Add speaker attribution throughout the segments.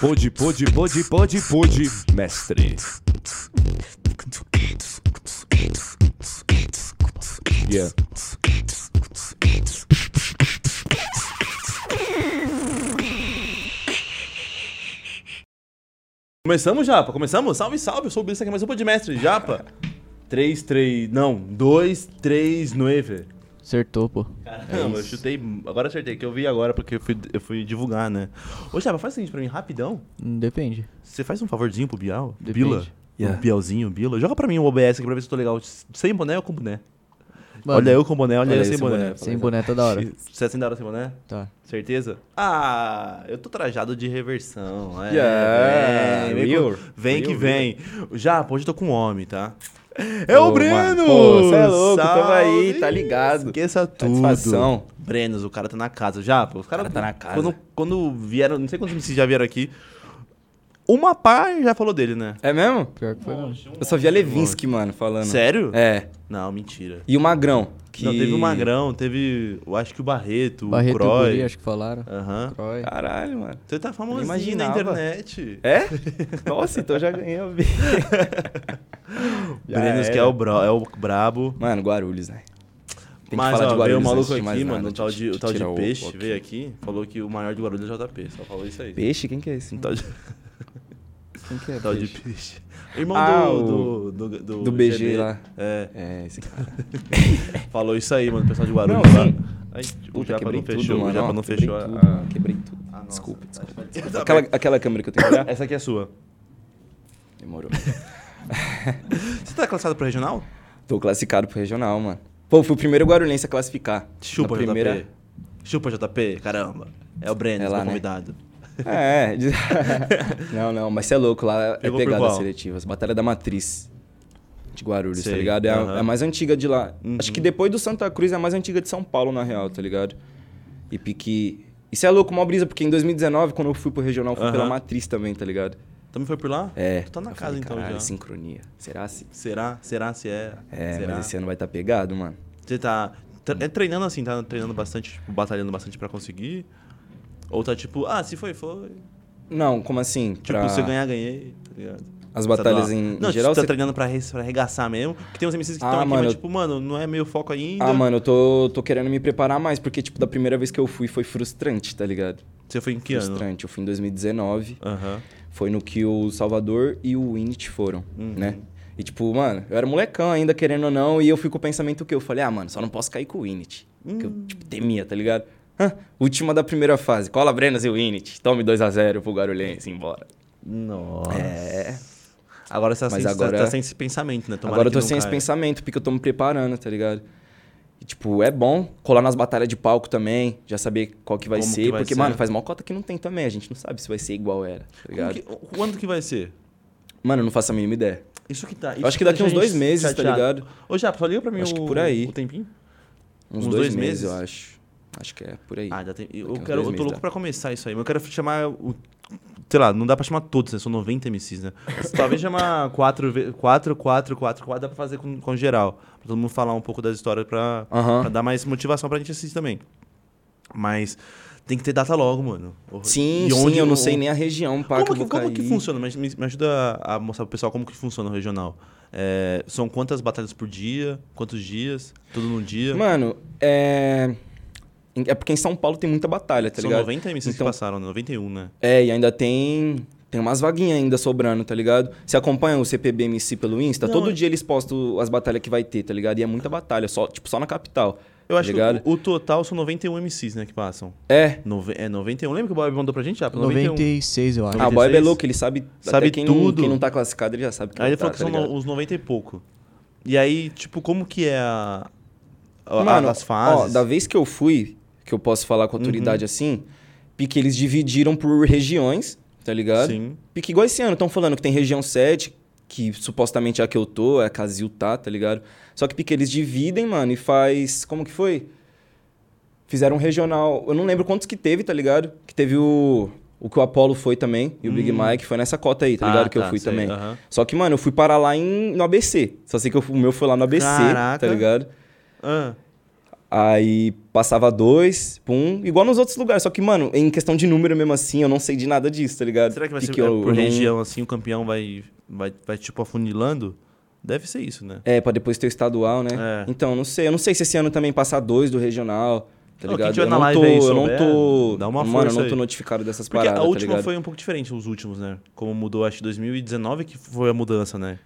Speaker 1: Pode, pode, pode, pode, pode, mestre. Yeah.
Speaker 2: Começamos, Japa? Começamos? Salve, salve! Eu sou o Billy, isso aqui é mais um Podmestre, Japa. 3, 3... Não, 2, 3, 9.
Speaker 3: Acertou, pô.
Speaker 2: Caramba, eu chutei... Agora acertei, que eu vi agora porque eu fui, eu fui divulgar, né? Ô, Japa, faz o seguinte pra mim, rapidão.
Speaker 3: Hum, Depende.
Speaker 2: Você faz um favorzinho pro Bial?
Speaker 3: Depende.
Speaker 2: Bila?
Speaker 1: Yeah.
Speaker 2: O Bialzinho, Bila. Joga pra mim um o OBS aqui pra ver se eu tô legal. Sem boné ou com boné?
Speaker 3: Mano,
Speaker 2: olha eu né, com boné, olha,
Speaker 1: olha
Speaker 2: eu
Speaker 1: eu
Speaker 2: sem
Speaker 1: sem
Speaker 2: boné.
Speaker 3: Sem boné toda hora.
Speaker 2: Você é sem da hora sem boné?
Speaker 3: Tá.
Speaker 2: Certeza? Ah, eu tô trajado de reversão. É,
Speaker 1: Yeah,
Speaker 2: vem, vem,
Speaker 1: real,
Speaker 2: com- vem que
Speaker 1: real,
Speaker 2: vem. Já, hoje eu tô com homem, tá? É o
Speaker 1: Ô,
Speaker 2: Breno!
Speaker 1: mano, pô, cê é louco, tamo aí,
Speaker 2: Salve!
Speaker 1: tá ligado.
Speaker 2: Esqueça tudo.
Speaker 1: Satisfação.
Speaker 2: Brenos, o cara tá na casa. Já, pô, os caras.
Speaker 1: O cara tá na casa.
Speaker 2: Quando, quando vieram, não sei quantos MCs já vieram aqui, uma pá já falou dele, né?
Speaker 1: É mesmo?
Speaker 3: Pior que foi, mano.
Speaker 1: Eu só via Levinsky, mano, falando.
Speaker 2: Sério?
Speaker 1: É.
Speaker 2: Não, mentira.
Speaker 1: E o Magrão. Que...
Speaker 2: Não, teve o Magrão, teve, eu acho que o Barreto,
Speaker 3: Barreto
Speaker 2: o
Speaker 3: e
Speaker 2: Croy.
Speaker 3: Guri, acho que falaram.
Speaker 2: Aham.
Speaker 3: Croy.
Speaker 1: Caralho, mano.
Speaker 2: Você tá famosinho na
Speaker 1: imaginava.
Speaker 2: internet.
Speaker 1: É? Nossa, então já ganhei a vida. Já
Speaker 2: Brenos,
Speaker 1: era.
Speaker 2: que é o, bro, é o brabo.
Speaker 1: Mano, Guarulhos, né? Tem que
Speaker 2: Mas,
Speaker 1: falar
Speaker 2: ó,
Speaker 1: de Guarulhos
Speaker 2: veio um
Speaker 1: antes
Speaker 2: maluco
Speaker 1: de mais
Speaker 2: aqui,
Speaker 1: nada,
Speaker 2: mano, o
Speaker 1: de-
Speaker 2: tal de, o
Speaker 1: de
Speaker 2: tal de
Speaker 1: tirar o-
Speaker 2: peixe,
Speaker 1: o-
Speaker 2: veio aqui, falou que o maior de Guarulhos é o JP, só falou isso aí.
Speaker 1: Peixe? Quem que é esse?
Speaker 2: Um tal de,
Speaker 3: Quem que é?
Speaker 2: tal tá de
Speaker 3: peixe?
Speaker 2: peixe. Irmão
Speaker 1: Ah,
Speaker 2: do, do, do,
Speaker 1: do BG lá.
Speaker 2: É,
Speaker 1: É, esse cara.
Speaker 2: falou isso aí, mano, o pessoal de Guarulhos
Speaker 1: Não,
Speaker 2: lá.
Speaker 1: sim.
Speaker 2: Ai, o
Speaker 1: Puta,
Speaker 2: Japa
Speaker 1: quebrei
Speaker 2: não
Speaker 1: tudo,
Speaker 2: fechou,
Speaker 1: mano.
Speaker 2: o Japa
Speaker 1: Ó,
Speaker 2: não
Speaker 1: quebrei
Speaker 2: fechou a...
Speaker 1: tudo,
Speaker 2: a-
Speaker 1: mano. Quebrei tudo.
Speaker 2: a nossa,
Speaker 1: desculpa,
Speaker 2: tá
Speaker 1: desculpa.
Speaker 2: aberto.
Speaker 1: desculpa.
Speaker 2: Tá
Speaker 1: Aquela,
Speaker 2: aberto.
Speaker 1: aquela câmera que eu tenho que olhar?
Speaker 2: Essa aqui é sua.
Speaker 1: Demorou.
Speaker 2: Você tá classificado pro regional?
Speaker 1: Tô classificado pro regional, mano. Pô, fui o primeiro guarulhense a classificar.
Speaker 2: Chupa,
Speaker 1: Na primeira...
Speaker 2: JP. Chupa, JP, caramba. É o Breno,
Speaker 1: É
Speaker 2: é
Speaker 1: lá,
Speaker 2: meu
Speaker 1: né?
Speaker 2: convidado.
Speaker 1: É, diz- não, não, mas você é louco, lá
Speaker 2: Pegou
Speaker 1: é
Speaker 2: por
Speaker 1: pegada
Speaker 2: qual?
Speaker 1: seletivas. Batalha da Matriz de Guarulhos,
Speaker 2: Sei,
Speaker 1: tá ligado? É, a-
Speaker 2: aham.
Speaker 1: é a mais antiga de lá.
Speaker 2: Uhum.
Speaker 1: Acho que depois do Santa Cruz é a mais antiga de São Paulo, na real, tá ligado? E pique. Isso é louco, mó brisa, porque em 2019, quando eu fui pro regional, eu fui pela
Speaker 2: Aham.
Speaker 1: Matriz também, tá ligado?
Speaker 2: Também foi por lá?
Speaker 1: É.
Speaker 2: Tu tá na
Speaker 1: Eu
Speaker 2: casa
Speaker 1: falei,
Speaker 2: então
Speaker 1: "Caralho,
Speaker 2: já.
Speaker 1: sincronia. Será assim?
Speaker 2: Será? Será se é?
Speaker 1: É,
Speaker 2: Será?
Speaker 1: mas esse é- ano vai estar pegado, mano.
Speaker 2: Você tá tre- é treinando assim, tá treinando bastante, tipo, batalhando bastante pra conseguir? Ou tá tipo, ah, se foi, foi.
Speaker 1: Não, como assim?
Speaker 2: Tipo,
Speaker 1: Pra
Speaker 2: se eu ganhar, ganhei, tá ligado?
Speaker 1: As batalhas
Speaker 2: Sabe lá.
Speaker 1: em, em
Speaker 2: Não,
Speaker 1: geral.
Speaker 2: você tá
Speaker 1: você-
Speaker 2: treinando pra, res- pra arregaçar mesmo. Porque tem uns MCs que
Speaker 1: Ah,
Speaker 2: estão aqui,
Speaker 1: mano,
Speaker 2: mas
Speaker 1: eu-
Speaker 2: tipo, mano, não é meu foco ainda.
Speaker 1: Ah, mano, eu tô, tô querendo me preparar mais, porque, tipo, da primeira vez que eu fui, foi frustrante, tá ligado?
Speaker 2: Você foi em que ano?
Speaker 1: frustrante. Eu fui em 2019.
Speaker 2: Aham.
Speaker 1: Foi no que o Salvador e o Init foram,
Speaker 2: Uhum.
Speaker 1: né? E tipo, mano, eu era molecão ainda, querendo ou não, e eu fui com o pensamento que eu falei, ah, mano, só não posso cair com o Init. Que eu,
Speaker 2: Hum.
Speaker 1: tipo, temia, tá ligado? Hã, última da primeira fase. Cola Brenas e o Init. Tome 2x0 pro Guarulhense, embora.
Speaker 2: Nossa.
Speaker 1: É.
Speaker 2: Agora você tá,
Speaker 1: Mas
Speaker 2: sem,
Speaker 1: agora- é-
Speaker 2: tá sem esse pensamento, né? Tomara
Speaker 1: Agora eu
Speaker 2: que
Speaker 1: tô
Speaker 2: não
Speaker 1: sem esse
Speaker 2: caia.
Speaker 1: pensamento, porque eu tô me preparando, tá ligado? E, tipo, é bom colar nas batalhas de palco também, já saber qual que vai
Speaker 2: Como
Speaker 1: ser.
Speaker 2: que vai
Speaker 1: porque,
Speaker 2: ser?
Speaker 1: mano, faz mal cota que não tem também. A gente não sabe se vai ser igual era, tá
Speaker 2: Como
Speaker 1: ligado?
Speaker 2: que- Quando que vai ser?
Speaker 1: Mano, eu não faço a mínima ideia.
Speaker 2: Isso que tá.
Speaker 1: Eu acho que daqui uns dois meses, tá ligado?
Speaker 2: Ô, já, só liga pra mim
Speaker 1: Acho
Speaker 2: o,
Speaker 1: que por aí.
Speaker 2: o tempinho.
Speaker 1: Uns,
Speaker 2: Uns
Speaker 1: dois,
Speaker 2: dois
Speaker 1: meses,
Speaker 2: meses?
Speaker 1: eu acho. Acho que é por aí.
Speaker 2: Ah, já tem. Eu,
Speaker 1: Daqui uns
Speaker 2: quero,
Speaker 1: dois
Speaker 2: eu
Speaker 1: meses
Speaker 2: tô louco
Speaker 1: dá.
Speaker 2: pra começar isso aí, mas eu quero chamar. O, sei lá, não dá pra chamar todos, né? São 90 MCs, né? Talvez chamar 4, 4, 4, 4, 4, dá pra fazer com, com geral. Pra todo mundo falar um pouco das histórias pra,
Speaker 1: Aham.
Speaker 2: pra dar mais motivação pra gente assistir também. Mas tem que ter data logo, mano.
Speaker 1: Sim,
Speaker 2: E
Speaker 1: sim,
Speaker 2: onde
Speaker 1: eu não
Speaker 2: o-
Speaker 1: sei nem a região, pá,
Speaker 2: Como,
Speaker 1: eu
Speaker 2: que,
Speaker 1: vou
Speaker 2: como que
Speaker 1: cair.
Speaker 2: funciona? Mas Me, me ajuda a a mostrar pro pessoal como que funciona o regional. É, são quantas batalhas por dia? Quantos dias? Tudo num dia?
Speaker 1: Mano, é... É porque em São Paulo tem muita batalha, tá
Speaker 2: são
Speaker 1: ligado?
Speaker 2: 90 MCs
Speaker 1: Então-
Speaker 2: que passaram, né? 91, né?
Speaker 1: É, e ainda tem... Tem umas vaguinhas ainda sobrando, tá ligado? Você acompanha o CPBMC pelo Insta?
Speaker 2: Não,
Speaker 1: Todo
Speaker 2: é-
Speaker 1: dia eles postam as batalhas que vai ter, tá ligado? E é muita batalha, só, tipo, só na capital.
Speaker 2: Eu acho
Speaker 1: Ligado?
Speaker 2: que o, o total são 91 MCs, né, que passam.
Speaker 1: É.
Speaker 2: Nove- é 91. Lembra que o Bob mandou pra gente? Ah, 91.
Speaker 3: 96, eu acho.
Speaker 1: Ah, o
Speaker 2: 96?
Speaker 1: Bob é louco, ele sabe...
Speaker 2: Sabe
Speaker 1: até quem
Speaker 2: tudo.
Speaker 1: Não, quem não tá classificado, ele já sabe quem
Speaker 2: Aí ele
Speaker 1: tá,
Speaker 2: falou que
Speaker 1: tá
Speaker 2: são
Speaker 1: ligado?
Speaker 2: no- uns 90 e pouco. E aí, tipo, como que é a, a-
Speaker 1: Mano,
Speaker 2: as fases? Uhum.
Speaker 1: Ó, da vez que eu fui, que eu posso falar com autoridade assim, pique eles dividiram por regiões, tá ligado?
Speaker 2: Sim.
Speaker 1: Pique igual esse ano, estão falando que tem região 7, que supostamente é a que eu tô, é a Casil tá, tá ligado? Só que pique eles dividem, mano, e faz. Como que foi? Fizeram um regional. Eu não lembro quantos que teve, tá ligado? Que teve o. O que o Apollo foi também, e o Big Mike foi nessa cota aí, tá
Speaker 2: Hum. Ah,
Speaker 1: ligado? que eu
Speaker 2: tá,
Speaker 1: fui
Speaker 2: sei,
Speaker 1: também.
Speaker 2: aham.
Speaker 1: Só que, mano, eu fui parar tá lá em, no ABC. Só sei que eu fui- o meu foi lá no ABC,
Speaker 2: Caraca.
Speaker 1: tá ligado?
Speaker 2: Ah,
Speaker 1: Aí passava dois, pum, igual nos outros lugares. Só que, mano, em questão de número mesmo assim, eu não sei de nada disso, tá ligado?
Speaker 2: Será que vai ser
Speaker 1: eu-
Speaker 2: por
Speaker 1: eu não-
Speaker 2: região, assim, o campeão vai, vai, vai, tipo, afunilando? Deve ser isso, né?
Speaker 1: É, pra depois ter o estadual, né?
Speaker 2: É.
Speaker 1: Então, não sei. Eu não sei se esse ano também passar dois do regional, tá
Speaker 2: Não,
Speaker 1: ligado?
Speaker 2: quem tiver
Speaker 1: eu
Speaker 2: na
Speaker 1: não
Speaker 2: live
Speaker 1: tô,
Speaker 2: aí
Speaker 1: eu não
Speaker 2: souber,
Speaker 1: tô.
Speaker 2: dá uma
Speaker 1: mano,
Speaker 2: força
Speaker 1: eu não tô
Speaker 2: aí.
Speaker 1: notificado dessas
Speaker 2: Porque
Speaker 1: paradas,
Speaker 2: a última
Speaker 1: tá ligado?
Speaker 2: foi um pouco diferente, os últimos, né? Como mudou, acho que 2019 que foi a mudança, né?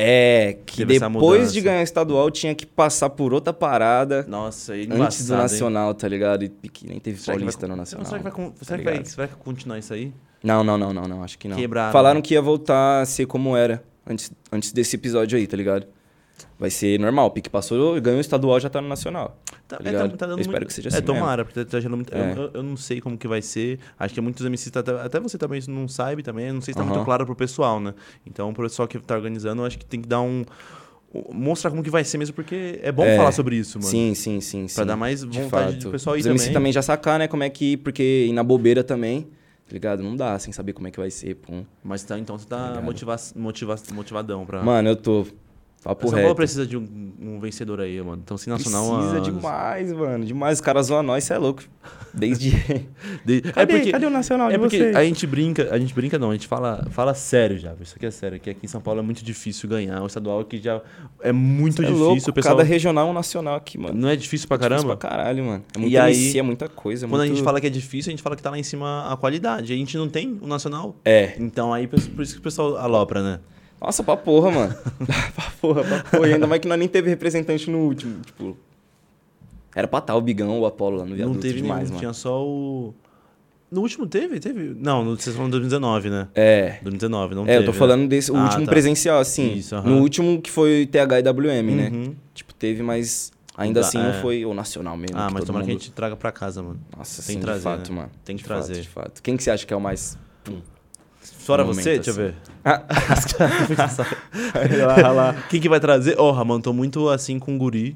Speaker 1: É, que
Speaker 2: Teve essa
Speaker 1: depois de
Speaker 2: mudança.
Speaker 1: ganhar o estadual tinha que passar por outra parada
Speaker 2: Nossa, aí
Speaker 1: antes do Nacional, tá ligado? E pique, nem teve Paulista no Nacional. tá
Speaker 2: Será que vai, con- será que
Speaker 1: ligado?
Speaker 2: vai- será que vai continuar isso aí?
Speaker 1: Não, não, não, não, não, acho que não.
Speaker 2: Quebraram,
Speaker 1: Falaram
Speaker 2: né?
Speaker 1: que ia voltar a ser como era antes, antes desse episódio aí, tá ligado? Vai ser normal, pique passou, ganhou o estadual, já tá no Nacional. Tá
Speaker 2: Tá, é, tá-
Speaker 1: ligado?
Speaker 2: tá dando
Speaker 1: Eu espero
Speaker 2: muito-
Speaker 1: que seja
Speaker 2: é,
Speaker 1: assim mesmo.
Speaker 2: tomara, porque tá, tá gerando muito. eu-
Speaker 1: É.
Speaker 2: Eu, eu não sei como que vai ser. Acho que muitos MCs, tá- tá- até você também não sabe também. eu Não sei se tá muito
Speaker 1: Aham.
Speaker 2: claro pro pessoal, né? Então, pro pessoal que tá organizando, eu acho que tem que dar um. um- Mostrar como que vai ser mesmo, porque é bom
Speaker 1: É.
Speaker 2: falar sobre isso, mano.
Speaker 1: Sim, sim, sim, sim.
Speaker 2: Pra dar mais vontade do pessoal ir
Speaker 1: Os MC
Speaker 2: também.
Speaker 1: também já sacar, né, como é que... Porque ir na bobeira também, tá ligado? Não dá, sem saber como é que vai ser, pum.
Speaker 2: Mas tá, então você tá
Speaker 1: Obrigado.
Speaker 2: motiva motiva motivadão pra.
Speaker 1: Mano, eu tô... Papo
Speaker 2: São Paulo
Speaker 1: reto.
Speaker 2: precisa de um, um vencedor aí, mano. Então, se nacional.
Speaker 1: Precisa
Speaker 2: as-
Speaker 1: demais, mano. Demais. Os caras zoam nós, cê é louco. Desde.
Speaker 2: de-
Speaker 1: Cadê,
Speaker 2: é porque,
Speaker 1: cadê o Nacional
Speaker 2: é
Speaker 1: de
Speaker 2: porque
Speaker 1: vocês?
Speaker 2: a gente brinca, a gente brinca não, a gente fala, fala sério já. Isso aqui é sério, que aqui em São Paulo é muito difícil ganhar. O estadual aqui já é muito
Speaker 1: Cê é
Speaker 2: difícil.
Speaker 1: louco.
Speaker 2: o pessoal
Speaker 1: Cada regional é um nacional aqui, mano.
Speaker 2: não é difícil pra
Speaker 1: É difícil
Speaker 2: caramba.
Speaker 1: pra caralho, mano. É
Speaker 2: E
Speaker 1: muito
Speaker 2: aí,
Speaker 1: MC, é muita coisa. é
Speaker 2: Quando a
Speaker 1: muito-
Speaker 2: gente fala que é difícil, a gente fala que tá lá em cima a qualidade. A gente não tem o nacional.
Speaker 1: É.
Speaker 2: Então aí por por isso que o pessoal alopra, né?
Speaker 1: Nossa, pra porra, mano. pra porra, pra porra. E ainda mais que nós nem teve representante no último. Tipo. Era pra estar o Bigão ou o Apolo lá no viaduto
Speaker 2: não teve
Speaker 1: demais, mano.
Speaker 2: nenhum, tinha só o No último teve, teve. Não, no- vocês falam 2019, né?
Speaker 1: É.
Speaker 2: 2019, não
Speaker 1: é,
Speaker 2: teve.
Speaker 1: eu tô
Speaker 2: né?
Speaker 1: falando desse o
Speaker 2: Ah,
Speaker 1: último
Speaker 2: tá.
Speaker 1: presencial, assim.
Speaker 2: Isso, aham.
Speaker 1: no último que foi TH e WM, né?
Speaker 2: Uhum.
Speaker 1: Tipo, teve, mas ainda
Speaker 2: Dá,
Speaker 1: assim não
Speaker 2: é.
Speaker 1: foi o nacional mesmo.
Speaker 2: Ah,
Speaker 1: que
Speaker 2: mas
Speaker 1: todo
Speaker 2: tomara que a
Speaker 1: mundo-
Speaker 2: gente traga pra casa, mano.
Speaker 1: Nossa,
Speaker 2: Tem
Speaker 1: sim,
Speaker 2: que
Speaker 1: de
Speaker 2: trazer,
Speaker 1: fato,
Speaker 2: né?
Speaker 1: mano.
Speaker 2: Tem que
Speaker 1: De fato,
Speaker 2: trazer.
Speaker 1: de fato. Quem que você acha que é o mais... Pum.
Speaker 2: Fora
Speaker 1: momento,
Speaker 2: você, deixa eu
Speaker 1: assim.
Speaker 2: ver. Ah, Quem que vai trazer? Ó, mano, tô muito assim com o Guri.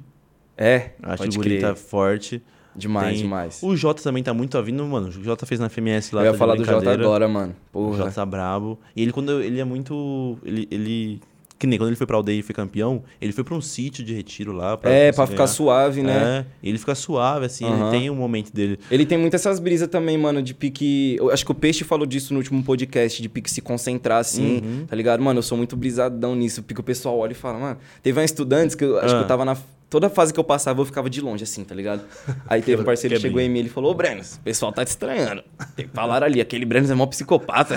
Speaker 1: É,
Speaker 2: Acho
Speaker 1: pode
Speaker 2: que o Guri
Speaker 1: crer.
Speaker 2: tá forte.
Speaker 1: Demais,
Speaker 2: Tem-
Speaker 1: demais.
Speaker 2: O Jota também tá muito vindo, mano. O Jota fez na FMS lá.
Speaker 1: Eu ia
Speaker 2: tá de
Speaker 1: falar do Jota
Speaker 2: brincadeira.
Speaker 1: agora, mano.
Speaker 2: O Jota
Speaker 1: Porra.
Speaker 2: tá brabo. E ele, quando ele é muito. Ele. ele... Que nem quando ele foi pra aldeia e foi campeão, ele foi pra um sítio de retiro lá.
Speaker 1: É,
Speaker 2: se
Speaker 1: pra ficar
Speaker 2: tá ganhar.
Speaker 1: suave, né?
Speaker 2: É, ele fica suave, assim, ele
Speaker 1: Aham.
Speaker 2: tem o momento dele.
Speaker 1: Ele tem muitas essas brisas também, mano, de pique... Eu acho que o Peixe falou disso no último podcast, de pique se concentrar, assim,
Speaker 2: Uhum.
Speaker 1: tá ligado? Mano, eu sou muito brisadão nisso. Pique o pessoal olha e fala, mano... Teve um estudante que eu acho
Speaker 2: Ah.
Speaker 1: que eu tava na... Toda fase que eu passava, eu ficava de longe, assim, tá ligado? Aí teve um parceiro que chegou
Speaker 2: Quebrinha.
Speaker 1: em mim e ele falou, ô, Brenos, o pessoal tá te estranhando. Tem que falar ali, aquele Brenos é mó psicopata.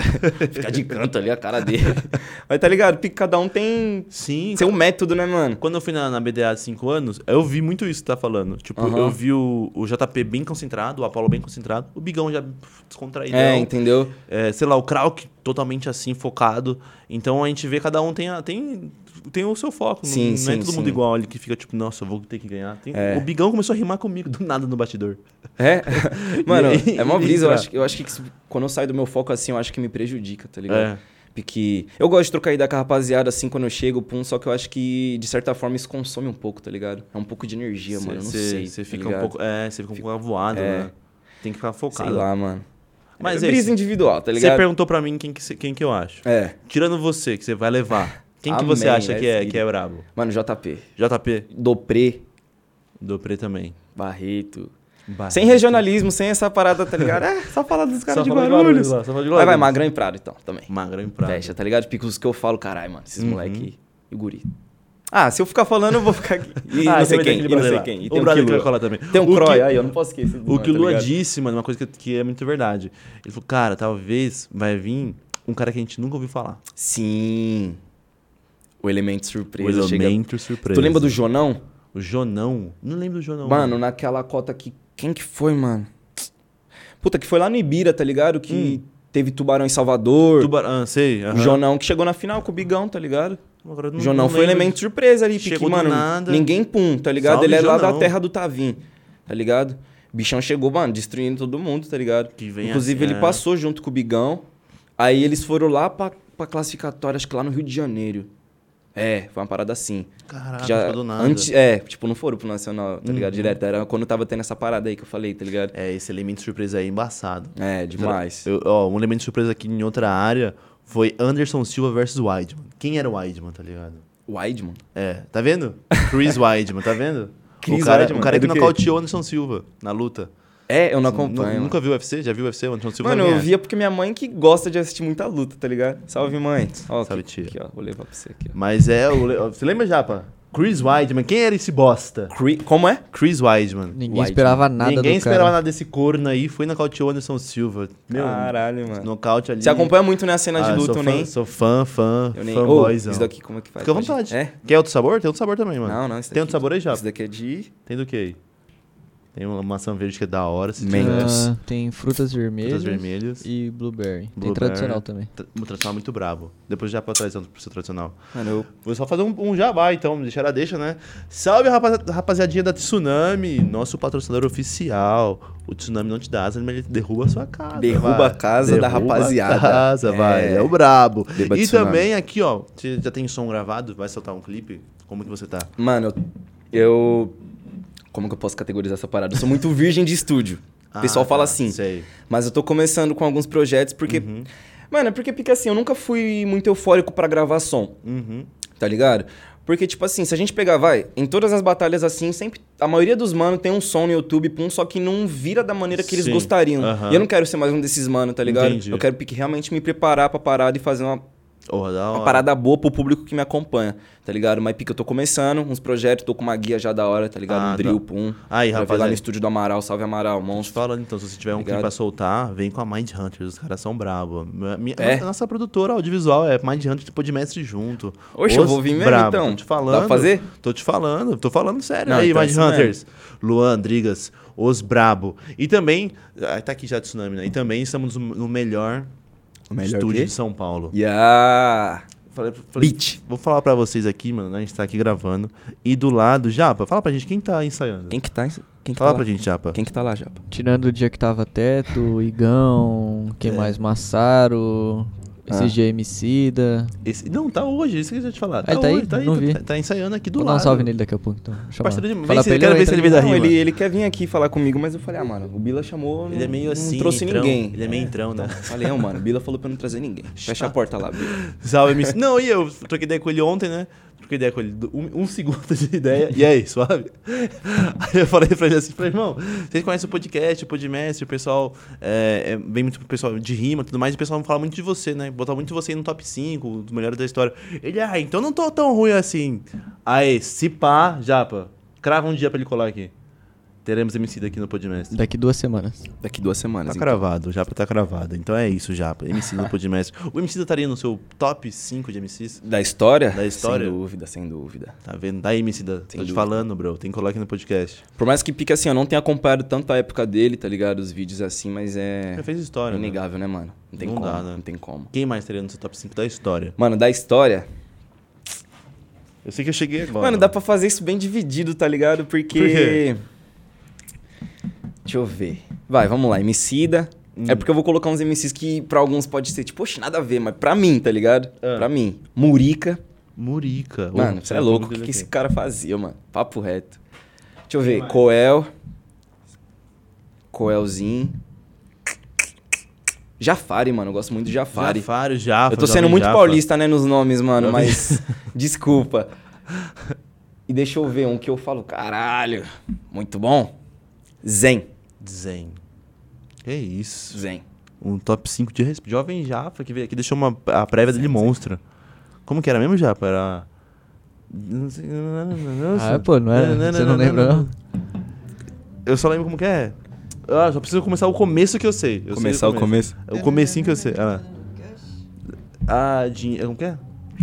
Speaker 1: Fica de canto ali a cara dele. Mas tá ligado? Pique, cada um tem
Speaker 2: Sim,
Speaker 1: seu método, né, mano?
Speaker 2: Quando eu fui na, na BDA de 5 anos, eu vi muito isso que tá falando. Tipo,
Speaker 1: Aham.
Speaker 2: eu vi o, o JP bem concentrado, o Apollo bem concentrado, o Bigão já pff, descontraído.
Speaker 1: É, entendeu?
Speaker 2: É, sei lá, o Krauk totalmente assim, focado. Então a gente vê cada um tem, a- tem, tem o seu foco.
Speaker 1: Sim,
Speaker 2: não, não é
Speaker 1: sim,
Speaker 2: todo
Speaker 1: sim.
Speaker 2: mundo igual ali que fica tipo, nossa, eu vou ter que ganhar. Tem-
Speaker 1: É.
Speaker 2: O Bigão começou a rimar comigo do nada no bastidor.
Speaker 1: É? Mano,
Speaker 2: E-
Speaker 1: é uma
Speaker 2: e
Speaker 1: brisa. Eu
Speaker 2: entrar.
Speaker 1: acho, que- eu acho que isso- quando eu saio do meu foco assim, eu acho que me prejudica, tá ligado?
Speaker 2: É.
Speaker 1: Porque eu gosto de trocar ideia com a rapaziada assim quando eu chego, pum, só que eu acho que de certa forma isso consome um pouco, tá ligado? É um pouco de energia, mano. Eu não sei.
Speaker 2: Você
Speaker 1: tá
Speaker 2: fica um
Speaker 1: ligado?
Speaker 2: pouco. É, você fica um pouco avoado,
Speaker 1: É.
Speaker 2: né? Tem que ficar
Speaker 1: Sei
Speaker 2: focado.
Speaker 1: lá, mano.
Speaker 2: Mas
Speaker 1: é
Speaker 2: é
Speaker 1: brisa
Speaker 2: isso.
Speaker 1: individual, tá
Speaker 2: Você
Speaker 1: ligado?
Speaker 2: perguntou pra mim quem que, cê- quem que eu acho.
Speaker 1: É.
Speaker 2: Tirando você, que você vai levar. Quem que
Speaker 1: Amém,
Speaker 2: você acha
Speaker 1: é
Speaker 2: que é,
Speaker 1: seguido.
Speaker 2: que é brabo?
Speaker 1: Mano, JP.
Speaker 2: JP,
Speaker 1: Dopré,
Speaker 2: Dopré também.
Speaker 1: Barreto.
Speaker 2: Barreto.
Speaker 1: Sem regionalismo, sem essa parada, tá ligado? É, só falar dos caras de Guarulhos.
Speaker 2: lá, só fala de
Speaker 1: Vai, vai,
Speaker 2: Guarulhos.
Speaker 1: Magrão e Prado então, também.
Speaker 2: Magrão em prata.
Speaker 1: Fecha, tá ligado? Porque os que eu falo, caralho, mano, esses
Speaker 2: Uhum.
Speaker 1: moleque aí, e o guri. Ah, se eu ficar falando, eu vou ficar aqui. E não sei quem, e não sei quem. E tem
Speaker 2: o
Speaker 1: um
Speaker 2: brother que vai
Speaker 1: Quilua.
Speaker 2: colar também.
Speaker 1: Tem um
Speaker 2: O que-
Speaker 1: Croy, aí eu não posso esquecer. tá
Speaker 2: O que o Lua disse, mano, uma coisa que, que é muito verdade. Ele falou, cara, talvez vai vir um cara que a gente nunca ouviu falar.
Speaker 1: Sim. O elemento surpresa.
Speaker 2: o
Speaker 1: chega...
Speaker 2: elemento surpresa.
Speaker 1: Tu lembra do Jonão?
Speaker 2: O Jonão? Não lembro do Jonão.
Speaker 1: Mano, naquela cota que... Quem que foi, mano? Puta, que foi lá no Ibira, tá ligado? Que teve Tubarão em Salvador.
Speaker 2: Tubarão, ah, sei.
Speaker 1: O Jonão que chegou na final com o Bigão, tá ligado?
Speaker 2: Jonão,
Speaker 1: O Jonão foi um elemento surpresa ali, porque,
Speaker 2: Chegou do
Speaker 1: mano,
Speaker 2: nada.
Speaker 1: ninguém pum, tá ligado?
Speaker 2: Salve,
Speaker 1: Ele é lá
Speaker 2: Jonão.
Speaker 1: da terra do Tavim, tá ligado? O bichão chegou, mano, destruindo todo mundo, tá ligado?
Speaker 2: Que vem
Speaker 1: Inclusive,
Speaker 2: assim,
Speaker 1: ele
Speaker 2: é.
Speaker 1: passou junto com o Bigão. Aí eles foram lá pra, pra classificatória, acho que lá no Rio de Janeiro. É, foi uma parada assim.
Speaker 2: Caraca,
Speaker 1: Que já
Speaker 2: chegou Ah, do nada. Uhum.
Speaker 1: antes- é, tipo, não foram pro Nacional, tá ligado? Direto. Era quando tava tendo essa parada aí que eu falei, tá ligado?
Speaker 2: É, esse elemento surpresa aí é embaçado.
Speaker 1: É, demais.
Speaker 2: Eu- ó, um elemento de surpresa aqui em outra área foi Anderson Silva versus Wideman. Quem era o Wideman, tá ligado?
Speaker 1: Wideman.
Speaker 2: É, tá vendo? Chris Wideman, tá vendo?
Speaker 1: Cris
Speaker 2: o cara,
Speaker 1: Wright,
Speaker 2: o
Speaker 1: mano,
Speaker 2: cara
Speaker 1: é
Speaker 2: que
Speaker 1: do quê?
Speaker 2: nocauteou o Anderson Silva na luta.
Speaker 1: É, eu não
Speaker 2: Você nu-
Speaker 1: acompanho.
Speaker 2: Nunca viu o UFC? Já viu o UFC? O Anderson Silva
Speaker 1: Mano,
Speaker 2: não é.
Speaker 1: eu via porque minha mãe que gosta de assistir muita luta, tá ligado? Salve, mãe. Ó,
Speaker 2: Salve,
Speaker 1: aqui,
Speaker 2: tia.
Speaker 1: aqui, ó. Vou levar pra você aqui, ó.
Speaker 2: Mas é. o le- Você lembra, Japa? Chris Weidman. Quem era esse bosta?
Speaker 1: Cri- Como é?
Speaker 2: Chris Weidman.
Speaker 3: Ninguém
Speaker 1: White,
Speaker 3: esperava nada
Speaker 2: né? Ninguém
Speaker 3: do
Speaker 2: esperava
Speaker 3: cara.
Speaker 2: nada desse corno aí. Foi nocauteou o Anderson Silva. Meu,
Speaker 1: Caralho, mano.
Speaker 2: nocaute ali.
Speaker 1: Você acompanha muito né, a cena de
Speaker 2: Ah,
Speaker 1: luta,
Speaker 2: sou
Speaker 1: eu
Speaker 2: fã-
Speaker 1: nem.
Speaker 2: Sou fã, fã,
Speaker 1: Eu nem. Ô,
Speaker 2: fanboyzão.
Speaker 1: isso daqui, como é que faz?
Speaker 2: Fica à
Speaker 1: Pode-
Speaker 2: vontade.
Speaker 1: É?
Speaker 2: Quer outro sabor? Tem outro sabor também, mano.
Speaker 1: Não, não, isso daqui.
Speaker 2: Tem outro sabor aí, Japa?
Speaker 1: Isso daqui é de.
Speaker 2: Tem do que aí? Tem uma maçã verde que é da hora. Se
Speaker 1: Mango.
Speaker 2: tiver
Speaker 1: Mentos.
Speaker 3: Ah, tem frutas vermelhas,
Speaker 2: frutas vermelhas.
Speaker 3: e blueberry. Tem
Speaker 2: Blueberry.
Speaker 3: tradicional também.
Speaker 2: Tra- Um tradicional muito brabo. Depois já pra trás pro seu tradicional.
Speaker 1: Mano, eu.
Speaker 2: Vou só fazer um, um jabá, então. Deixar ela deixa, né? Salve, rapaza- rapaziadinha da Tsunami. Nosso patrocinador oficial. O Tsunami não te dá asa, mas ele derruba a sua casa.
Speaker 1: Derruba
Speaker 2: vai.
Speaker 1: a casa da rapaziada.
Speaker 2: a casa,
Speaker 1: É.
Speaker 2: vai. É o brabo.
Speaker 1: Beba
Speaker 2: e
Speaker 1: Tsunami.
Speaker 2: também aqui, ó. Você já tem som gravado? Vai soltar um clipe? Como que você tá?
Speaker 1: Mano, eu. eu- Como que eu posso categorizar essa parada? Eu sou muito virgem de estúdio. O pessoal
Speaker 2: Ah,
Speaker 1: fala
Speaker 2: tá,
Speaker 1: assim.
Speaker 2: Sei. Uhum.
Speaker 1: Mas eu tô começando com alguns projetos porque. Mano, é porque fica assim, eu nunca fui muito eufórico pra gravar som.
Speaker 2: Uhum.
Speaker 1: Tá ligado? Porque, tipo assim, se a gente pegar, vai, em todas as batalhas assim, sempre. A maioria dos mano tem um som no YouTube, pum, só que não vira da maneira que eles
Speaker 2: Sim,
Speaker 1: gostariam.
Speaker 2: aham.
Speaker 1: E eu não quero ser mais um desses mano, tá ligado?
Speaker 2: Entendi.
Speaker 1: Eu quero pique, realmente me preparar pra parada e fazer uma,
Speaker 2: Oh, da
Speaker 1: uma
Speaker 2: hora.
Speaker 1: parada boa pro público que me acompanha, tá ligado? Mas pique, eu tô começando uns projetos, tô com uma guia já da hora, tá ligado?
Speaker 2: Ah,
Speaker 1: um
Speaker 2: tá.
Speaker 1: drill, pum.
Speaker 2: Aí,
Speaker 1: Gravei lá no
Speaker 2: rapaziada.
Speaker 1: estúdio do Amaral, salve Amaral, monstro.
Speaker 2: Falando então, se você tiver um
Speaker 1: Obrigado.
Speaker 2: clipe pra soltar, vem com a Mind Hunters, os caras são brabo. Minha- minha-
Speaker 1: É?
Speaker 2: nossa, nossa produtora audiovisual é Mind Hunter tipo de mestre junto.
Speaker 1: Oxe, eu
Speaker 2: Os
Speaker 1: vou vir mesmo,
Speaker 2: brabo,
Speaker 1: então.
Speaker 2: Tô te falando.
Speaker 1: Dá pra fazer?
Speaker 2: Tô te falando, tô falando sério.
Speaker 1: Não,
Speaker 2: aí,
Speaker 1: então é
Speaker 2: Mind
Speaker 1: isso mesmo.
Speaker 2: Hunters, Luan Drigas, os brabo. E também, ah, tá aqui já Tsunami, né? E também estamos no- no melhor,
Speaker 1: O melhor
Speaker 2: estúdio
Speaker 1: quê?
Speaker 2: de São Paulo.
Speaker 1: Yeah!
Speaker 2: Falei, falei-
Speaker 1: Beat!
Speaker 2: vou falar pra vocês aqui, mano, né? a gente tá aqui gravando. E do lado, Japa, fala pra gente quem tá ensaiando.
Speaker 1: Quem que tá? em- Quem que
Speaker 2: Fala
Speaker 1: tá lá?
Speaker 2: pra gente, Japa.
Speaker 1: Quem que tá lá, Japa?
Speaker 3: Tirando o dia que tava teto, Igão,
Speaker 2: É.
Speaker 3: quem mais? Massaro,
Speaker 1: Ah.
Speaker 3: esse GMC da.
Speaker 2: Esse- não, tá hoje, isso que eu ia te falar.
Speaker 3: Ah, ele tá aí?
Speaker 2: hoje, tá aí,
Speaker 3: Não
Speaker 2: tá,
Speaker 3: vi.
Speaker 2: tá- tá ensaiando aqui do
Speaker 3: Vou dar
Speaker 2: lado.
Speaker 3: um salve nele daqui a pouco, então. Chama.
Speaker 2: Parceiro de- vem
Speaker 3: Fala
Speaker 2: se-
Speaker 3: pra ele, tá
Speaker 2: quero
Speaker 3: eu
Speaker 2: ver se
Speaker 3: entro
Speaker 2: ele vem da
Speaker 3: no-
Speaker 1: Não,
Speaker 2: rima.
Speaker 1: ele, ele quer vir aqui falar comigo, mas eu falei, ah, mano, o Bila chamou,
Speaker 2: Ele é meio assim,
Speaker 1: não trouxe
Speaker 2: entrão.
Speaker 1: ninguém.
Speaker 2: Ele é meio entrão, né?
Speaker 1: Falei, não, mano, o Bila falou pra eu não trazer ninguém. Fecha a porta lá, Bila.
Speaker 2: Salve, MC. Não, e eu troquei ideia com ele ontem, né? Troquei ideia com ele, do- um, um segundo de ideia. E aí, suave? Aí eu falei pra ele assim, falei, irmão, vocês conhecem o podcast, o Podmestre, o pessoal é, é, vem muito pro pessoal de rima e tudo mais, e o pessoal fala muito de você, né? Botar muito você no top 5, dos melhores da história. Ele, ah, então não tô tão ruim assim. Aí, se pá, japa, crava um dia pra ele colar aqui. Teremos MC daqui no Podmestre.
Speaker 3: Daqui duas semanas.
Speaker 1: Daqui duas
Speaker 2: Tá
Speaker 1: semanas. então.
Speaker 2: cravado, o Japa tá cravado. Então é isso, Japa. MC do Podmestre. O MC estaria no seu top 5 de MCs?
Speaker 1: Da história?
Speaker 2: Da história?
Speaker 1: Sem dúvida, sem dúvida.
Speaker 2: Tá vendo? Da MC da. Tô te
Speaker 1: dúvida.
Speaker 2: falando, bro. Tem que colar aqui no podcast.
Speaker 1: Por mais que pique assim, eu não tenha acompanhado tanto a época dele, tá ligado? Os vídeos assim, mas é.
Speaker 2: Já fez
Speaker 1: É
Speaker 2: história. né?
Speaker 1: inegável, né, mano? Não tem
Speaker 2: Não
Speaker 1: como.
Speaker 2: dá, né?
Speaker 1: Não tem como.
Speaker 2: Quem mais estaria no seu top 5 da história?
Speaker 1: Mano, da história.
Speaker 2: Eu sei que eu cheguei agora.
Speaker 1: Mano, dá pra fazer isso bem dividido, tá ligado? Porque.
Speaker 2: Por quê?
Speaker 1: Deixa eu ver. Vai, vamos lá. Emicida.
Speaker 2: Hum.
Speaker 1: É porque eu vou colocar uns MCs que pra alguns pode ser tipo, poxa, nada a ver, mas pra mim, tá ligado?
Speaker 2: Ah. Tá
Speaker 1: Pra mim. Murica.
Speaker 2: Murica.
Speaker 1: Mano,
Speaker 2: Oh,
Speaker 1: você é
Speaker 2: tá
Speaker 1: louco. O
Speaker 2: falando
Speaker 1: que,
Speaker 2: dele
Speaker 1: que esse
Speaker 2: aqui.
Speaker 1: cara fazia, mano? Papo reto. Deixa eu ver. Coel. Coelzinho. Jafari, mano. Eu gosto muito de Jafari.
Speaker 2: Jafari, Jafari.
Speaker 1: Eu tô sendo muito paulista, né, nos nomes, mano, mas desculpa. E deixa eu ver um que eu falo, caralho, muito bom. Zen,
Speaker 2: Zen. Que isso.
Speaker 1: Zen.
Speaker 2: Um top 5 de respeito. Jovem Japa, que veio aqui, deixou uma, a prévia dele monstra. Como que era mesmo, Japa? Era. Não sei-
Speaker 3: Ah, pô, não é? Você não lembra, não?
Speaker 2: Eu só lembro como que é. Ah, só preciso começar o começo que eu sei. Eu sei É o comecinho que eu sei. Ah, lá. ah din... como que é?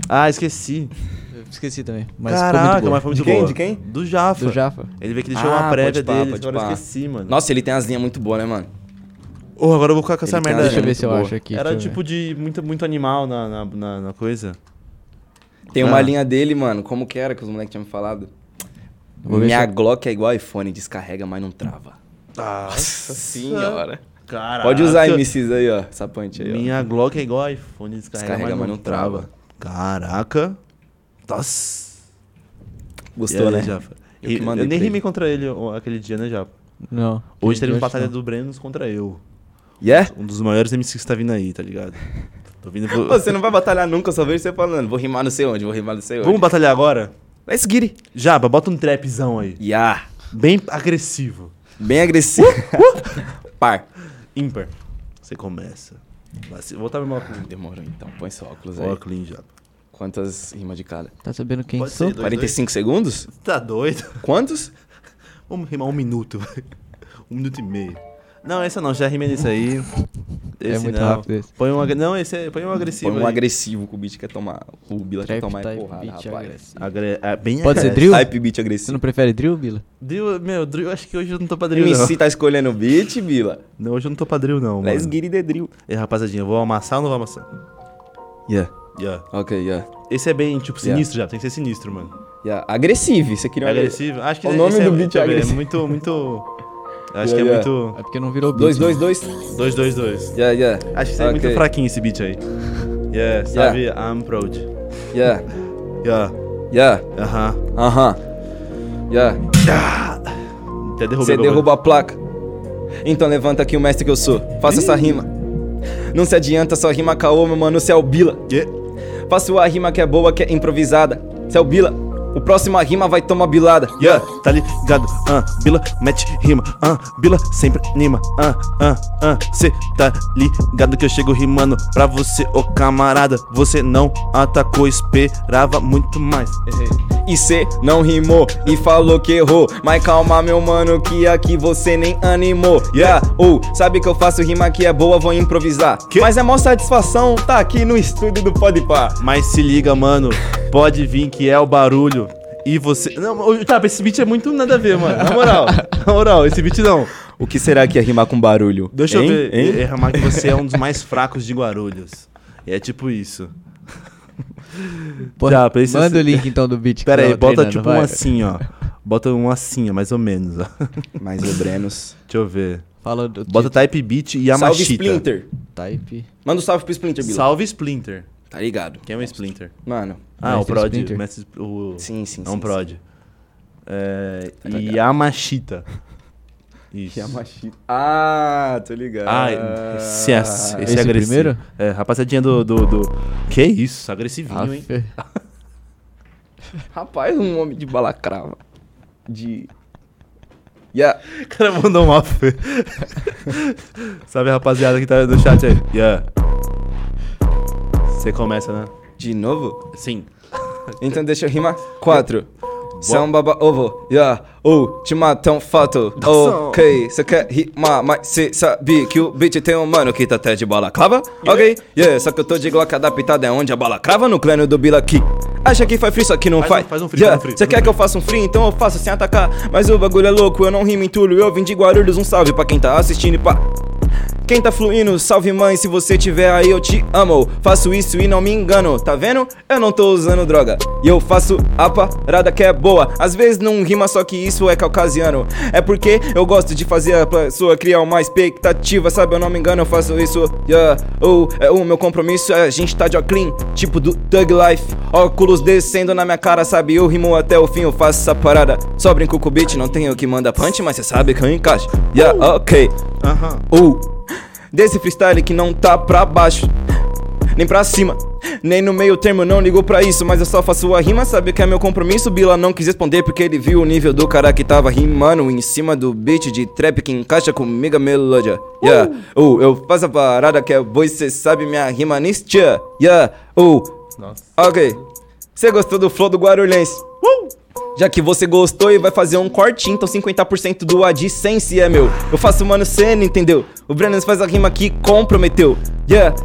Speaker 2: Ah, esqueci.
Speaker 3: Eu Esqueci também. Mas
Speaker 2: Caraca,
Speaker 3: ficou muito boa.
Speaker 2: mas foi muito
Speaker 1: De quem?
Speaker 2: boa.
Speaker 1: De quem?
Speaker 2: Do Jafa.
Speaker 3: Do Jafa.
Speaker 2: Ele veio que deixou
Speaker 1: Ah,
Speaker 2: uma prévia
Speaker 1: pode pá,
Speaker 2: dele,
Speaker 1: pode
Speaker 2: agora eu
Speaker 1: pá.
Speaker 2: esqueci, mano.
Speaker 1: Nossa, ele tem as linhas muito boas, né, mano?
Speaker 2: Oh, agora eu vou ficar com essa
Speaker 1: Ele tá- tem uma-
Speaker 2: merda.
Speaker 3: Deixa eu ver
Speaker 1: muito
Speaker 3: se eu
Speaker 1: boa.
Speaker 3: acho aqui.
Speaker 2: Era
Speaker 3: deixa eu ver.
Speaker 2: tipo de muito, muito animal na, na, na- na coisa.
Speaker 1: Tem uma
Speaker 2: Ah.
Speaker 1: linha dele, mano, como que era que os moleques tinham me falado?
Speaker 3: Vou ver
Speaker 1: Minha
Speaker 3: se eu-
Speaker 1: Glock é igual iPhone, descarrega, mas não trava. Nossa Tá. senhora.
Speaker 2: Caraca.
Speaker 1: Pode usar MCs aí, ó, essa punch aí, ó.
Speaker 2: Minha Glock é igual iPhone, descarrega,
Speaker 1: Descarrega,
Speaker 2: mas não trava. Caraca. Nossa.
Speaker 1: Gostou,
Speaker 2: E aí,
Speaker 1: né?
Speaker 2: Jafa?
Speaker 1: Eu
Speaker 2: E-
Speaker 1: que
Speaker 2: Eu,
Speaker 1: mandei
Speaker 2: nem
Speaker 1: pra
Speaker 2: rimei contra ele ó, aquele dia, né, Japa?
Speaker 3: Não.
Speaker 2: Hoje teremos
Speaker 3: Hoje
Speaker 2: batalha
Speaker 1: então?
Speaker 3: não.
Speaker 2: do Brenos contra eu.
Speaker 1: Yeah?
Speaker 2: Um dos maiores MCs que tá vindo aí, tá ligado? Tô vindo.
Speaker 1: Pô, Você não vai batalhar nunca, eu só vejo você falando. Vou rimar não sei onde, vou rimar não sei onde.
Speaker 2: Vamos batalhar agora?
Speaker 1: Let's get it.
Speaker 2: Jaba, bota um trapzão aí.
Speaker 1: Yeah.
Speaker 2: Bem agressivo.
Speaker 1: Bem agressivo. Par.
Speaker 2: Ímpar. Você começa. Vai se- Vou botar meu óculos.
Speaker 1: Demorou então. Põe seu óculos aí.
Speaker 2: Óculos, hein, Jaba.
Speaker 1: Quantas rimas de cada?
Speaker 3: Tá sabendo quem
Speaker 2: Pode
Speaker 3: sou?
Speaker 2: ser, dois,
Speaker 1: 45 segundos?
Speaker 2: dois. Tá doido?
Speaker 1: Quantos?
Speaker 2: Vamos rimar um minuto, vai. Um minuto e meio. Não, essa não, já rimei nesse aí. Esse
Speaker 3: É muito
Speaker 2: não.
Speaker 3: rápido esse.
Speaker 2: Põe um agre- Não, esse é... põe um agressivo.
Speaker 1: Põe um
Speaker 2: aí.
Speaker 1: agressivo que o beat quer tomar. O Bila quer
Speaker 3: Trap
Speaker 1: tomar é
Speaker 3: type
Speaker 1: porrada,
Speaker 3: beat
Speaker 1: rapaz.
Speaker 3: agressivo.
Speaker 2: Agre- ah, bem
Speaker 3: Pode ser
Speaker 2: agressivo.
Speaker 3: drill?
Speaker 1: Type beat
Speaker 3: Você
Speaker 1: agressivo.
Speaker 3: não prefere drill, Bila?
Speaker 2: Drill, meu, drill, acho que hoje eu não tô pra
Speaker 1: O
Speaker 2: drill, não.
Speaker 1: MC tá escolhendo o beat, Bila.
Speaker 2: Não, hoje eu não tô pra drill, não,
Speaker 1: Let's
Speaker 2: mano.
Speaker 1: get it the drill.
Speaker 2: Ei, rapaziadinha, eu vou amassar ou não vou amassar?
Speaker 1: Yeah.
Speaker 2: Yeah.
Speaker 1: Ok, yeah.
Speaker 2: Esse é bem, tipo,
Speaker 1: Yeah.
Speaker 2: sinistro já. Tem que ser sinistro, mano.
Speaker 1: yeah. Agressivo. Você queria
Speaker 2: É
Speaker 1: um
Speaker 2: agressivo? Acho que
Speaker 1: O nome
Speaker 2: esse
Speaker 1: do
Speaker 2: é,
Speaker 1: beat
Speaker 2: deixa
Speaker 1: é
Speaker 2: eu ver,
Speaker 1: agressivo.
Speaker 2: muito, muito... eu Acho
Speaker 1: Yeah,
Speaker 2: que é
Speaker 1: yeah.
Speaker 2: muito...
Speaker 3: É porque não virou beat.
Speaker 1: Dois, dois, dois.
Speaker 2: 2, 2, 2.
Speaker 1: Yeah, yeah.
Speaker 2: Acho que isso é muito
Speaker 1: Ok.
Speaker 2: fraquinho esse beat aí. Yeah, sabe? I'm proud.
Speaker 1: Yeah,
Speaker 2: Yeah, uh-huh.
Speaker 1: yeah,
Speaker 2: aham.
Speaker 1: aham. Yeah.
Speaker 2: Até derrubei
Speaker 1: Você
Speaker 2: o bagulho.
Speaker 1: derruba a placa. Então levanta aqui o mestre que eu sou. Faça essa rima. Não se adianta, só rima caô, meu mano, cê é o Bila.
Speaker 2: Yeah.
Speaker 1: Faço a rima que é boa, que é improvisada. Cê é o Bila. O próximo a rima vai tomar bilada.
Speaker 2: Yeah, tá ligado, ah, Bila, mete rima, ah, Bila sempre anima, ah, ah, ah, cê tá ligado que eu chego rimando pra você, ô camarada, você não atacou, esperava muito mais.
Speaker 1: E cê não rimou e falou que errou. Mas calma, meu mano, que aqui você nem animou. Yeah, ou sabe que eu faço rima que é boa, vou improvisar.
Speaker 2: Que?
Speaker 1: Mas é mó satisfação tá aqui no estúdio do Podpah.
Speaker 2: Mas se liga, mano, pode vir que é o barulho. E você. Não, ô, tá, esse beat é muito nada a ver, mano. Na moral, na moral, esse beat não.
Speaker 1: O que será que é rimar com barulho?
Speaker 2: Deixa
Speaker 1: Hein?
Speaker 2: eu ver.
Speaker 1: Hein?
Speaker 2: É, é Ramar que você é um dos mais fracos de Guarulhos. É tipo isso.
Speaker 3: Pô,
Speaker 2: Já, pra esse-
Speaker 3: né? manda o link então do beat. que
Speaker 2: Pera aí,
Speaker 3: tava
Speaker 2: bota
Speaker 3: treinando,
Speaker 2: tipo
Speaker 3: vai.
Speaker 2: um assim, ó. Bota um assim, ó, mais ou menos, ó.
Speaker 1: Mais o Brenos.
Speaker 2: Deixa eu ver.
Speaker 3: Fala do
Speaker 2: Bota type beat e
Speaker 1: salve
Speaker 2: Yamashita.
Speaker 1: Splinter.
Speaker 3: type.
Speaker 1: Manda um salve pro Splinter, Bila.
Speaker 2: Salve Splinter.
Speaker 1: Tá ligado.
Speaker 2: Quem é o Splinter?
Speaker 1: Mano,
Speaker 2: Ah, o
Speaker 3: Mestre
Speaker 2: Prod.
Speaker 3: Splinter.
Speaker 2: Mestre, o...
Speaker 1: sim, sim,
Speaker 2: É um
Speaker 1: sim. Tá
Speaker 2: Prod. É,
Speaker 1: ligado.
Speaker 2: Yamashita. Isso.
Speaker 1: sim. Yamashita. Ah, tô ligado.
Speaker 2: Ah, esse, é- esse,
Speaker 3: Esse
Speaker 2: é agressivo.
Speaker 3: primeiro?
Speaker 2: É, rapaziadinha do, do, do. Que isso, agressivinho, hein?
Speaker 3: Aff.
Speaker 1: Rapaz, um homem de balacrava. De... Yeah.
Speaker 2: O cara mandou uma fé. Sabe a rapaziada que tá no chat aí? Yeah. Você começa, né?
Speaker 1: De novo?
Speaker 2: Sim.
Speaker 1: Então deixa eu rimar. Quatro. São baba ovo, yeah, ou te matam fato. Ok, cê quer rimar, mas cê sabe que o beat tem um mano que tá até de balaclava? Ok, yeah, só que eu tô de glock adaptada é onde a bala crava no crânio do Bila aqui. Acha que faz free, só que não
Speaker 2: Faz
Speaker 1: faz.
Speaker 2: um- faz um free, faz um free,
Speaker 1: Cê
Speaker 2: faz um
Speaker 1: quer que eu faça um free, então eu faço sem atacar. Mas o bagulho é louco, eu não rimo em entulho. Eu vim de Guarulhos, um salve pra quem tá assistindo e pá. Quem tá fluindo, salve mãe, se você tiver aí eu te amo. Faço isso e não me engano, tá vendo? Eu não tô usando droga. E eu faço a parada que é boa. Às vezes não rima, só que isso é caucasiano. É porque eu gosto de fazer a pessoa criar uma expectativa, sabe? Eu não me engano, eu faço isso. Yeah. Oh, é o meu compromisso, é a gente tá de clean, tipo do Thug Life. Óculos descendo na minha cara, sabe? Eu rimo até o fim, eu faço essa parada. Só brinco com o beat, não tenho que mandar punch, mas cê sabe que eu encaixo. Yeah, ok.
Speaker 2: Aham.
Speaker 1: Ou desse freestyle que não tá pra baixo, nem pra cima, nem no meio termo, não ligo pra isso. Mas eu só faço a rima, sabe que é meu compromisso. Bila não quis responder porque ele viu o nível do cara que tava rimando em cima do beat de trap que encaixa comigo a melodia. Yeah, ou eu faço a parada que é boa, e cê sabe minha rima nistia. Yeah, ou
Speaker 2: Nossa.
Speaker 1: ok, cê gostou do flow do Guarulhense? Uh! Já que você gostou e vai fazer um corte, então 50% do AdSense é meu. Eu faço mano cena, entendeu? O Brennan faz a rima que comprometeu. Yeah.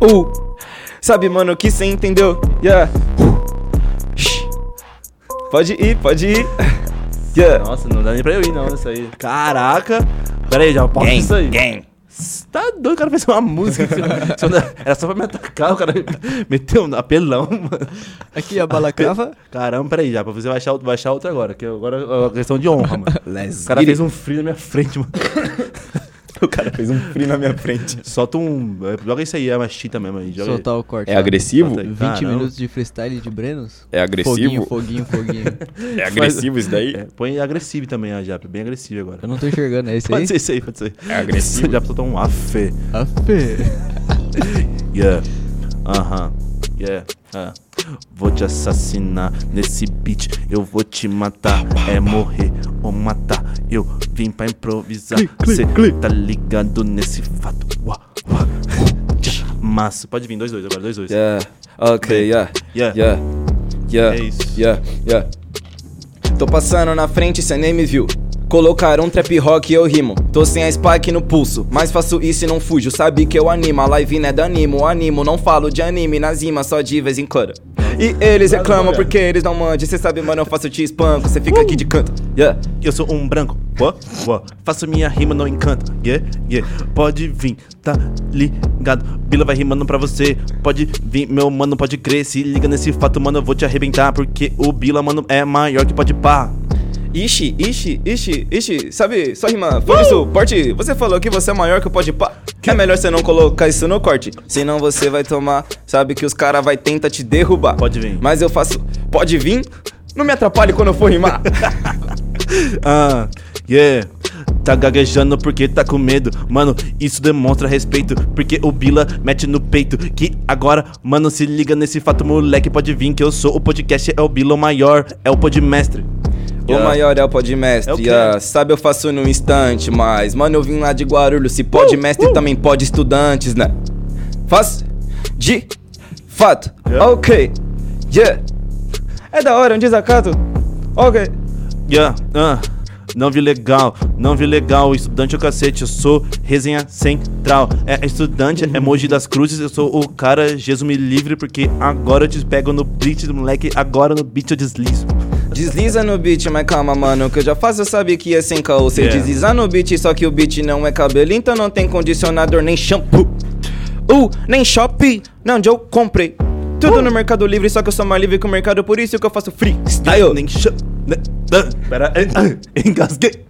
Speaker 1: Uh. Sabe, mano, que cê entendeu? Yeah. Shh. Pode ir, pode ir. Yeah.
Speaker 2: Nossa, não dá nem pra eu ir, não, isso aí. Caraca. Pera aí, já posso isso aí.
Speaker 1: gang.
Speaker 2: Cê Tá doido, o cara fez uma música. em cima- em cima da- Era só pra me atacar, o cara meteu um apelão, mano.
Speaker 3: Aqui a balacava.
Speaker 2: Caramba, peraí, já, pra você baixar, outro- baixar outro agora, que agora é uma questão de honra, mano.
Speaker 1: Let's
Speaker 2: O cara
Speaker 1: get
Speaker 2: fez
Speaker 1: it.
Speaker 2: um frio na minha frente, mano.
Speaker 1: O cara fez um frio na minha frente.
Speaker 2: Solta um. Joga isso aí, é uma chita mesmo aí. Joga aí.
Speaker 3: Soltar o corte.
Speaker 1: É
Speaker 3: lá.
Speaker 1: agressivo?
Speaker 2: Bota aí.
Speaker 3: 20
Speaker 2: Caramba.
Speaker 3: minutos de freestyle de Brenos?
Speaker 1: É agressivo?
Speaker 3: Foguinho, foguinho, foguinho.
Speaker 1: É agressivo isso daí?
Speaker 2: É, põe agressivo também, a Jap, bem agressivo agora.
Speaker 3: Eu não tô enxergando, é esse aí?
Speaker 2: Pode ser isso aí, pode ser.
Speaker 1: É agressivo?
Speaker 2: Já soltou um afê.
Speaker 3: Aff.
Speaker 2: Uh-huh. Yeah. Aham. Yeah. ah. Vou te assassinar nesse beat, eu vou te matar. É morrer ou matar, eu vim pra improvisar. Cê tá ligado nesse fato. Uá, uá. Tchá, Massa. Pode vir, dois, dois agora, dois, dois.
Speaker 1: Yeah. Ok, yeah.
Speaker 2: Yeah.
Speaker 1: Yeah. Yeah.
Speaker 2: É isso.
Speaker 1: Yeah. Yeah. Tô passando na frente, cê nem me viu. Colocaram um trap rock e eu rimo. Tô sem a spike no pulso, mas faço isso e não fujo. Sabe que eu animo, a live não é da animo, animo. Não falo de anime nas rimas, só de vez em quando. E eles reclamam porque eles não mandam. Cê sabe, mano, eu faço te espanco, cê fica aqui de canto. Yeah.
Speaker 2: Eu sou um branco, uó, uó. Faço minha rima, não encanto, yeah, yeah. Pode vir, tá ligado? Bila vai rimando pra você. Pode vir, meu mano, pode crer. Se liga nesse fato, mano, eu vou te arrebentar. Porque o Bila, mano, é maior que pode pá.
Speaker 1: Ixi, ixi, ixi, ixi, sabe, só rima, foi
Speaker 2: Uh!
Speaker 1: isso, porte. Você falou que você é maior que o pode pá. É melhor você não colocar isso no corte. Senão você vai tomar, sabe que os cara vai tentar te derrubar.
Speaker 2: Pode vir.
Speaker 1: Mas eu faço, pode vir? Não me atrapalhe quando eu for rimar.
Speaker 2: Ah, yeah. Tá gaguejando porque tá com medo, mano. Isso demonstra respeito, porque o Bila mete no peito. Que agora, mano, se liga nesse fato, moleque. Pode vir que eu sou o podcast, é o Bila o maior, é o podmestre.
Speaker 1: O
Speaker 2: Yeah.
Speaker 1: maior é o
Speaker 2: É o quê?
Speaker 1: podmestre, ah, sabe eu faço no instante, mas mano eu vim lá de Guarulhos, se
Speaker 2: Uh!
Speaker 1: pode mestre também pode estudantes, né? Faço de fato,
Speaker 2: Yeah.
Speaker 1: ok, yeah. É da hora, é um desacato, ok.
Speaker 2: Yeah, ah, não vi legal, não vi legal. Estudante é o cacete, eu sou resenha central. É estudante, é emoji das cruzes, eu sou o cara, Jesus me livre, porque agora eu te pego no beat, moleque. Agora no beat eu deslizo.
Speaker 1: Desliza no beat, mas calma, mano, que eu já faço, eu sabia que ia sem caô. Cê
Speaker 2: Yeah.
Speaker 1: desliza no beat, só que o beat não é cabelo, então não tem condicionador nem shampoo. Uh, nem shopping, não, onde eu comprei. Tudo no Mercado Livre, só que eu sou mais livre que o mercado, por isso que eu faço freestyle.
Speaker 2: Nem cham... ne- ah, Pera, ah, engasguei.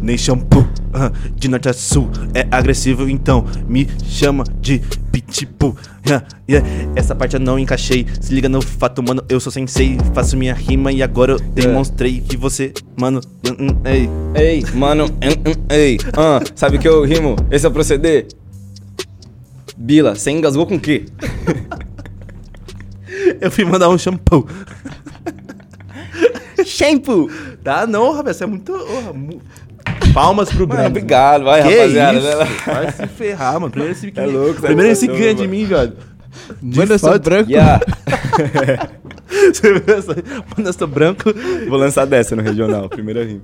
Speaker 2: Nem shampoo, ah, de norte a sul, é agressivo, então me chama de pitbull. Ah, yeah, Essa parte eu não encaixei, se liga no fato, mano, eu sou sensei, faço minha rima e agora eu
Speaker 1: É.
Speaker 2: demonstrei que você, mano, hum, hum, ei.
Speaker 1: Ei, mano, hum, hum, ei, ah, sabe o que eu rimo? Esse é o proceder. Bila, você engasgou com o quê?
Speaker 2: Eu fui mandar um shampoo.
Speaker 1: Shampoo!
Speaker 2: Tá, não, rapaz, você é muito... oh, mu- Palmas pro
Speaker 1: Mano,
Speaker 2: Breno.
Speaker 1: obrigado, vai,
Speaker 2: Que
Speaker 1: rapaziada. né?
Speaker 2: isso? Vai se ferrar, mano. Primeiro esse que
Speaker 1: É louco, tá
Speaker 2: primeiro esse
Speaker 1: louco,
Speaker 2: ganha de
Speaker 1: mano.
Speaker 2: mim, velho.
Speaker 3: Mano, eu sou
Speaker 2: fato.
Speaker 3: branco.
Speaker 1: Yeah.
Speaker 2: Você viu essa? Mano, eu sou branco.
Speaker 1: Vou lançar dessa no regional, primeira rima.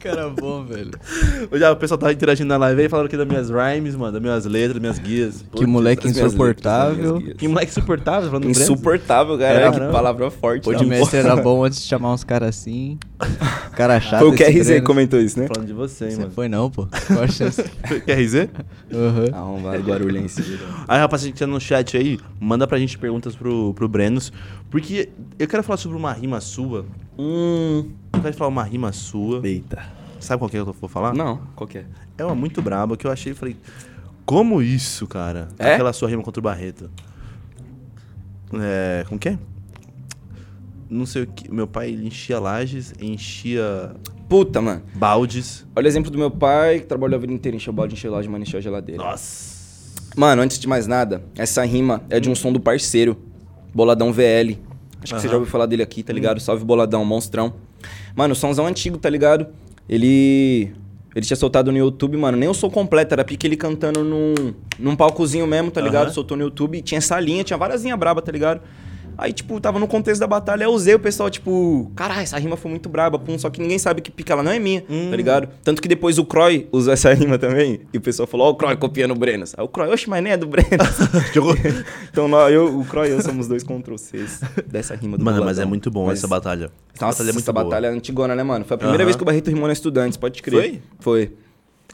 Speaker 3: Cara é bom, velho.
Speaker 2: Já o pessoal tava interagindo na live aí, falaram aqui das minhas rhymes, mano, das minhas letras, das minhas guias.
Speaker 3: Que moleque
Speaker 1: As minhas
Speaker 3: insuportável.
Speaker 1: letras, as minhas guias.
Speaker 2: Que moleque suportável, falando do Breno.
Speaker 1: Insuportável, galera.
Speaker 2: Caramba.
Speaker 1: Que palavra forte.
Speaker 3: Pô,
Speaker 1: tá
Speaker 3: de mestre
Speaker 1: bom.
Speaker 3: era bom antes de chamar uns caras assim. Cara chato.
Speaker 1: Foi o
Speaker 3: esse
Speaker 1: QRZ que
Speaker 3: Breno.
Speaker 1: comentou isso, né?
Speaker 2: tá Falando de você, hein,
Speaker 3: Você
Speaker 2: mano.
Speaker 3: foi não, pô. Qual a chance?
Speaker 2: Quer dizer?
Speaker 3: Aham.
Speaker 1: Arrombado, guarulhense.
Speaker 2: Aí, rapaz, a gente tá no chat aí, manda pra gente perguntas pro, pro Brenos. Porque eu quero falar sobre uma rima sua.
Speaker 1: hum.
Speaker 2: Eu quero falar uma rima sua.
Speaker 1: Eita.
Speaker 2: Sabe qual que é que eu vou falar?
Speaker 1: Não, qual que é?
Speaker 2: É uma muito braba que eu achei e falei, como isso, cara?
Speaker 1: É?
Speaker 2: Aquela sua rima contra o Barreto. É. Como que é? Não sei o que. Meu pai ele enchia lajes, enchia
Speaker 1: Puta, mano.
Speaker 2: baldes.
Speaker 1: Olha o exemplo do meu pai, que trabalhou a vida inteira, encheu balde, encheu loja, mano, encheu a geladeira.
Speaker 2: Nossa!
Speaker 1: Mano, antes de mais nada, essa rima é de um som do parceiro, Boladão VL. Acho que você
Speaker 2: Aham.
Speaker 1: já ouviu falar dele aqui,
Speaker 3: Hum.
Speaker 1: tá ligado? Salve Boladão, monstrão. Mano, somzão antigo, tá ligado? Ele. Ele tinha soltado no YouTube, mano. Nem o som completo, era pique ele cantando num, num palcozinho mesmo, tá ligado?
Speaker 2: Aham.
Speaker 1: Soltou no YouTube. e Tinha essa linha, tinha várias linhas braba, tá ligado? Aí, tipo, tava no contexto da batalha, eu usei o pessoal, tipo, caralho, essa rima foi muito braba, pum, só que ninguém sabe que pica ela não é minha,
Speaker 2: Hum.
Speaker 1: tá ligado? Tanto que depois o Croy usou essa rima também, e o pessoal falou, ó, o Croy copiando o Brenas. Aí o Croy, oxe, mas nem é do Brenas.
Speaker 2: Jogou.
Speaker 1: então nós, eu, o Croy e eu somos dois contra vocês dessa rima do
Speaker 2: Mano, mas
Speaker 1: Boladão.
Speaker 2: é muito bom
Speaker 1: Mas-
Speaker 2: essa batalha.
Speaker 1: Nossa, essa batalha,
Speaker 2: é
Speaker 1: é
Speaker 2: boa.
Speaker 1: antigona, né, mano? Foi a primeira
Speaker 2: Aham.
Speaker 1: vez que o Barreto rimou na Estudantes, pode crer. Foi? Foi.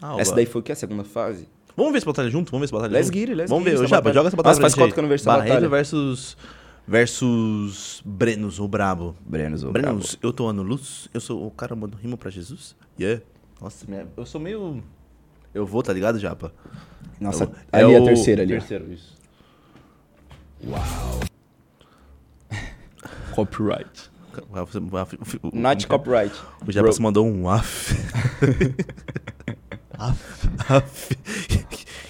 Speaker 2: Ah,
Speaker 1: é essa
Speaker 2: oba.
Speaker 1: daí foi o quê? A segunda fase?
Speaker 2: Vamos ver essa batalha junto? Vamos ver essa batalha
Speaker 1: Let's
Speaker 2: junto?
Speaker 1: get it, let's
Speaker 2: Vamos
Speaker 1: get
Speaker 2: ver.
Speaker 1: it
Speaker 2: Ô,
Speaker 1: essa
Speaker 2: Japa,
Speaker 1: batalha.
Speaker 2: joga essa batalha
Speaker 1: Nossa, faz
Speaker 2: pra gente
Speaker 1: quanto que eu não
Speaker 2: aí.
Speaker 1: vejo essa
Speaker 2: Barreto
Speaker 1: batalha?
Speaker 2: versus... Versus Brenos, o brabo.
Speaker 1: Brenos, ô,
Speaker 2: Brenos, eu tô ano luz, eu sou o cara mano rimo pra Jesus. Yeah. Nossa, minha- eu sou meio... Eu vou, tá ligado, Japa?
Speaker 1: Nossa,
Speaker 2: Eu-
Speaker 1: ali é a
Speaker 2: o-
Speaker 1: terceira ali. ó.
Speaker 2: Terceiro, isso.
Speaker 1: Copyright.
Speaker 2: Not
Speaker 1: Not copyright.
Speaker 2: um, é? O Japa se mandou um af. af.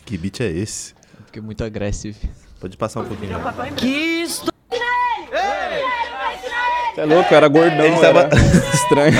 Speaker 2: Que beat é esse?
Speaker 3: Fiquei Ah, muito agressivo.
Speaker 2: é Pode passar um pouquinho.
Speaker 4: Que isto...
Speaker 1: Você é louco, eu era gordão.
Speaker 2: Ele tava-
Speaker 1: era estranho.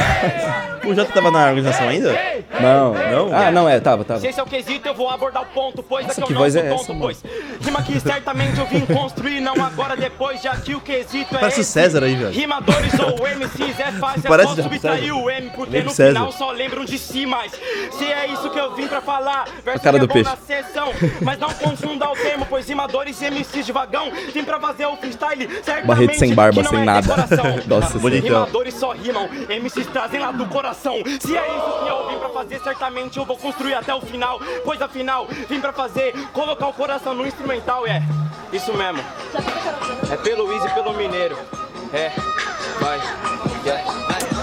Speaker 2: O Jota tava na organização ainda?
Speaker 1: Não,
Speaker 2: Não?
Speaker 1: Ah, não, é, tava, tava.
Speaker 4: Se esse é o quesito, eu vou abordar o ponto, pois
Speaker 1: Nossa,
Speaker 4: é que
Speaker 1: que
Speaker 4: eu
Speaker 1: voz
Speaker 4: não
Speaker 1: é
Speaker 4: sou
Speaker 1: essa,
Speaker 4: tonto,
Speaker 1: mano?
Speaker 4: pois. Rima que certamente eu vim construir, não agora, depois, já que o quesito é
Speaker 2: Parece o
Speaker 4: esse.
Speaker 2: César aí, velho.
Speaker 4: Rimadores ou MCs é fácil,
Speaker 2: Parece
Speaker 4: é
Speaker 2: já
Speaker 4: só
Speaker 2: o
Speaker 4: subtrair
Speaker 2: César.
Speaker 4: o M, porque
Speaker 2: Lembra
Speaker 4: no
Speaker 2: o César.
Speaker 4: final só lembram de si, mas se é isso que eu vim pra falar, verso
Speaker 1: cara
Speaker 4: que
Speaker 1: do
Speaker 4: é bom
Speaker 1: peixe.
Speaker 4: na sessão, mas não confunda o termo, pois rimadores e MCs de vagão, sim pra fazer o freestyle, certamente
Speaker 1: Barreto sem barba,
Speaker 4: que não
Speaker 1: sem
Speaker 4: é
Speaker 1: nada.
Speaker 4: decoração.
Speaker 1: Nossa,
Speaker 2: bonitão.
Speaker 4: Rimadores só rimam, MCs trazem lá do coração. Se é isso que eu vim pra fazer, certamente eu vou construir até o final. Pois afinal, vim pra fazer, colocar o coração no instrumental, é. Isso mesmo. É pelo Easy e pelo Mineiro. É, vai. Yeah.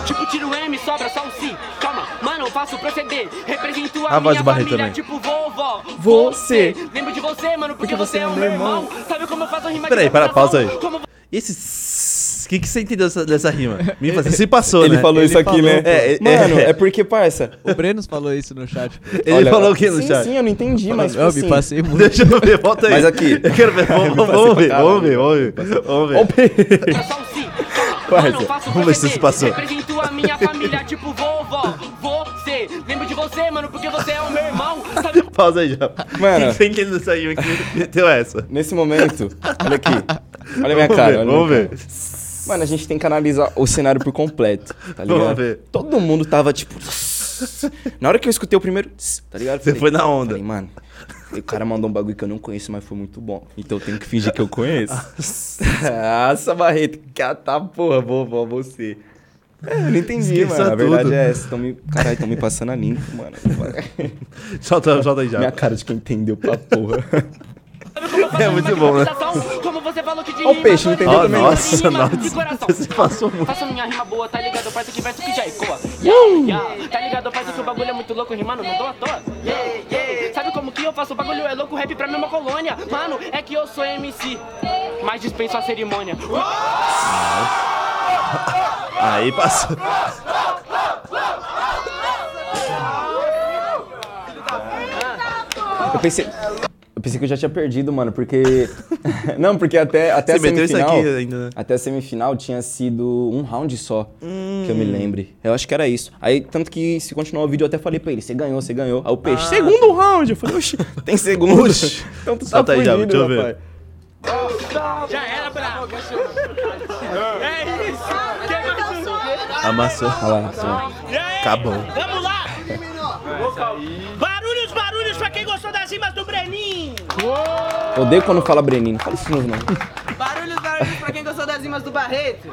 Speaker 5: Tipo, tiro M, sobra só o si. Calma, mano, eu faço proceder. Represento a,
Speaker 2: A voz
Speaker 5: minha
Speaker 2: do Barreto também.
Speaker 5: família, tipo vovó.
Speaker 1: Você.
Speaker 5: Lembro de você, mano, porque, você é o meu irmão. Sabe como eu faço a rima de
Speaker 2: Peraí, para, pausa aí.
Speaker 5: comparação? Como
Speaker 2: E esse. s- O que, que você entendeu dessa, dessa rima? Me fazer. Se passou,
Speaker 1: Ele
Speaker 2: né?
Speaker 1: falou isso aqui,
Speaker 3: falou,
Speaker 1: né?
Speaker 2: pô. É, é,
Speaker 1: Mano,
Speaker 2: é.
Speaker 1: é porque, parça.
Speaker 3: O Brenos falou isso no chat.
Speaker 2: Ele
Speaker 1: olha,
Speaker 2: falou o que no
Speaker 1: sim,
Speaker 2: chat?
Speaker 1: Sim, eu não entendi,
Speaker 2: É,
Speaker 1: mas.
Speaker 3: eu
Speaker 1: tipo
Speaker 3: me
Speaker 1: assim,
Speaker 3: passei muito.
Speaker 2: Deixa eu ver, volta aí.
Speaker 1: Mas aqui.
Speaker 2: Eu quero ver. Vamos, vamos,
Speaker 1: passei pra
Speaker 2: ver,
Speaker 1: caralho.
Speaker 2: vamos ver, vamos ver. né? Vamos ver.
Speaker 5: sobra só o si. Calma, mano, eu faço
Speaker 2: vamos ver se isso
Speaker 5: proceder.
Speaker 2: passou.
Speaker 5: Represento a minha família, tipo vovó. Você. Lembro de você, mano, porque você é o meu irmão. Sabe
Speaker 2: Pausa aí já.
Speaker 1: Mano.
Speaker 2: O que você entendeu dessa rima que meteu essa?
Speaker 1: Nesse momento, olha aqui. Olha a minha
Speaker 2: vamos
Speaker 1: cara.
Speaker 2: ver,
Speaker 1: olha minha
Speaker 2: vamos
Speaker 1: cara.
Speaker 2: ver.
Speaker 1: Mano, a gente tem que analisar o cenário por completo, tá ligado?
Speaker 2: Vamos ver.
Speaker 1: Todo mundo tava tipo. Na hora que eu escutei o primeiro, tá ligado?
Speaker 2: Você
Speaker 1: Falei-
Speaker 2: foi na onda.
Speaker 1: Falei, mano, o cara mandou um bagulho que eu não conheço, mas foi muito bom. Então eu tenho que fingir que eu conheço. Nossa, Barreto, cata porra, vovó, você. É, eu não entendi,
Speaker 2: Esqueça
Speaker 1: mano. A verdade
Speaker 2: tudo.
Speaker 1: é essa. Tão me... Caralho, estão me passando a limpo, mano.
Speaker 2: Solta, solta aí já.
Speaker 1: Minha cara de quem entendeu pra porra.
Speaker 5: como eu faço
Speaker 2: É
Speaker 5: a rima
Speaker 2: muito
Speaker 5: de
Speaker 2: bom, né?
Speaker 5: comparação? Como você falou que de
Speaker 1: Ó o peixe, não entendeu
Speaker 5: rimadores,
Speaker 2: também, né?
Speaker 5: mano,
Speaker 2: nossa,
Speaker 5: rima de
Speaker 2: nossa.
Speaker 5: coração.
Speaker 2: Você passou muito.
Speaker 5: Faça minha rima boa, tá ligado? Faz o que verso que já ecoa. Yeah, yeah. Tá ligado? Faz o que o bagulho é muito louco, rimando, não tô à toa. Yeah, yeah. Sabe como que eu faço? O bagulho é louco, rap pra mim é uma colônia. Mano, é que eu sou MC, mas dispenso a cerimônia.
Speaker 2: Aí passou.
Speaker 1: Eu pensei. Eu pensei que eu já tinha perdido, mano, porque. não, porque até, até a
Speaker 2: Você meteu isso
Speaker 1: semifinal.
Speaker 2: aqui ainda, né?
Speaker 1: Até a semifinal tinha sido um round só, que eu
Speaker 2: Hum.
Speaker 1: me lembre. Eu acho que era isso. Aí, tanto que se continuar o vídeo, eu até falei pra ele: você ganhou, você ganhou. Aí o peixe, segundo round! Eu falei, oxi, tem segundo.
Speaker 2: Ah. Oxi.
Speaker 1: então tu tá
Speaker 2: Solta aí,
Speaker 1: fugido,
Speaker 2: Java, deixa eu ver.
Speaker 1: rapaz.
Speaker 5: Já era pra. É isso.
Speaker 2: Amassou.
Speaker 1: Olha lá, assim, só.
Speaker 2: Acabou.
Speaker 4: Vamos lá! Barulhos, barulhos pra quem gostou das rimas do Breninho!
Speaker 1: Eu Odeio quando fala Brenino. Fala isso de novo, não.
Speaker 6: Barulhos, barulhos pra quem gostou das rimas do Barreto.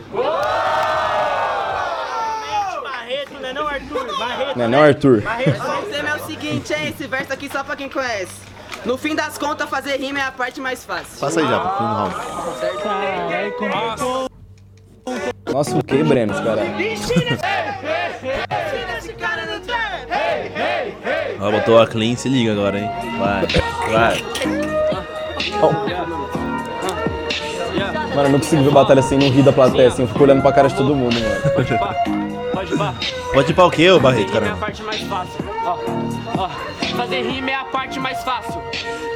Speaker 4: Barreto, não é não, Arthur? Barreto,
Speaker 1: Não é não, Arthur?
Speaker 6: O tema é o seguinte, hein? Esse verso aqui só pra quem conhece. No fim das contas, fazer rima é a parte mais fácil.
Speaker 2: Passa aí já, pro segundo round.
Speaker 1: Nossa, o que, Breno, cara?
Speaker 2: Ó, botou a clean, se liga agora, hein. Vai, vai.
Speaker 1: Mano, eu não consigo ver batalha assim, não ri da plateia assim. Eu fico olhando pra cara de todo mundo, mano.
Speaker 5: Pode pá, pode pá.
Speaker 2: Pode ir pra o quê, ô Barreto,
Speaker 5: Fazer rima é a
Speaker 2: caramba?
Speaker 5: parte mais fácil. Ó, ó. Fazer rima é a parte mais fácil.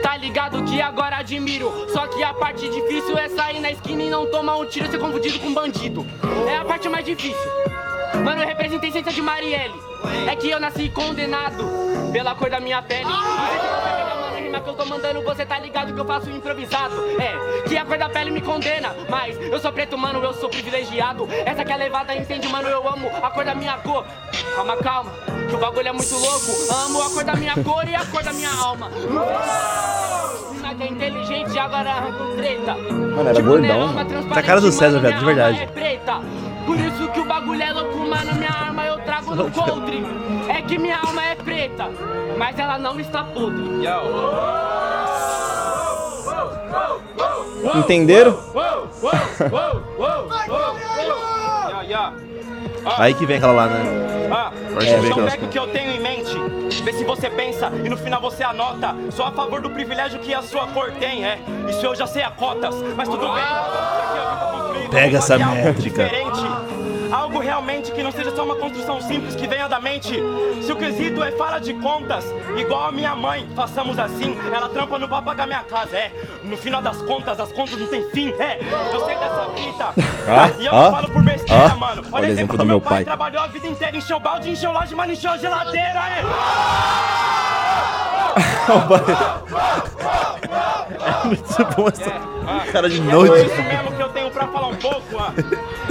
Speaker 5: Tá ligado que agora admiro. Só que a parte difícil é sair na esquina e não tomar um tiro e ser confundido com bandido. É a parte mais difícil. Mano, eu representei ciência de Marielle. É que eu nasci condenado pela cor da minha pele. Mano, a rima que eu tô mandando, você tá ligado que eu faço improvisado. É, que a cor da pele me condena. Mas eu sou preto, mano, eu sou privilegiado. Essa que é a levada, entende, mano, eu amo a cor da minha cor. Calma, calma, que o bagulho é muito louco. Amo a cor da minha cor e a cor da minha alma. Mas é inteligente, agora arranco treta. Tipo, né,
Speaker 1: Mano, era gordão, mano.
Speaker 2: Tá a cara do César, velho,
Speaker 5: velho,
Speaker 2: de verdade.
Speaker 5: É preta. Por isso que o bagulho é louco, mano. Minha arma eu trago no coldre. É que minha alma é preta, mas ela não está podre.
Speaker 1: Entenderam?
Speaker 4: Yeah, yeah.
Speaker 2: Aí que vem aquela lá, né?
Speaker 4: Ah,
Speaker 2: Pode ver
Speaker 4: então
Speaker 2: aquelas
Speaker 4: pega o que eu tenho em mente, vê se você pensa e no final você anota. Sou a favor do privilégio que a sua cor tem, é. Isso eu já sei a cotas, mas tudo bem.
Speaker 2: Pega essa
Speaker 4: Fazer algo
Speaker 2: métrica.
Speaker 4: diferente. Algo realmente que não seja só uma construção simples que venha da mente. Se o quesito é fala de contas, igual a minha mãe, façamos assim. Ela trampa no pra pagar minha casa, é. No final das contas, as contas não tem fim, é. Eu sei dessa fita.
Speaker 1: Ah,
Speaker 4: e eu não
Speaker 1: ah,
Speaker 4: falo por besteira,
Speaker 1: ah.
Speaker 4: mano. Olha,
Speaker 1: Olha
Speaker 4: o exemplo do meu pai.
Speaker 1: pai.
Speaker 4: Trabalhou a vida inteira, encheu balde, encheu loja, mas não encheu geladeira, é.
Speaker 2: Muito bom essa cara de
Speaker 4: E é
Speaker 2: noite.
Speaker 4: isso mesmo que eu tenho pra falar um pouco, ah.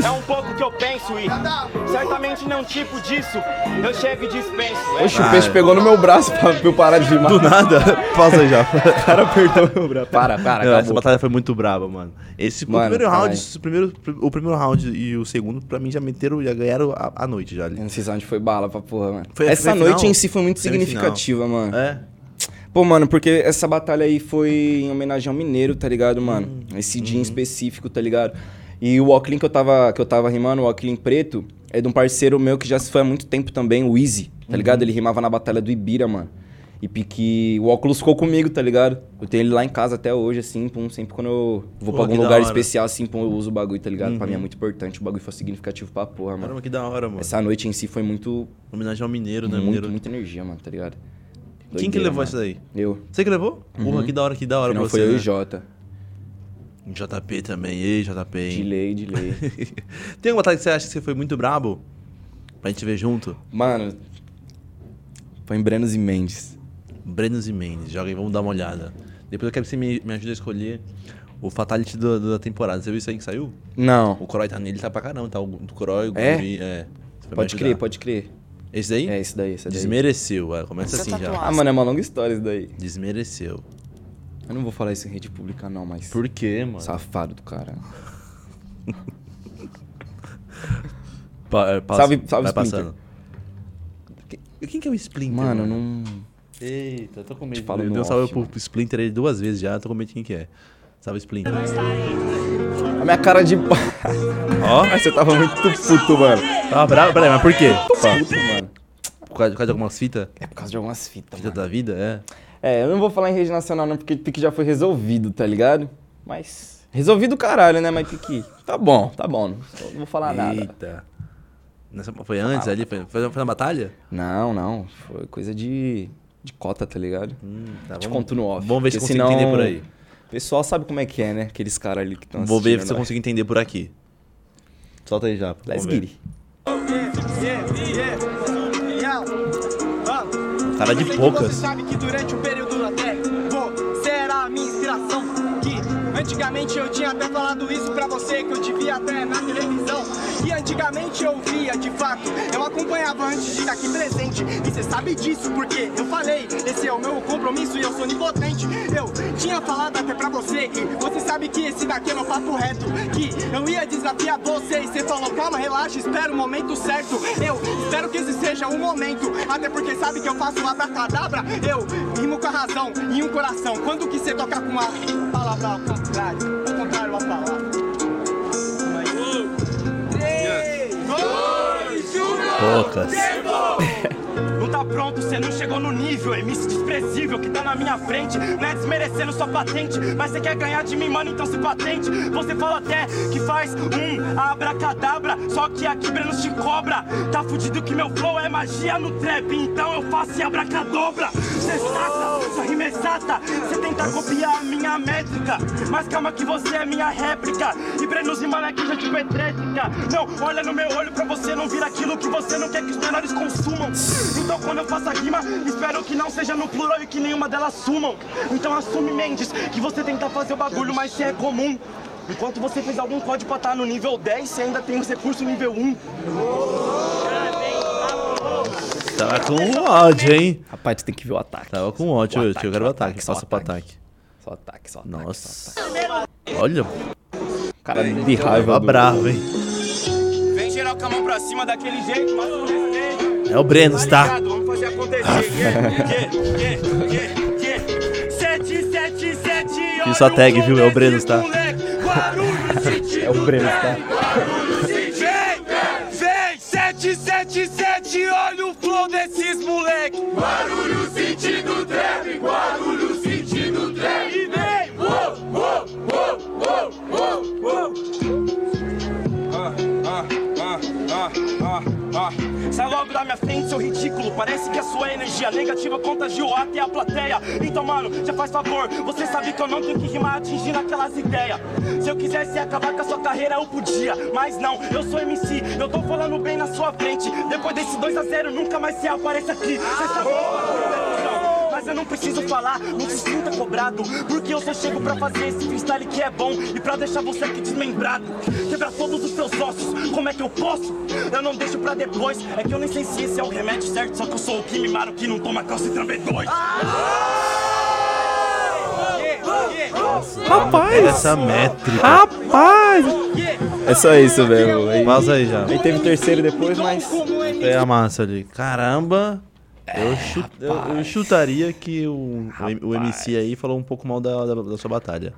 Speaker 4: é um pouco que eu penso e certamente não tipo disso eu chego e dispenso. é.
Speaker 1: Oxe, o peixe pegou no meu braço pra pra eu parar de filmar.
Speaker 2: Ah, Do nada, pausa aí já.
Speaker 1: cara apertou meu braço. Para, para,
Speaker 2: Não,
Speaker 1: acabou.
Speaker 2: É, essa batalha foi muito braba, mano. Esse o
Speaker 1: Mano,
Speaker 2: primeiro
Speaker 1: caralho.
Speaker 2: round, esse primeiro, o primeiro round e o segundo, pra mim, já meteram, já ganharam a, a noite já ali.
Speaker 1: Eu não sei se onde foi bala pra porra, mano.
Speaker 2: Foi a
Speaker 1: essa
Speaker 2: semifinal?
Speaker 1: noite em si foi muito
Speaker 2: Semifinal.
Speaker 1: significativa, mano.
Speaker 2: É.
Speaker 1: Pô, mano, porque essa batalha aí foi em homenagem ao Mineiro, tá ligado, mano?
Speaker 2: Hum.
Speaker 1: Esse
Speaker 2: Uhum.
Speaker 1: dia em específico, tá ligado? E o Oclean que eu tava, que eu tava rimando, o Oclean preto, é de um parceiro meu que já se foi há muito tempo também, o Easy,
Speaker 2: Uhum.
Speaker 1: tá ligado? Ele rimava na batalha do Ibira, mano. E pique, o óculos ficou comigo, tá ligado? Eu tenho ele lá em casa até hoje, assim, pum, sempre quando eu vou
Speaker 2: Pô,
Speaker 1: pra algum
Speaker 2: que da
Speaker 1: lugar
Speaker 2: hora. Uhum.
Speaker 1: especial, assim, pum, eu uso o bagulho, tá ligado? Pra mim é muito importante, o bagulho foi significativo pra porra, mano.
Speaker 2: Caramba, que da hora, mano.
Speaker 1: Essa noite em si foi muito,
Speaker 2: Homenagem ao mineiro, né?
Speaker 1: muito,
Speaker 2: mineiro.
Speaker 1: muita energia, mano, tá ligado?
Speaker 2: Quem que
Speaker 1: Doideira,
Speaker 2: levou
Speaker 1: mano.
Speaker 2: isso daí?
Speaker 1: Eu.
Speaker 2: Você que levou? Porra, que da hora, que da hora
Speaker 1: Não
Speaker 2: pra
Speaker 1: foi
Speaker 2: você.
Speaker 1: eu e
Speaker 2: né?
Speaker 1: Jota.
Speaker 2: JP também, ei, JP. hein?
Speaker 1: De lei, de lei.
Speaker 2: Tem alguma batalha que você acha que você foi muito brabo? Pra gente ver junto?
Speaker 1: Mano, foi em Brenos e Mendes.
Speaker 2: Brenos e Mendes, joga aí, vamos dar uma olhada. Depois eu quero que você me, me ajude a escolher o Fatality do- do- da temporada. Você viu isso aí que saiu?
Speaker 1: Não.
Speaker 2: O Croy tá nele, tá pra caramba, tá? O Croy, o
Speaker 1: É?
Speaker 2: Guri, é. Você vai me
Speaker 1: Pode
Speaker 2: ajudar.
Speaker 1: crer, pode crer.
Speaker 2: Esse daí?
Speaker 1: É, isso daí, isso daí.
Speaker 2: Desmereceu, é, começa assim já.
Speaker 1: Ah, mano, é uma longa história isso daí.
Speaker 2: Desmereceu.
Speaker 1: Eu não vou falar isso em rede pública, não, mas.
Speaker 2: Por quê, mano?
Speaker 1: Safado do cara.
Speaker 2: Pa- é, passa-
Speaker 1: Salve- salve,
Speaker 2: vai
Speaker 1: Splinter.
Speaker 2: passando. Que- Quem que é o Splinter?
Speaker 1: Mano, eu não.
Speaker 2: Eita, tô com medo.
Speaker 1: falo
Speaker 2: eu
Speaker 1: no
Speaker 2: dei um salve
Speaker 1: off,
Speaker 2: pro Splinter ele duas vezes já, tô com medo de quem que é. Salve, Splinter.
Speaker 1: A minha cara de. Ó, você tava muito puto, mano.
Speaker 2: Tá bravo? Peraí, mas por quê?
Speaker 1: Puto, mano.
Speaker 2: Por causa, por causa de algumas fitas?
Speaker 1: É por causa de algumas fitas,
Speaker 2: Fita
Speaker 1: mano.
Speaker 2: da vida, é.
Speaker 1: É, eu não vou falar em rede nacional, não, porque pique já foi resolvido, tá ligado? Mas. Resolvido caralho, né, mas pique. Tá bom, tá bom. Não vou falar nada.
Speaker 2: Eita. Nessa, foi antes ali? Foi, foi, foi na batalha?
Speaker 1: Não, não. Foi coisa de, de cota, tá ligado?
Speaker 2: Hum, tá,
Speaker 1: Te conto no off.
Speaker 2: Vamos ver se
Speaker 1: porque
Speaker 2: consigo entender por aí.
Speaker 1: O pessoal sabe como é que é, né? Aqueles caras ali que estão
Speaker 2: Vou ver se eu consigo entender por aqui. Solta aí já.
Speaker 1: Let's
Speaker 2: vamos
Speaker 1: get
Speaker 2: ver.
Speaker 1: it.
Speaker 2: Cara de poucas.
Speaker 7: sabe que durante o período da Terra, você era a minha inspiração. Que antigamente eu tinha até falado isso pra você, que eu te via até na televisão. E antigamente eu via, de fato, eu acompanhava antes de estar aqui presente. E você sabe disso, porque eu falei, esse é o meu compromisso e eu sou onipotente. Eu tinha falado até é pra você, e você sabe que esse daqui é meu papo reto. Que eu ia desafiar você, e você falou, calma, relaxa, espera o momento certo. Eu espero que esse seja o momento, até porque sabe que eu faço uma abracadabra. Eu rimo com a razão e um coração. Quando que você tocar com uma palavra ao contrário? Ao contrário uma palavra. Calma aí. Três, dois, um.
Speaker 2: Poucas.
Speaker 4: Não tá pronto, você não chegou no nível, MC desprezível que tá na minha frente. Não é desmerecendo sua patente, mas você quer ganhar de mim, mano, então se patente. Você fala até que faz um abracadabra, só que aqui Brenos te cobra. Tá fudido que meu flow é magia no trap, então eu faço em abracadobra. Cê saca, sua rima é exata, você tenta copiar a minha métrica. Mas calma que você é minha réplica, e Brenos rima naquilo de petrétrica. Não, olha no meu olho pra você não vir aquilo que você não quer que os menores consumam. Então quando eu faço a rima, espero que não seja no plural e que nenhuma delas sumam. Então assume, Mendes, que você tenta fazer o bagulho, mas você é comum. Enquanto você fez algum código pra estar no nível 10, você ainda tem os recursos nível 1.
Speaker 2: Tava com um ódio, hein?
Speaker 1: Rapaz, tu tem que ver o ataque.
Speaker 2: Tava com um ódio
Speaker 1: O
Speaker 2: hoje. Eu quero o ataque.
Speaker 1: o
Speaker 2: Passa pro ataque.
Speaker 1: Só ataque, só ataque. só
Speaker 2: Nossa.
Speaker 1: ataque.
Speaker 2: Olha,
Speaker 1: Cara de raiva.
Speaker 2: tava
Speaker 1: do-
Speaker 2: bravo, hein?
Speaker 4: Vem geral com a mão pra cima daquele jeito, mas com respeito.
Speaker 2: É o Brenos, tá?
Speaker 4: Vamos fazer acontecer.
Speaker 2: Fiz sua tag, viu? É o Brenos, tá?
Speaker 4: É
Speaker 1: o Brenos, tá?
Speaker 4: Vem, 777, olha o flow desses moleque. Guarulhos sentido trap, Guarulhos sentido trap. E vem, uou, uou, uou, uou, uou, uou. Ah, ah, ah, ah. seu ridículo. Parece que a sua energia negativa contagiou até a plateia. Então, mano, já faz favor. Você sabe que eu não tenho que rimar atingindo aquelas ideias. Se eu quisesse acabar com a sua carreira, eu podia. Mas não, eu sou MC. Eu tô falando bem na sua frente. Depois desse 2x0, nunca mais você aparece aqui. tá Você sabe mas eu não preciso falar, não se sinta cobrado Porque eu só chego pra fazer esse freestyle que é bom E pra deixar você aqui desmembrado Quebrar todos os seus ossos, como é que eu posso? Eu não deixo pra depois É que eu nem sei se esse é o remédio certo Só que eu sou o que mimaro que não toma calcitran B2
Speaker 7: Ah!
Speaker 2: Rapaz! Essa métrica.
Speaker 1: É só isso, velho. Aí,
Speaker 2: Passa aí já.
Speaker 1: aí teve o terceiro depois, mas.
Speaker 2: É a massa ali. Caramba!
Speaker 1: É,
Speaker 2: Eu, chu- eu- eu chutaria que o, o M- o MC aí falou um pouco mal da, da, da sua batalha.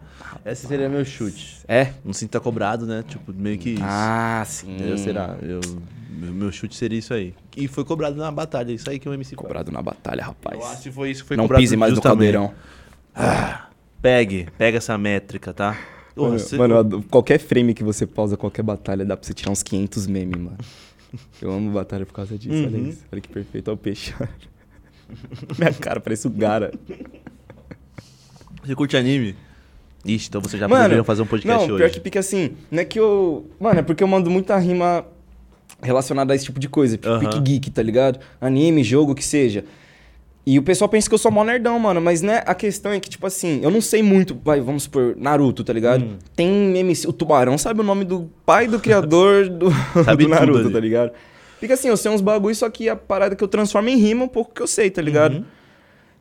Speaker 2: Esse seria meu chute.
Speaker 1: É?
Speaker 2: Não sinta cobrado, né? Tipo, meio que isso.
Speaker 1: Ah, sim.
Speaker 2: Eu, será? Eu, meu meu chute seria isso aí. E foi cobrado na batalha. Isso aí que o MC cobra.
Speaker 1: Cobrado na batalha,
Speaker 2: Eu acho
Speaker 1: rapaz.
Speaker 2: que foi isso que foi
Speaker 1: Não
Speaker 2: cobrado
Speaker 1: pise mais no
Speaker 2: justamente.
Speaker 1: caldeirão.
Speaker 2: Pegue, pega essa métrica, tá? Ô,
Speaker 1: Mano,
Speaker 2: você-
Speaker 1: mano, eu adoro- qualquer frame que você pausa, qualquer batalha, dá pra você tirar uns 500 memes, mano. Eu amo batalha por causa disso, olha isso. Olha que perfeito, olha o peixe. Minha cara parece o Gara.
Speaker 2: você curte anime? Ixi, então você já poderiam fazer um podcast
Speaker 1: não,
Speaker 2: hoje.
Speaker 1: pior que pique assim, não é que eu... Mano, é porque eu mando muita rima relacionada a esse tipo de coisa. Pique,
Speaker 2: Aham.
Speaker 1: pique geek, tá ligado? Anime, jogo, o que seja. E o pessoal pensa que eu sou mó nerdão, mano. Mas, né, a questão é que, tipo assim, eu não sei muito, vai, vamos supor, Naruto, tá ligado?
Speaker 2: Hum.
Speaker 1: Tem MC... O Tubarão sabe o nome do pai do criador do,
Speaker 2: Sabe
Speaker 1: do
Speaker 2: tudo
Speaker 1: Naruto,
Speaker 2: ali.
Speaker 1: tá ligado? Fica assim, eu sei uns bagulho, só que a parada que eu transformo em rima é um pouco que eu sei, tá ligado?
Speaker 2: Uhum.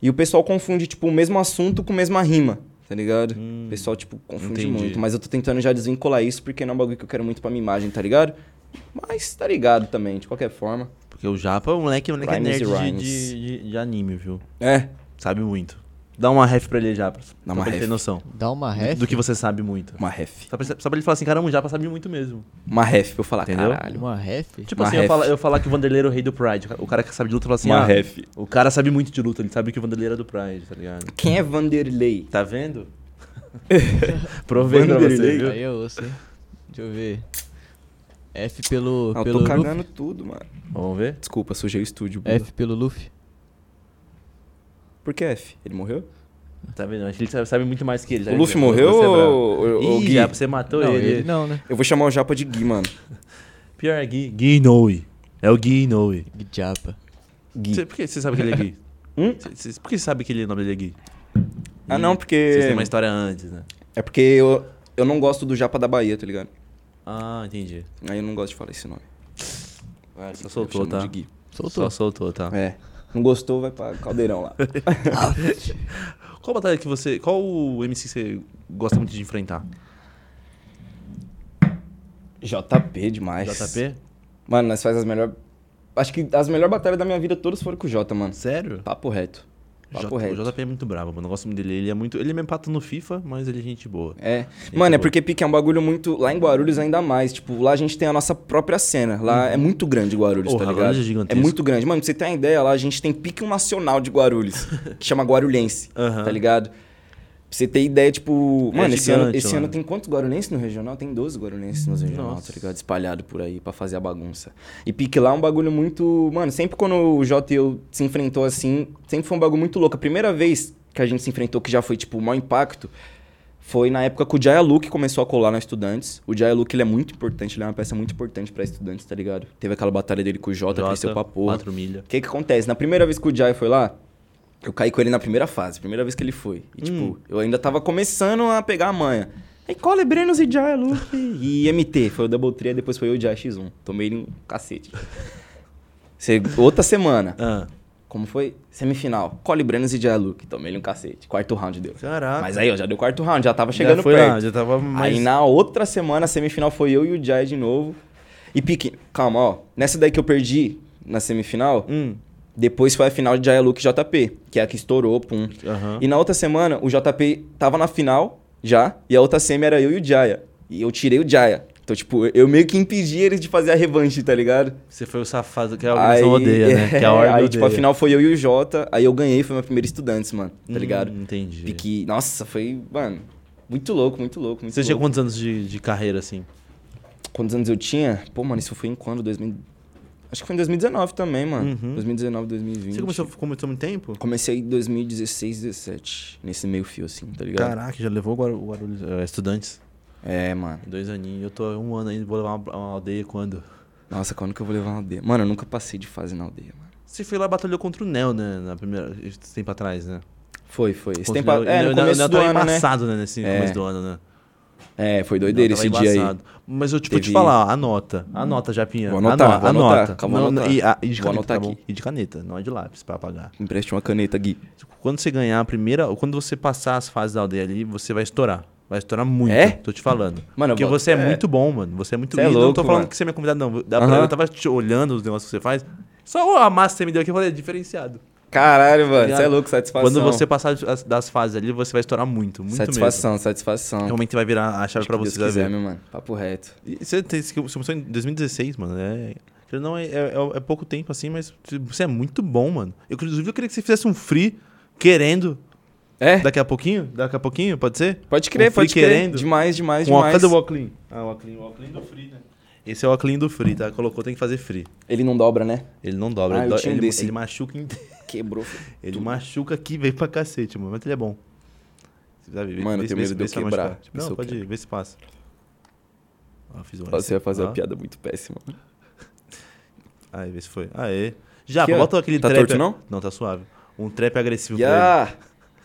Speaker 1: E o pessoal confunde, tipo, o mesmo assunto com a mesma rima, tá ligado? o pessoal, tipo, confunde
Speaker 2: Hum, entendi.
Speaker 1: muito. Mas eu tô tentando já desvincular isso, porque não é um bagulho que eu quero muito pra minha imagem, tá ligado? Mas tá ligado também, de qualquer forma.
Speaker 2: Porque o Japa, o moleque, o moleque é
Speaker 1: Rhymes
Speaker 2: nerd
Speaker 1: e
Speaker 2: de,
Speaker 1: rhymes.
Speaker 2: de- de- de anime, viu?
Speaker 1: É.
Speaker 2: Sabe muito. Dá uma ref pra ele, Japa.
Speaker 1: Dá uma
Speaker 2: Dá uma pra ele ter
Speaker 1: ref.
Speaker 2: noção
Speaker 3: Dá uma
Speaker 2: do-
Speaker 3: ref.
Speaker 2: do que você sabe muito.
Speaker 1: Uma ref.
Speaker 2: Só pra, só pra ele falar assim, caramba, o Japa sabe muito mesmo.
Speaker 1: Uma ref pra eu falar,
Speaker 2: Entendeu?
Speaker 1: caralho.
Speaker 3: Uma ref?
Speaker 2: Tipo
Speaker 1: Uma
Speaker 2: assim, eu
Speaker 1: ref.
Speaker 2: falar, eu falar que o Vanderlei era o rei do Pride. O cara que sabe de luta fala assim,
Speaker 1: Uma
Speaker 2: ah,
Speaker 1: ref.
Speaker 2: o cara sabe muito de luta, ele sabe que o Vanderlei era do Pride, tá ligado?
Speaker 1: Quem é Vanderlei?
Speaker 2: Tá vendo? Provei pra
Speaker 1: Vanderlei.
Speaker 2: você, viu?
Speaker 3: Aí eu ouço, hein? Deixa eu ver. F pelo.
Speaker 1: Ah, eu
Speaker 3: pelo
Speaker 1: tô
Speaker 3: Luffy?
Speaker 1: cagando tudo, mano.
Speaker 2: Vamos ver?
Speaker 1: Desculpa, sujei o estúdio. Buda.
Speaker 3: F pelo Luffy?
Speaker 1: Por que F? Ele morreu?
Speaker 2: Tá vendo? Acho que ele sabe, sabe muito mais que ele. tá
Speaker 1: o Luffy
Speaker 2: vendo?
Speaker 1: morreu
Speaker 2: Você é bravo.
Speaker 1: ou, ou, ou
Speaker 2: Ih,
Speaker 1: Gui?
Speaker 2: Japa, você matou
Speaker 3: não,
Speaker 2: ele.
Speaker 3: ele não, né?
Speaker 1: Eu vou chamar o Japa de Gui, mano.
Speaker 2: Pior é Gui. Gui Inoue. É o Gui Inoue.
Speaker 3: Japa.
Speaker 1: Gui.
Speaker 2: Cê- por que você sabe que ele é Gui?
Speaker 1: Hum?
Speaker 2: Cê- cê- por que você sabe que ele, o nome dele é Gui?
Speaker 1: Ah, não,
Speaker 2: Vocês têm
Speaker 1: porque.
Speaker 2: uma história antes, né?
Speaker 1: É porque eu, eu não gosto do Japa da Bahia, tá ligado?
Speaker 2: Ah, entendi.
Speaker 1: Aí eu não gosto de falar esse nome.
Speaker 2: Ah, só
Speaker 1: Eu
Speaker 2: soltou,
Speaker 1: chamo
Speaker 2: tá?
Speaker 1: de Gui.
Speaker 3: Soltou.
Speaker 2: Só soltou, tá?
Speaker 1: É. Não gostou, vai pra caldeirão lá.
Speaker 2: Qual batalha que você. Qual o MC que você gosta muito de enfrentar?
Speaker 1: JP demais.
Speaker 2: JP?
Speaker 1: Mano, nós faz as melhores. Acho que as melhores batalhas da minha vida todas foram com o Jota, mano.
Speaker 2: Sério?
Speaker 1: Papo reto. Papo
Speaker 2: J-
Speaker 1: reto.
Speaker 2: O JP é muito brabo, mano. Eu gosto muito dele. Ele é muito. Ele me empata no FIFA, mas ele é gente boa.
Speaker 1: É. Mano, é
Speaker 2: boa.
Speaker 1: porque Pique é um bagulho muito. Lá em Guarulhos ainda mais. Tipo, lá a gente tem a nossa própria cena. Lá é muito grande Guarulhos,
Speaker 2: Uhum. Porra,
Speaker 1: tá ligado?
Speaker 2: Guarulhos é gigantesco.
Speaker 1: muito grande. Mano, pra você ter uma ideia, lá a gente tem pique um nacional de Guarulhos, que chama Guarulhense,
Speaker 2: Aham.
Speaker 1: tá ligado? Pra você ter ideia, tipo.
Speaker 2: É
Speaker 1: Mano, esse, ano,
Speaker 2: gigante
Speaker 1: esse
Speaker 2: lá,
Speaker 1: ano
Speaker 2: né?
Speaker 1: tem quantos guarulhenses no regional? Tem 12 guarulhenses no regional, tá
Speaker 2: Nossa.
Speaker 1: ligado? Espalhado por aí pra fazer a bagunça. E pique lá é um bagulho muito. Mano, sempre quando o Jota e eu se enfrentou assim, sempre foi um bagulho muito louco. A primeira vez que a gente se enfrentou, que já foi, tipo, o maior impacto, foi na época que o Jaya Luke começou a colar na Estudantes. O Jaya Luke, ele é muito importante, ele é uma peça muito importante pra Estudantes, tá ligado? Teve aquela batalha dele com o Jota, cresceu pra porra.
Speaker 2: 4 milha.
Speaker 1: O que que acontece? Na primeira vez que o Jai foi lá, eu caí com ele na primeira fase, primeira vez que ele foi. E,
Speaker 2: Hum.
Speaker 1: tipo, eu ainda tava começando a pegar a manha. Aí Cole, Brenos e Jai, Luke e MT. Foi o Double Tree, depois foi eu e o Jai X1. Tomei ele um cacete. Se- Outra semana.
Speaker 2: Ah,
Speaker 1: Como foi? Semifinal. Cole, Brenos e Jai, Luke. Tomei ele um cacete. Quarto round deu.
Speaker 2: caraca.
Speaker 1: Mas aí, ó, já deu quarto round, já tava chegando
Speaker 2: já foi
Speaker 1: perto.
Speaker 2: lá, já tava mais.
Speaker 1: Aí na outra semana, a semifinal foi eu e o Jai de novo. E Pique, calma, ó. Nessa daí que eu perdi na semifinal,
Speaker 2: Hum,
Speaker 1: depois foi a final de Jaya Luke e JP, que é a que estourou, pum.
Speaker 2: aham.
Speaker 1: E na outra semana, o JP tava na final já, e a outra semi era eu e o Jaya. E eu tirei o Jaya. Então, tipo, eu meio que impedi eles de fazer a revanche, tá ligado?
Speaker 2: Você foi o safado que é a organização odeia, né? Que
Speaker 1: é,
Speaker 2: a ordem
Speaker 1: aí, tipo, a
Speaker 2: odeia.
Speaker 1: final foi eu e o Jota, aí eu ganhei, foi meu primeiro estudantes, mano, tá ligado?
Speaker 2: Hum, entendi.
Speaker 1: Pique, nossa, foi, mano, muito louco, muito louco, muito
Speaker 2: Você tinha
Speaker 1: louco.
Speaker 2: quantos anos de, de carreira, assim?
Speaker 1: Quantos anos eu tinha? Pô, mano, isso foi em quando? 2000... Acho que foi em 2019 também, mano. 2019, 2020.
Speaker 2: Uhum. Você começou, começou muito tempo?
Speaker 1: Comecei em 2016, 17. Nesse meio fio, assim, tá ligado?
Speaker 2: Caraca, já levou o Guar- o Guarulhos. é, estudantes.
Speaker 1: É, mano.
Speaker 2: Dois aninhos. Eu tô um ano ainda, vou levar uma, uma aldeia quando?
Speaker 1: Nossa, quando que eu vou levar uma aldeia? Mano, eu nunca passei de fase na aldeia, mano.
Speaker 2: Você foi lá e batalhou contra o Nel, né? Na primeira. Esse tempo atrás, né?
Speaker 1: Foi, foi. Esse
Speaker 2: Contra
Speaker 1: tempo...
Speaker 2: o Nel-
Speaker 1: É, no
Speaker 2: o Nel- o
Speaker 1: começo
Speaker 2: Nel
Speaker 1: do
Speaker 2: tava
Speaker 1: ano, né?
Speaker 2: embaçado, né? Nesse
Speaker 1: É.
Speaker 2: começo do ano, né?
Speaker 1: É, foi doideira
Speaker 2: Não,
Speaker 1: esse
Speaker 2: tava
Speaker 1: dia aí.
Speaker 2: embaçado. Mas eu, tipo,
Speaker 1: Teve-
Speaker 2: te falar, anota. Anota, Japinha.
Speaker 1: Vou anotar,
Speaker 2: Ano-
Speaker 1: vou anotar.
Speaker 2: Anota.
Speaker 1: Calma,
Speaker 2: Não,
Speaker 1: vou anotar.
Speaker 2: E, a- e de
Speaker 1: Vou
Speaker 2: caneta,
Speaker 1: anotar
Speaker 2: tá bom?
Speaker 1: aqui.
Speaker 2: E de caneta, não é de lápis pra apagar.
Speaker 1: Me Empreste uma caneta, Gui.
Speaker 2: Quando você ganhar a primeira, ou quando você passar as fases da aldeia ali, você vai estourar. Vai estourar muito,
Speaker 1: É?
Speaker 2: tô te falando.
Speaker 1: Mano, eu
Speaker 2: Porque
Speaker 1: boto-
Speaker 2: você é,
Speaker 1: é.
Speaker 2: muito bom, mano. Você é muito
Speaker 1: Cê é
Speaker 2: lindo. não
Speaker 1: louco,
Speaker 2: tô falando
Speaker 1: mano.
Speaker 2: que você é minha convidada, não. Da-
Speaker 1: Aham.
Speaker 2: Eu tava te olhando os negócios que você faz. Só a massa que você me deu aqui, eu falei, é diferenciado.
Speaker 1: Caralho, mano.
Speaker 2: Obrigado.
Speaker 1: Você é louco, satisfação.
Speaker 2: Quando você passar as- das fases ali, você vai estourar muito, muito
Speaker 1: Satisfação, satisfação.
Speaker 2: mesmo. Realmente vai virar a chave pra você.
Speaker 1: Se Deus
Speaker 2: vai ver.
Speaker 1: quiser, meu mano. Papo reto.
Speaker 2: E Você, tem, você começou em 2016, mano. É, querendo ou não é, é- é pouco tempo assim, mas você é muito bom, mano. Eu, inclusive, eu queria que você fizesse um free querendo
Speaker 1: É?
Speaker 2: daqui a pouquinho. Daqui a pouquinho, pode ser?
Speaker 1: Pode crer,
Speaker 2: Um free
Speaker 1: pode crer.
Speaker 2: querendo.
Speaker 1: Demais, demais,
Speaker 2: Com o
Speaker 1: demais.
Speaker 2: Cadê o Oclean? Ah, o Oclean, o Oclean do free, né? É Esse é o Oclean do free, tá? Colocou, tem que fazer free.
Speaker 1: Ele não dobra, né?
Speaker 2: Ele não dobra,
Speaker 1: Ah,
Speaker 2: ele,
Speaker 1: eu
Speaker 2: do-
Speaker 1: tinha um
Speaker 2: ele,
Speaker 1: desse.
Speaker 2: ele machuca inteiro.
Speaker 1: Quebrou.
Speaker 2: Ele machuca aqui, veio pra cacete, mano. Mas ele é bom. Você sabe, vê-
Speaker 1: Mano, eu
Speaker 2: vê-
Speaker 1: tenho
Speaker 2: vê-
Speaker 1: medo
Speaker 2: vê
Speaker 1: de eu
Speaker 2: se vai machucar.
Speaker 1: quebrar. Tipo, se
Speaker 2: Não,
Speaker 1: eu
Speaker 2: pode
Speaker 1: quebro.
Speaker 2: ir, vê se passa. Ah, fiz uma
Speaker 1: Você ia fazer
Speaker 2: Ah.
Speaker 1: uma piada muito péssima.
Speaker 2: Aí, vê se foi. Aê. Já,
Speaker 1: Aqui, ó.
Speaker 2: bota aquele
Speaker 1: Tá
Speaker 2: trap.
Speaker 1: torto, não?
Speaker 2: Não, tá suave. Um trap agressivo pra
Speaker 1: Yeah.
Speaker 2: ele.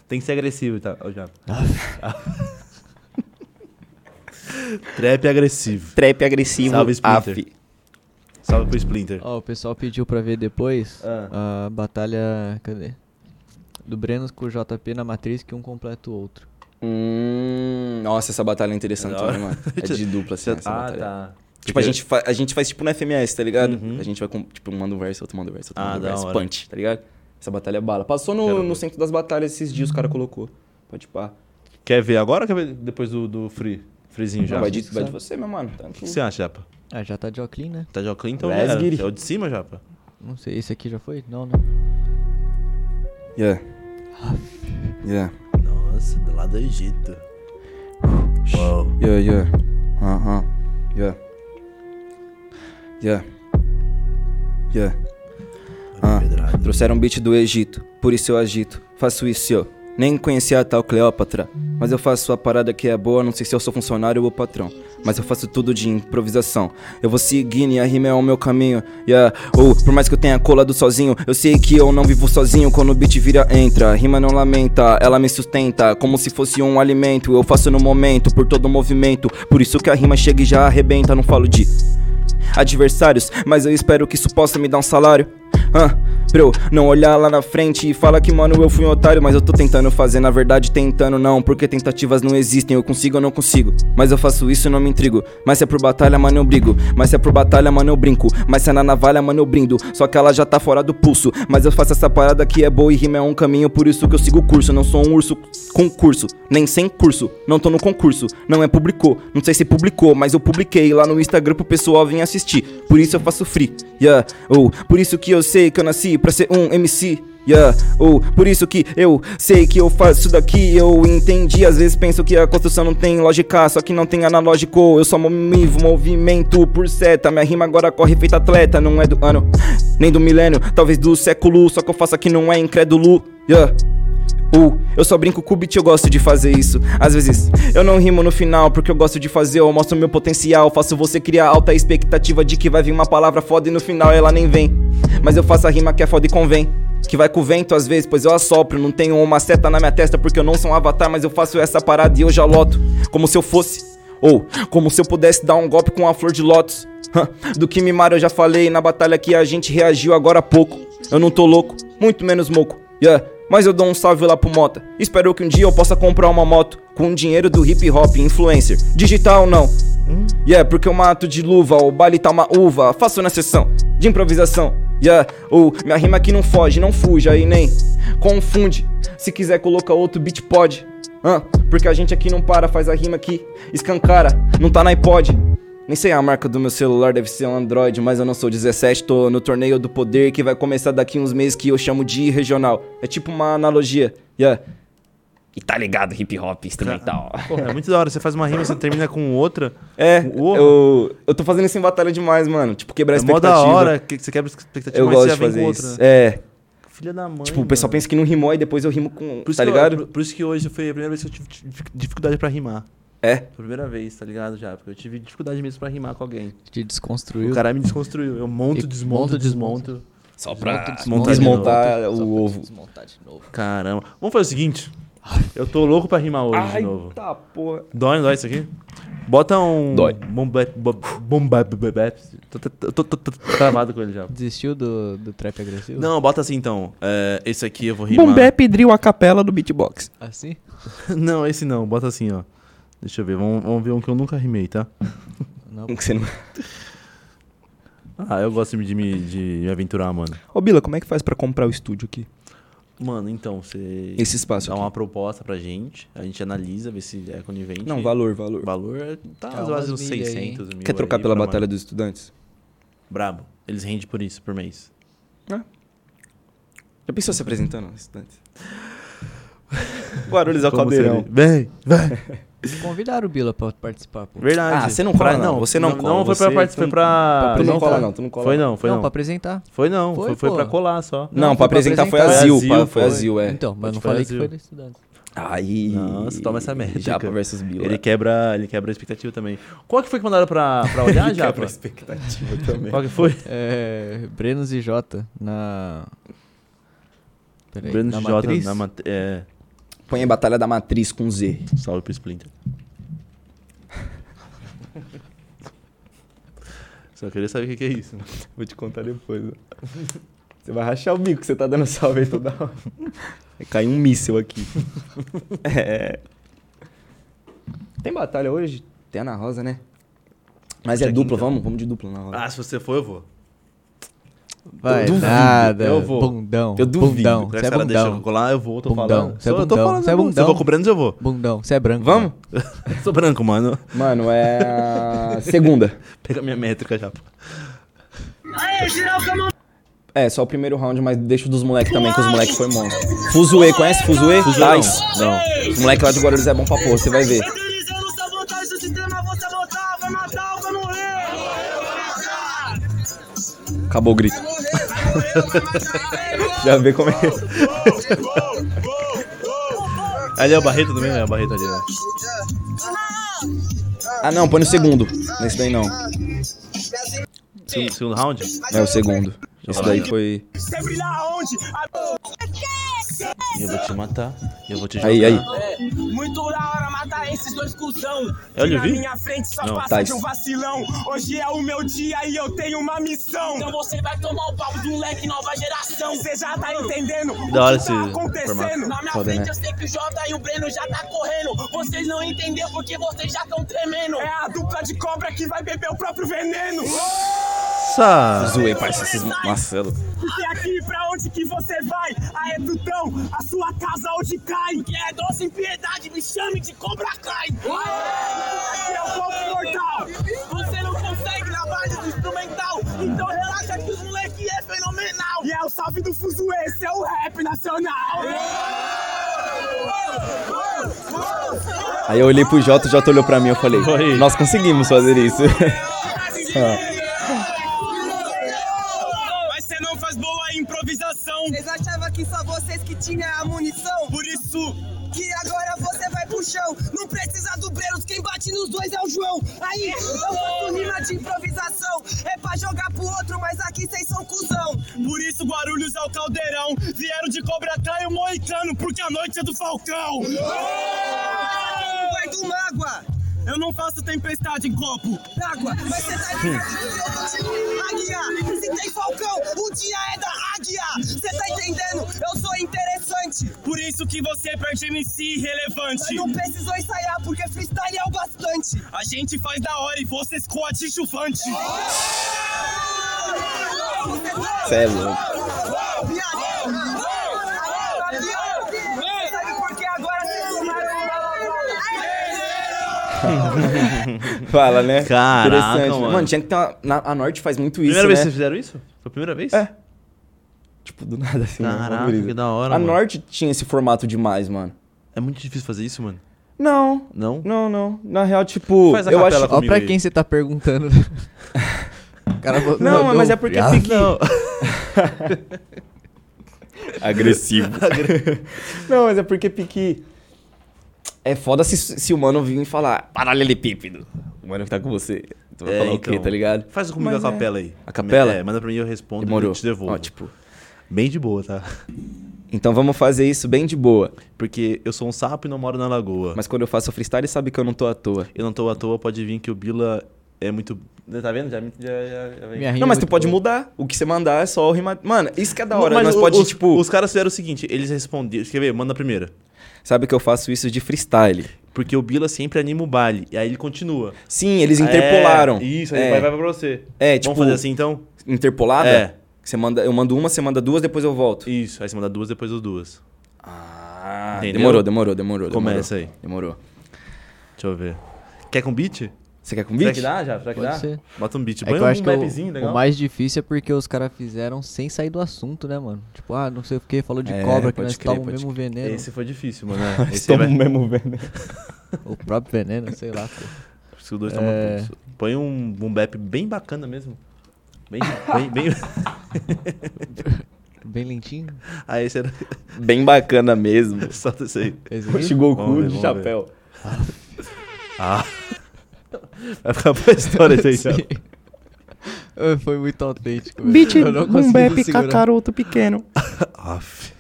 Speaker 2: Tem que ser agressivo, tá? Ó, já. trap agressivo.
Speaker 1: Trap agressivo.
Speaker 2: Salve, Splinter.
Speaker 1: af.
Speaker 2: Salve pro Splinter.
Speaker 3: Ó, o pessoal pediu pra ver depois
Speaker 2: Ah.
Speaker 3: a batalha. Cadê? Do Breno com o JP na matriz que um completa o outro.
Speaker 1: Hum, nossa, essa batalha é interessante,
Speaker 2: Da hora.
Speaker 1: né, mano? É de dupla, assim,
Speaker 2: Você-
Speaker 1: essa
Speaker 2: ah,
Speaker 1: batalha.
Speaker 2: tá. Uhum.
Speaker 1: Tipo, a gente, fa- a gente faz tipo no FMS, tá ligado? A gente vai, com, tipo, um manda um verso, outro manda um verso, outro
Speaker 2: Ah,
Speaker 1: manda um
Speaker 2: da
Speaker 1: verso.
Speaker 2: hora.
Speaker 1: Punch, tá ligado? Essa batalha é bala. Passou
Speaker 2: Quero
Speaker 1: no,
Speaker 2: ver.
Speaker 1: no centro das batalhas esses dias, o cara colocou. Pode pá.
Speaker 2: Quer ver agora ou quer ver depois do, do Free? Freezinho já.
Speaker 1: Não, vai de,
Speaker 2: O
Speaker 1: vai de você, meu mano. Tá
Speaker 2: que você acha, Japa?
Speaker 3: Ah, já tá de Oclean, né?
Speaker 2: Tá de Oclean, então
Speaker 1: Let's
Speaker 2: já era.
Speaker 1: get it.
Speaker 2: É o de cima, Japa?
Speaker 3: Não sei, esse aqui já foi? Não, né?
Speaker 1: Yeah. Yeah.
Speaker 2: Nossa, do lado do Egito. Uau.
Speaker 1: Yeah, yeah. Uh-huh. Yeah. Yeah. Yeah. Ah, trouxeram um beat do Egito, por isso eu agito. Faço isso, eu. Nem conhecia a tal Cleópatra. Mas eu faço a parada que é boa, não sei se eu sou funcionário ou patrão. Mas eu faço tudo de improvisação. Eu vou seguindo e a rima é o meu caminho. Yeah. Ou, por mais que eu tenha colado sozinho, eu sei que eu não vivo sozinho. Quando o beat vira, entra. A rima não lamenta, ela me sustenta. Como se fosse um alimento, eu faço no momento, por todo movimento. Por isso que a rima chega e já arrebenta, não falo de adversários, mas eu espero que isso possa me dar um salário. Ah, pra eu não olhar lá na frente e falar que, mano, eu fui um otário, mas eu tô tentando fazer, na verdade, tentando não, porque tentativas não existem, eu consigo ou não consigo. Mas eu faço isso e não me intrigo. Mas se é por batalha, mano, eu brigo. Mas se é por batalha, mano, eu brinco. Mas se é na navalha, mano, eu brindo. Só que ela já tá fora do pulso. Mas eu faço essa parada que é boa e rima é um caminho, por isso que eu sigo o curso. Não sou um urso com curso, nem sem curso. Não tô no concurso, não é publicou. Não sei se publicou, mas eu publiquei lá no Instagram pro pessoal vir assistir. Por isso eu faço free, yeah. Ou por isso que eu sei que eu nasci pra ser um MC. Yeah, ou por isso que eu sei que eu faço isso daqui, eu entendi. Às vezes penso que a construção não tem lógica, só que não tem analógico. Eu só movivo movimento por seta. Minha rima agora corre feita atleta, não é do ano, nem do milênio, talvez do século. Só que eu faço aqui não é incrédulo. Yeah. Uh, eu só brinco com o beat, eu gosto de fazer isso. Às vezes, eu não rimo no final, porque eu gosto de fazer, eu mostro meu potencial. Faço você criar alta expectativa de que vai vir uma palavra foda e no final ela nem vem. Mas eu faço a rima que é foda e convém. Que vai com o vento às vezes, pois eu assopro. Não tenho uma seta na minha testa, porque eu não sou um avatar, mas eu faço essa parada e eu já loto. Como se eu fosse. Ou, como se eu pudesse dar um golpe com a flor de lótus. Hã, Do que mimar eu já falei na batalha que a gente reagiu agora há pouco. Eu não tô louco, muito menos moco. Yeah. Mas eu dou um salve lá pro Mota. Espero que um dia eu possa comprar uma moto com o dinheiro do hip hop influencer. Digital não. Yeah, porque eu mato de luva, o baile tá uma uva. Faço na sessão de improvisação. Yeah, ou minha rima aqui não foge, não fuja e nem confunde. Se quiser colocar outro beat, pode. Hã? porque a gente aqui não para, faz a rima aqui, escancara, não tá na iPod. Nem sei a marca do meu celular, deve ser um Android, mas eu não sou 17, tô no torneio do poder que vai começar daqui uns meses que eu chamo de regional. É tipo uma analogia, yeah. E tá ligado, hip hop instrumental.
Speaker 2: Porra, é muito da hora. Você faz uma rima, você termina com outra.
Speaker 1: É,
Speaker 2: Uou.
Speaker 1: eu, eu tô fazendo isso em batalha demais, mano. Tipo, quebrar a
Speaker 2: É mó
Speaker 1: expectativa.
Speaker 2: da hora que você quebra a expectativa,
Speaker 1: Eu
Speaker 2: mas
Speaker 1: gosto
Speaker 2: você
Speaker 1: de
Speaker 2: já vem
Speaker 1: fazer
Speaker 2: com
Speaker 1: isso.
Speaker 2: outra.
Speaker 1: É.
Speaker 2: Filha da mãe.
Speaker 1: Tipo, o pessoal
Speaker 2: mano.
Speaker 1: pensa que não rimou e depois eu rimo com.
Speaker 2: Por isso
Speaker 1: Tá
Speaker 2: que eu-
Speaker 1: ligado?
Speaker 2: por, por isso que hoje foi a primeira vez que eu tive dif- dificuldade pra rimar.
Speaker 1: É.
Speaker 2: Foi a primeira vez, tá ligado? Já. Porque eu tive dificuldade mesmo pra rimar com alguém.
Speaker 3: Te desconstruiu.
Speaker 2: O cara me desconstruiu. Eu monto,
Speaker 3: E-
Speaker 2: desmonto,
Speaker 3: monto,
Speaker 2: desmonto.
Speaker 1: Só
Speaker 2: montar
Speaker 1: desmontar
Speaker 3: de novo.
Speaker 1: o
Speaker 3: Só pra
Speaker 1: ovo.
Speaker 3: Desmontar de novo.
Speaker 2: Caramba. Vamos fazer o seguinte. Eu tô louco pra rimar hoje
Speaker 1: Ai,
Speaker 2: de novo.
Speaker 1: tá, porra.
Speaker 2: Dói, não dói isso aqui? Bota um.
Speaker 1: Dói.
Speaker 2: Bomba. Bomba. Tô, tô, tô, tô, tô travado com ele já.
Speaker 3: Desistiu do, do trap agressivo?
Speaker 2: Não, bota assim então. É, esse aqui eu vou rimar.
Speaker 1: pedriu a capela do beatbox.
Speaker 3: Assim?
Speaker 2: Não, esse não. Bota assim, ó. Deixa eu ver. Vamos, vamos ver um que eu nunca rimei, tá?
Speaker 3: Não.
Speaker 1: Como que você não.
Speaker 2: Ah, eu gosto de me, de me aventurar, mano.
Speaker 1: Ô, Bila, como é que faz pra comprar o estúdio aqui?
Speaker 2: Mano, então, você.
Speaker 1: Esse espaço.
Speaker 2: Dá
Speaker 1: aqui.
Speaker 2: uma proposta pra gente. A gente analisa, vê se é conivente.
Speaker 1: Não, valor, valor.
Speaker 2: O valor é- tá
Speaker 3: Tá,
Speaker 2: às vezes uns
Speaker 3: umas milha aí,
Speaker 2: 600 mil.
Speaker 1: Quer trocar
Speaker 2: aí
Speaker 1: pela
Speaker 2: pra
Speaker 1: Batalha
Speaker 2: mais.
Speaker 1: dos Estudantes?
Speaker 2: Brabo. Eles rendem por isso, por mês.
Speaker 1: É. Já pensou se apresentando no estudante? Guarulhos é o
Speaker 2: Como
Speaker 1: caldeirão.
Speaker 2: seria? Vem, vem.
Speaker 3: Convidaram o Bila pra participar, pô.
Speaker 2: Verdade.
Speaker 1: Ah, você não cola,
Speaker 2: Pra-
Speaker 1: não. Você não cola,
Speaker 2: Não, foi
Speaker 1: você-
Speaker 2: pra participar, foi
Speaker 1: tu-
Speaker 2: pra...
Speaker 1: tu não cola,
Speaker 2: apresentar.
Speaker 1: não, tu não cola,
Speaker 2: Foi
Speaker 1: não.
Speaker 2: não, foi não.
Speaker 3: pra apresentar.
Speaker 2: Foi não, foi,
Speaker 3: Foi,
Speaker 2: foi
Speaker 3: pô.
Speaker 2: pra colar só.
Speaker 1: Não,
Speaker 3: Não,
Speaker 1: pra
Speaker 3: foi pra
Speaker 1: apresentar foi
Speaker 3: apresentar.
Speaker 1: Azil,
Speaker 2: Foi
Speaker 1: pá.
Speaker 2: Azil,
Speaker 1: Foi
Speaker 2: foi.
Speaker 1: Azil, é.
Speaker 3: Então, mas
Speaker 2: Pode
Speaker 3: não falei
Speaker 2: fazer.
Speaker 3: que foi do estudante.
Speaker 1: Aí.
Speaker 2: Nossa, toma essa médica.
Speaker 1: Japa versus Bila.
Speaker 2: Ele quebra, ele quebra a expectativa também. Qual que foi que mandaram pra, pra olhar,
Speaker 1: Ele
Speaker 2: Japa?
Speaker 1: quebra a expectativa também.
Speaker 2: Qual que foi?
Speaker 3: É. Brenos e Jota na. Peraí,
Speaker 2: Breno
Speaker 3: na
Speaker 2: de Jota,
Speaker 3: matriz?
Speaker 2: na mat- é,
Speaker 1: Põe aí Batalha da Matriz com Z.
Speaker 2: salve pro Splinter. Só queria saber o que que é isso.
Speaker 1: Vou te contar depois. ó. Você vai rachar o bico que você tá dando salve aí toda hora. Vai cair um míssel aqui. É. Tem batalha hoje? Tem Ana Rosa, né? Mas é
Speaker 2: Hoje é
Speaker 1: dupla,
Speaker 2: quinta.
Speaker 1: vamos? Vamos de dupla na Rosa.
Speaker 2: Ah, se você for, eu vou.
Speaker 3: Vai,
Speaker 1: duvido,
Speaker 3: nada.
Speaker 2: eu vou.
Speaker 3: Bundão.
Speaker 1: Eu duvido.
Speaker 3: Bundão.
Speaker 2: Se
Speaker 3: Você é
Speaker 2: a cara deixa eu
Speaker 3: bundão.
Speaker 2: colar, eu vou, tô
Speaker 3: Bundão.
Speaker 2: falando.
Speaker 3: Você é
Speaker 2: Sou- eu tô
Speaker 3: bundão,
Speaker 2: falando,
Speaker 3: você é
Speaker 2: eu vou. Se eu
Speaker 3: bundão.
Speaker 2: vou com o Brandon, eu vou.
Speaker 3: Bundão. Você é branco.
Speaker 1: Vamos?
Speaker 2: Sou branco, mano.
Speaker 1: Mano, é. a Segunda.
Speaker 2: Pega minha métrica já. pô.
Speaker 1: É, só o primeiro round, mas deixa o dos moleques também, que os moleques foi monstro. Fuzue, conhece Fuzue? Tais.
Speaker 2: Não.
Speaker 1: Os moleques lá de Guarulhos é bom pra porra, você vai ver.
Speaker 7: Utilizando sabotagem do sistema, vou sabotar, vai matar ou vai morrer?
Speaker 1: Acabou o grito. Já vê como é.
Speaker 2: Ali é o Barreto também, né? É o Barreto ali, né?
Speaker 1: Ah, não, põe no segundo. Nesse daí não.
Speaker 2: Segundo, segundo round?
Speaker 1: É o segundo. Esse daí foi.
Speaker 2: Eu vou te matar, eu vou te jogar.
Speaker 1: Aí, aí.
Speaker 7: É, Muito da hora matar esses dois cuzão.
Speaker 2: É o
Speaker 7: Que na
Speaker 2: Levi?
Speaker 7: minha frente só
Speaker 2: Não,
Speaker 7: passa
Speaker 1: Tais.
Speaker 7: de um vacilão. Hoje é o meu dia e eu tenho uma missão. Então você vai tomar o pau de um leque nova geração. Você já tá entendendo o que
Speaker 2: Da hora
Speaker 7: tá
Speaker 2: esse formato.
Speaker 7: acontecendo. Na minha
Speaker 1: Foda,
Speaker 7: frente
Speaker 1: né?
Speaker 7: eu sei que o Jota e o Breno já tá correndo. Vocês não entenderam porque vocês já estão tremendo. É a dupla de cobra que vai beber o próprio veneno.
Speaker 2: Nossa!
Speaker 1: Zoei, parceiro, esses Marcelo.
Speaker 7: Porque aqui pra onde que você vai? Aê, Tutão, a sua casa onde cai. Que é doce em piedade, me chame de Cobra Kai. Aqui é o povo mortal. Você não consegue na base do instrumental. Então relaxa que os moleque é fenomenal. E é o salve do Fuzuê, esse é o rap nacional.
Speaker 1: Aí eu olhei pro Jota, o Jota olhou pra mim eu falei:
Speaker 2: Oi.
Speaker 1: Nós conseguimos fazer isso.
Speaker 7: Mas você não faz boa improvisação.
Speaker 8: Vocês achavam que só vocês que tinham a munição?
Speaker 7: Por isso,
Speaker 8: Que agora você vai pro chão. Não precisa do Brenos, quem bate nos dois é o João. Aí, eu faço rima de improvisação. É pra jogar pro outro, mas aqui vocês são cuzão.
Speaker 7: Por isso Guarulhos é o caldeirão. Vieram de Cobra Kai e o Moicano, porque a noite é do Falcão.
Speaker 8: Vai do mágoa,
Speaker 7: Eu não faço tempestade em copo.
Speaker 8: d'água. Mas você tá ligado que eu tô tipo águia. Se tem falcão, o dia é da águia. Você tá entendendo? Eu sou interessante.
Speaker 7: Por isso que você perde MC irrelevante.
Speaker 8: Não precisou ensaiar, porque freestyle é o bastante.
Speaker 7: A gente faz da hora e você escoa chuvante.
Speaker 1: Cê é louco.
Speaker 8: Sabe por que agora vocês tomaram uma lavada?
Speaker 1: Fala, né?
Speaker 2: Caraca,
Speaker 1: Interessante, né?
Speaker 2: mano.
Speaker 1: Mano, tinha que ter uma. na- a Norte faz muito isso,
Speaker 2: Primeira vez que
Speaker 1: né?
Speaker 2: vocês fizeram isso? Foi a primeira vez?
Speaker 1: É. Tipo, do nada assim. né?
Speaker 2: Caraca,
Speaker 1: Uma brisa.
Speaker 2: que da hora,
Speaker 1: A
Speaker 2: mano.
Speaker 1: Norte tinha esse formato demais, mano.
Speaker 2: É muito difícil fazer isso, mano.
Speaker 1: Não,
Speaker 2: Não?
Speaker 1: não, não. Na real, tipo,
Speaker 2: Faz a
Speaker 1: eu
Speaker 2: capela
Speaker 1: acho.
Speaker 2: com-
Speaker 3: Ó,
Speaker 2: comigo
Speaker 3: pra
Speaker 2: aí.
Speaker 3: quem você tá perguntando. O cara bo-
Speaker 1: Não,
Speaker 3: mandou
Speaker 1: mas
Speaker 3: um
Speaker 1: é porque
Speaker 3: piá.
Speaker 1: tem que- Agressivo. não, mas é porque pique. É foda se, se o mano vir falar paralelepípedo. O mano que tá com você. Tu vai
Speaker 2: É,
Speaker 1: falar o quê,
Speaker 2: então.
Speaker 1: tá ligado?
Speaker 2: Faz comigo
Speaker 1: Mas
Speaker 2: a
Speaker 1: é.
Speaker 2: capela aí.
Speaker 1: A capela?
Speaker 2: É, manda pra mim e eu respondo e
Speaker 1: Demorou.
Speaker 2: eu te devolvo.
Speaker 1: Ó, tipo,
Speaker 2: Bem de boa, tá?
Speaker 1: então vamos fazer isso bem de boa.
Speaker 2: Porque eu sou um sapo e não moro na lagoa.
Speaker 1: Mas quando eu faço freestyle, sabe que eu não tô à toa.
Speaker 2: Eu não tô à toa, pode vir que o Bila é muito... Tá vendo? Já, me- já, já, já vem.
Speaker 3: Minha rima
Speaker 1: não, mas
Speaker 3: é
Speaker 1: tu
Speaker 3: muito
Speaker 1: pode
Speaker 3: boa.
Speaker 1: mudar. O que você mandar é só o rima. Mano, isso que é da hora.
Speaker 2: Mas
Speaker 1: Nós
Speaker 2: o-
Speaker 1: pode,
Speaker 2: os,
Speaker 1: tipo.
Speaker 2: Os caras fizeram o seguinte, eles respondiam... Quer ver? Manda a primeira.
Speaker 1: Sabe que eu faço isso de freestyle.
Speaker 2: Porque o Bila sempre anima o baile. E aí ele continua.
Speaker 1: Sim, eles interpolaram.
Speaker 2: É, isso, aí
Speaker 1: é,
Speaker 2: vai, vai pra você.
Speaker 1: É, tipo-
Speaker 2: Vamos fazer assim, então?
Speaker 1: Interpolada?
Speaker 2: É.
Speaker 1: Você manda, eu mando uma, você manda duas, depois eu volto.
Speaker 2: Isso. Aí você manda duas, depois as duas.
Speaker 1: Ah,
Speaker 2: Entendeu?
Speaker 1: demorou, demorou, demorou.
Speaker 2: Começa
Speaker 1: demorou.
Speaker 2: aí.
Speaker 1: Demorou.
Speaker 2: Deixa eu ver. Quer com beat?
Speaker 1: Você quer com
Speaker 2: Será
Speaker 1: Um beat?
Speaker 2: que dá já? Será que
Speaker 3: Pode
Speaker 2: dá?
Speaker 3: ser.
Speaker 2: Bota um beat.
Speaker 3: É que
Speaker 2: Põe
Speaker 3: eu acho
Speaker 2: um
Speaker 3: que
Speaker 2: rapzinho,
Speaker 3: o,
Speaker 2: legal.
Speaker 3: o mais difícil é porque os caras fizeram sem sair do assunto, né, mano? Tipo, ah, não sei o que, falou de
Speaker 1: É,
Speaker 3: cobra que
Speaker 1: pode
Speaker 3: nós
Speaker 1: crer,
Speaker 3: tomamos o
Speaker 1: pode
Speaker 3: mesmo veneno.
Speaker 2: Esse foi difícil, mano. né? Esse
Speaker 1: Estamos
Speaker 2: vai...
Speaker 1: mesmo vendo.
Speaker 3: O próprio veneno, sei lá. pô.
Speaker 2: Acho que os dois tomam
Speaker 3: É.
Speaker 2: pulso. Põe um boom bap bem bacana mesmo. Bem, bem, bem...
Speaker 3: Bem lentinho.
Speaker 2: Ah, esse era...
Speaker 1: Bem bacana mesmo.
Speaker 2: Só isso aí.
Speaker 3: Esse
Speaker 1: Puxa
Speaker 3: aqui?
Speaker 1: o Goku
Speaker 2: Vamos ver,
Speaker 1: de
Speaker 2: vamos
Speaker 1: chapéu.
Speaker 2: Vai ficar pra história isso aí,
Speaker 3: Sim.
Speaker 2: Thiago.
Speaker 3: Ah, Foi muito autêntico. velho. Eu não consigo segurar.
Speaker 1: pequeno.
Speaker 2: Aff.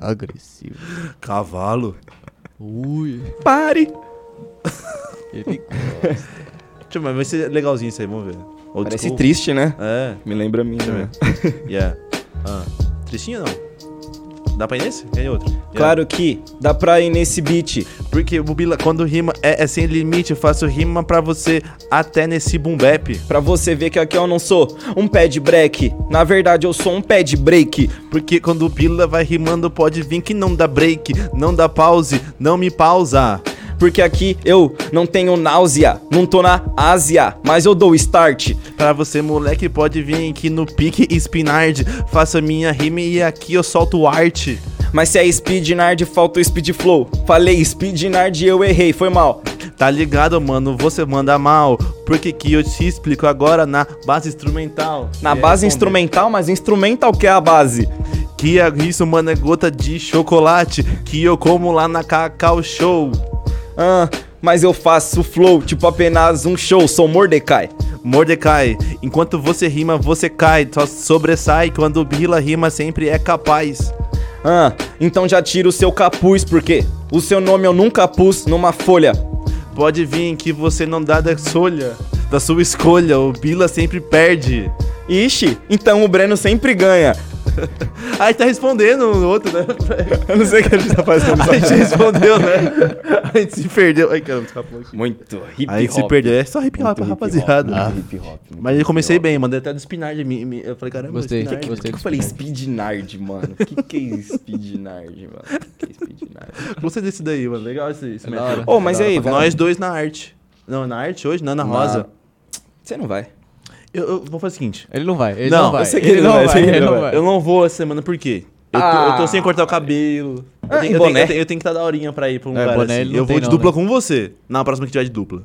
Speaker 3: Agressivo.
Speaker 2: Cavalo.
Speaker 3: Ui.
Speaker 1: Pare!
Speaker 3: Ele...
Speaker 2: Deixa eu ver, Tipo, vai ser legalzinho isso aí, vamos ver. Old
Speaker 1: Parece
Speaker 2: school.
Speaker 1: triste, né?
Speaker 2: É.
Speaker 1: Me lembra a minha.
Speaker 2: Deixa eu
Speaker 1: né?
Speaker 2: ver. Yeah. Ah. Tristinho ou não? Dá pra ir nesse? Quer ir outro? Yeah.
Speaker 1: É Claro que dá pra ir nesse beat.
Speaker 2: Porque o Bila, quando rima, é, é sem limite. Eu faço rima pra você até nesse boom bap.
Speaker 1: Pra você ver que aqui eu não sou um pad break. Na verdade, eu sou um pad break.
Speaker 2: Porque quando o Bila vai rimando, pode vir que não dá break, não dá pause, não me pausa.
Speaker 1: Porque aqui eu não tenho náusea. Não tô na Ásia, mas eu dou start.
Speaker 2: Pra você, moleque, pode vir aqui no pique Spinard. Faço a minha rima e aqui eu solto arte.
Speaker 1: Mas se é speed nard, falta o speed flow. Falei speed nard e eu errei, foi mal.
Speaker 2: Tá ligado, mano? Você manda mal. Porque que eu te explico agora na base instrumental. É,
Speaker 1: Na
Speaker 2: E
Speaker 1: base
Speaker 2: aí,
Speaker 1: instrumental, mas instrumental que é a base.
Speaker 2: Que é isso, mano, é gota de chocolate que eu como lá na Cacau Show.
Speaker 1: Ah, mas eu faço flow, tipo apenas um show, sou Mordecai.
Speaker 2: Mordecai, enquanto você rima, você cai. Só sobressai quando o Bila rima, sempre é capaz.
Speaker 1: Ah, então já tira o seu capuz, porque o seu nome eu nunca pus numa folha.
Speaker 2: Pode vir que você não dá da solha, da sua escolha. O Bila sempre perde.
Speaker 1: Ixi, então o Breno sempre ganha.
Speaker 2: Aí tá respondendo o outro, né?
Speaker 1: Eu não sei o que a gente tá fazendo.
Speaker 2: A gente respondeu, né? A gente se perdeu. Ai, caramba, tá escapou aqui.
Speaker 1: Muito hip hop.
Speaker 2: A gente se perdeu. É só hip
Speaker 1: Muito
Speaker 2: hop,
Speaker 1: hip hop,
Speaker 2: rapaziada. Ah,
Speaker 1: muito hip hop, muito
Speaker 2: Mas eu
Speaker 1: hip
Speaker 2: comecei
Speaker 1: hop.
Speaker 2: bem, mandei até do Spinard. me- me- Eu falei, caramba,
Speaker 3: Gostei,
Speaker 2: Spinard.
Speaker 1: Por que
Speaker 3: gostei
Speaker 1: eu
Speaker 3: do
Speaker 1: falei speed nard, mano? O que, que é speed nard, mano? O que, que é speed nard?
Speaker 2: Gostei desse daí, mano. Legal esse, esse
Speaker 3: É da
Speaker 2: método.
Speaker 3: hora.
Speaker 1: Ô, mas e aí, vai-
Speaker 2: Nós dois na arte. Não, na arte hoje? Não, na rosa.
Speaker 1: Você não vai.
Speaker 2: Eu, eu vou fazer o seguinte.
Speaker 3: Ele não vai, ele
Speaker 2: Não,
Speaker 3: não, vai.
Speaker 1: eu sei que
Speaker 3: ele
Speaker 1: ele
Speaker 3: não
Speaker 1: vai, eu sei
Speaker 3: vai,
Speaker 1: que
Speaker 3: ele
Speaker 1: ele
Speaker 3: não
Speaker 1: vai.
Speaker 3: vai. Ah.
Speaker 2: Eu não vou essa semana, por quê? Eu tô, eu tô sem cortar o cabelo. eu,
Speaker 1: Ah,
Speaker 2: tenho,
Speaker 1: em
Speaker 2: eu, tenho,
Speaker 1: boné.
Speaker 2: eu, tenho, eu tenho que estar daorinha pra ir pra um
Speaker 3: É,
Speaker 2: lugar
Speaker 3: boné ele
Speaker 2: assim.
Speaker 3: não
Speaker 2: Eu vou
Speaker 3: tem
Speaker 2: de
Speaker 3: não,
Speaker 2: dupla
Speaker 3: né?
Speaker 2: com você. Na próxima que tiver de dupla.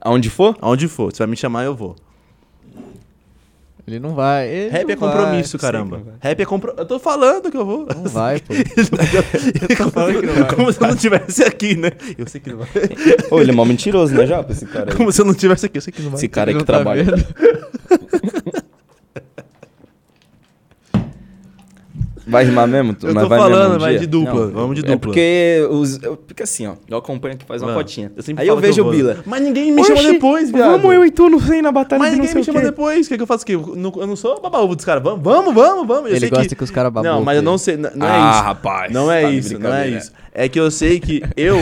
Speaker 1: Aonde for?
Speaker 2: Aonde for. Você vai me chamar, eu vou.
Speaker 3: Ele não vai. Ele
Speaker 2: Rap
Speaker 3: não
Speaker 2: é compromisso, caramba. Rap é compromisso. Eu tô falando que eu vou.
Speaker 3: Vai. Não vai, pô.
Speaker 2: Como se eu não tivesse aqui, né? Eu sei que não vai.
Speaker 1: Ô, ele é mal mentiroso, né, Japa? Esse cara aí.
Speaker 2: Como se eu não tivesse aqui, eu sei que não vai.
Speaker 1: Esse cara aí
Speaker 3: Ele
Speaker 1: que
Speaker 3: não tá
Speaker 1: trabalha.
Speaker 3: vendo.
Speaker 1: Vai rimar mesmo? Tu?
Speaker 2: Eu
Speaker 1: Mas
Speaker 2: tô
Speaker 1: vai
Speaker 2: falando,
Speaker 1: mesmo um
Speaker 2: vai
Speaker 1: dia?
Speaker 2: de dupla, vamos de
Speaker 1: É
Speaker 2: dupla.
Speaker 1: porque, os, eu- porque assim, ó. Eu acompanho aqui faz uma
Speaker 2: Ah,
Speaker 1: fotinha.
Speaker 2: sempre
Speaker 1: Aí eu
Speaker 2: falo que
Speaker 1: vejo o
Speaker 2: vou.
Speaker 1: Bila.
Speaker 2: Mas ninguém me chama depois, viado.
Speaker 1: e tu não sei na batalha
Speaker 2: Mas ninguém me chama depois. O que, que eu faço aqui? Eu não, eu não sou babaúvo dos caras. Vamos, vamos, vamos, vamos. Eu
Speaker 3: Ele
Speaker 2: sei
Speaker 3: gosta que os caras babam
Speaker 2: Não, mas eu
Speaker 3: dele.
Speaker 2: não sei. n- Não, é
Speaker 1: Ah,
Speaker 2: isso.
Speaker 1: rapaz,
Speaker 2: Não é
Speaker 1: tá de
Speaker 2: isso, não é
Speaker 1: brincadeira.
Speaker 2: isso. É que eu sei que eu,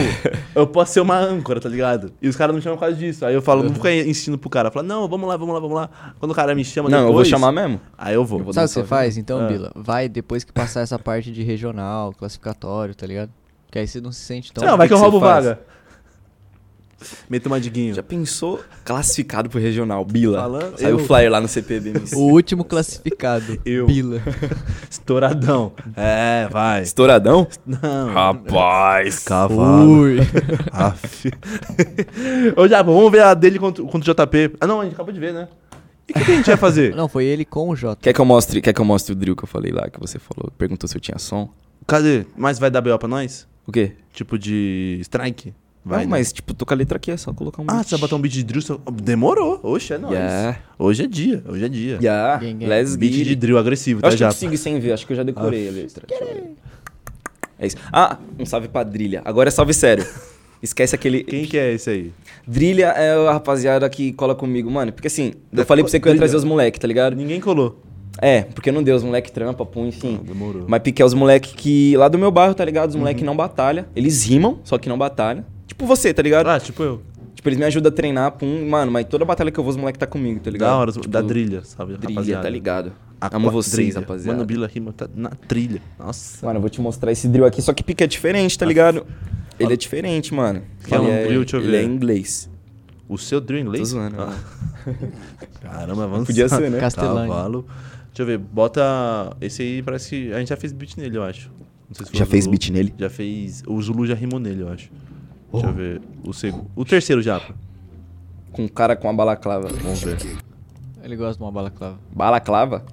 Speaker 2: eu posso ser uma âncora, tá ligado? E os caras não me chamam por causa disso. Aí eu falo, não fica insistindo pro cara. Fala, não, vamos lá, vamos lá, vamos lá. Quando o cara me chama
Speaker 1: Não,
Speaker 2: depois.
Speaker 1: eu vou chamar mesmo.
Speaker 2: Aí eu vou. um
Speaker 1: Eu vou
Speaker 3: Sabe o
Speaker 1: dar
Speaker 3: que você
Speaker 1: salve.
Speaker 3: faz então, Bila? Vai depois que passar essa parte de regional, classificatório, tá ligado? Que aí você não se sente tão.
Speaker 2: não, vai que, eu
Speaker 1: que você
Speaker 2: roubo
Speaker 1: faz?
Speaker 2: vaga. Meteu uma diguinho.
Speaker 1: Já pensou? Classificado pro regional, Bila.
Speaker 2: Falando-
Speaker 1: Saiu o
Speaker 2: eu-
Speaker 1: flyer lá no CPB. miss.
Speaker 3: O último classificado.
Speaker 2: Eu.
Speaker 3: Bila.
Speaker 2: Estouradão. É, vai.
Speaker 1: Estouradão?
Speaker 2: Não.
Speaker 1: Rapaz,
Speaker 2: Cavalo.
Speaker 3: Ui.
Speaker 2: Aff. Ô, Japa, vamos ver a dele contra, contra o JP. Ah, não, a gente acabou de ver, né? E o que, que a gente vai fazer?
Speaker 3: Não, foi ele com o Jota.
Speaker 1: Quer que eu mostre, quer que eu mostre o drill que eu falei lá, que você falou, perguntou se eu tinha som?
Speaker 2: Cadê? Mas vai dar BO pra nós?
Speaker 1: O quê?
Speaker 2: Tipo de strike? Vai,
Speaker 1: Não,
Speaker 2: né?
Speaker 1: mas tipo, tô com a letra aqui, é só colocar um
Speaker 2: Ah,
Speaker 1: beat.
Speaker 2: você vai botar um beat de drill? só- Demorou. Oxe, é nóis.
Speaker 1: Yeah.
Speaker 2: Hoje é dia, hoje é dia.
Speaker 1: Yeah,
Speaker 3: Gang, gang.
Speaker 1: let's
Speaker 2: Beat
Speaker 1: get
Speaker 2: de
Speaker 1: it.
Speaker 2: drill agressivo,
Speaker 1: Eu
Speaker 2: tá,
Speaker 1: acho que eu
Speaker 2: Japa?
Speaker 1: consigo ir sem ver, acho que eu já decorei a letra. Deixa eu ver. É isso. Ah, um salve pra Drilha. Agora é salve sério. Esquece aquele.
Speaker 2: Quem que é esse aí?
Speaker 1: Drilha é a rapaziada que cola comigo, mano. Porque assim, eu falei pra você que eu ia
Speaker 2: Drilha.
Speaker 1: trazer os moleque, tá ligado?
Speaker 2: Ninguém colou.
Speaker 1: É, porque não deu, os moleque trampa, pum, enfim.
Speaker 2: Ah, demorou. Uhum.
Speaker 1: Mas pique é os moleque que. Lá do meu bairro, tá ligado? Os moleque não batalha. Eles rimam, só que não batalha. Tipo você, tá ligado?
Speaker 2: Ah, tipo eu.
Speaker 1: Tipo, eles me ajudam a treinar, pum. Mano, mas toda batalha que eu vou, os moleque tá comigo, tá ligado?
Speaker 2: Da hora,
Speaker 1: Tipo,
Speaker 2: da drilha, sabe?
Speaker 1: Drilha,
Speaker 2: rapaziada?
Speaker 1: tá ligado?
Speaker 2: A
Speaker 1: Amo
Speaker 2: qua-
Speaker 1: vocês,
Speaker 2: drilha.
Speaker 1: rapaziada.
Speaker 2: Mano, Bila rima tá na trilha. Nossa.
Speaker 1: Mano, eu vou te mostrar esse drill aqui, só que pique é diferente, tá ligado? Ele é diferente, mano.
Speaker 2: Que é um
Speaker 1: Ele
Speaker 2: drill, deixa eu
Speaker 1: ele
Speaker 2: ver.
Speaker 1: é em inglês.
Speaker 2: O seu drill em
Speaker 1: Tô
Speaker 2: inglês?
Speaker 1: zoando.
Speaker 2: Ah,
Speaker 1: mano.
Speaker 2: Caramba, avançado.
Speaker 1: Podia ser, né?
Speaker 3: Castellani.
Speaker 2: Cavalo. Deixa eu ver, bota... Esse aí parece que... A gente já fez beat nele, eu acho. Não sei se foi
Speaker 1: Já
Speaker 2: o
Speaker 1: fez
Speaker 2: Zulu.
Speaker 1: beat nele? Oh.
Speaker 2: Já fez... O Zulu já rimou nele, eu acho. Deixa eu ver. O, seg... o terceiro já.
Speaker 1: Com um cara com uma balaclava.
Speaker 2: Vamos ver.
Speaker 3: Ele gosta de uma balaclava.
Speaker 1: Balaclava?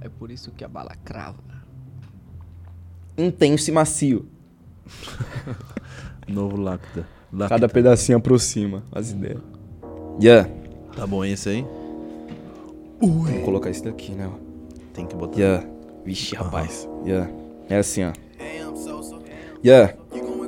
Speaker 3: É por isso que a bala crava.
Speaker 1: Intenso e macio.
Speaker 2: Novo Lacta. Lacta.
Speaker 1: Cada pedacinho aproxima as ideias. Yeah.
Speaker 2: Tá bom esse aí?
Speaker 1: Vou colocar isso daqui, né? ó.
Speaker 2: Tem que botar.
Speaker 1: Yeah. Vixe, rapaz. Yeah. É assim, ó. Yeah.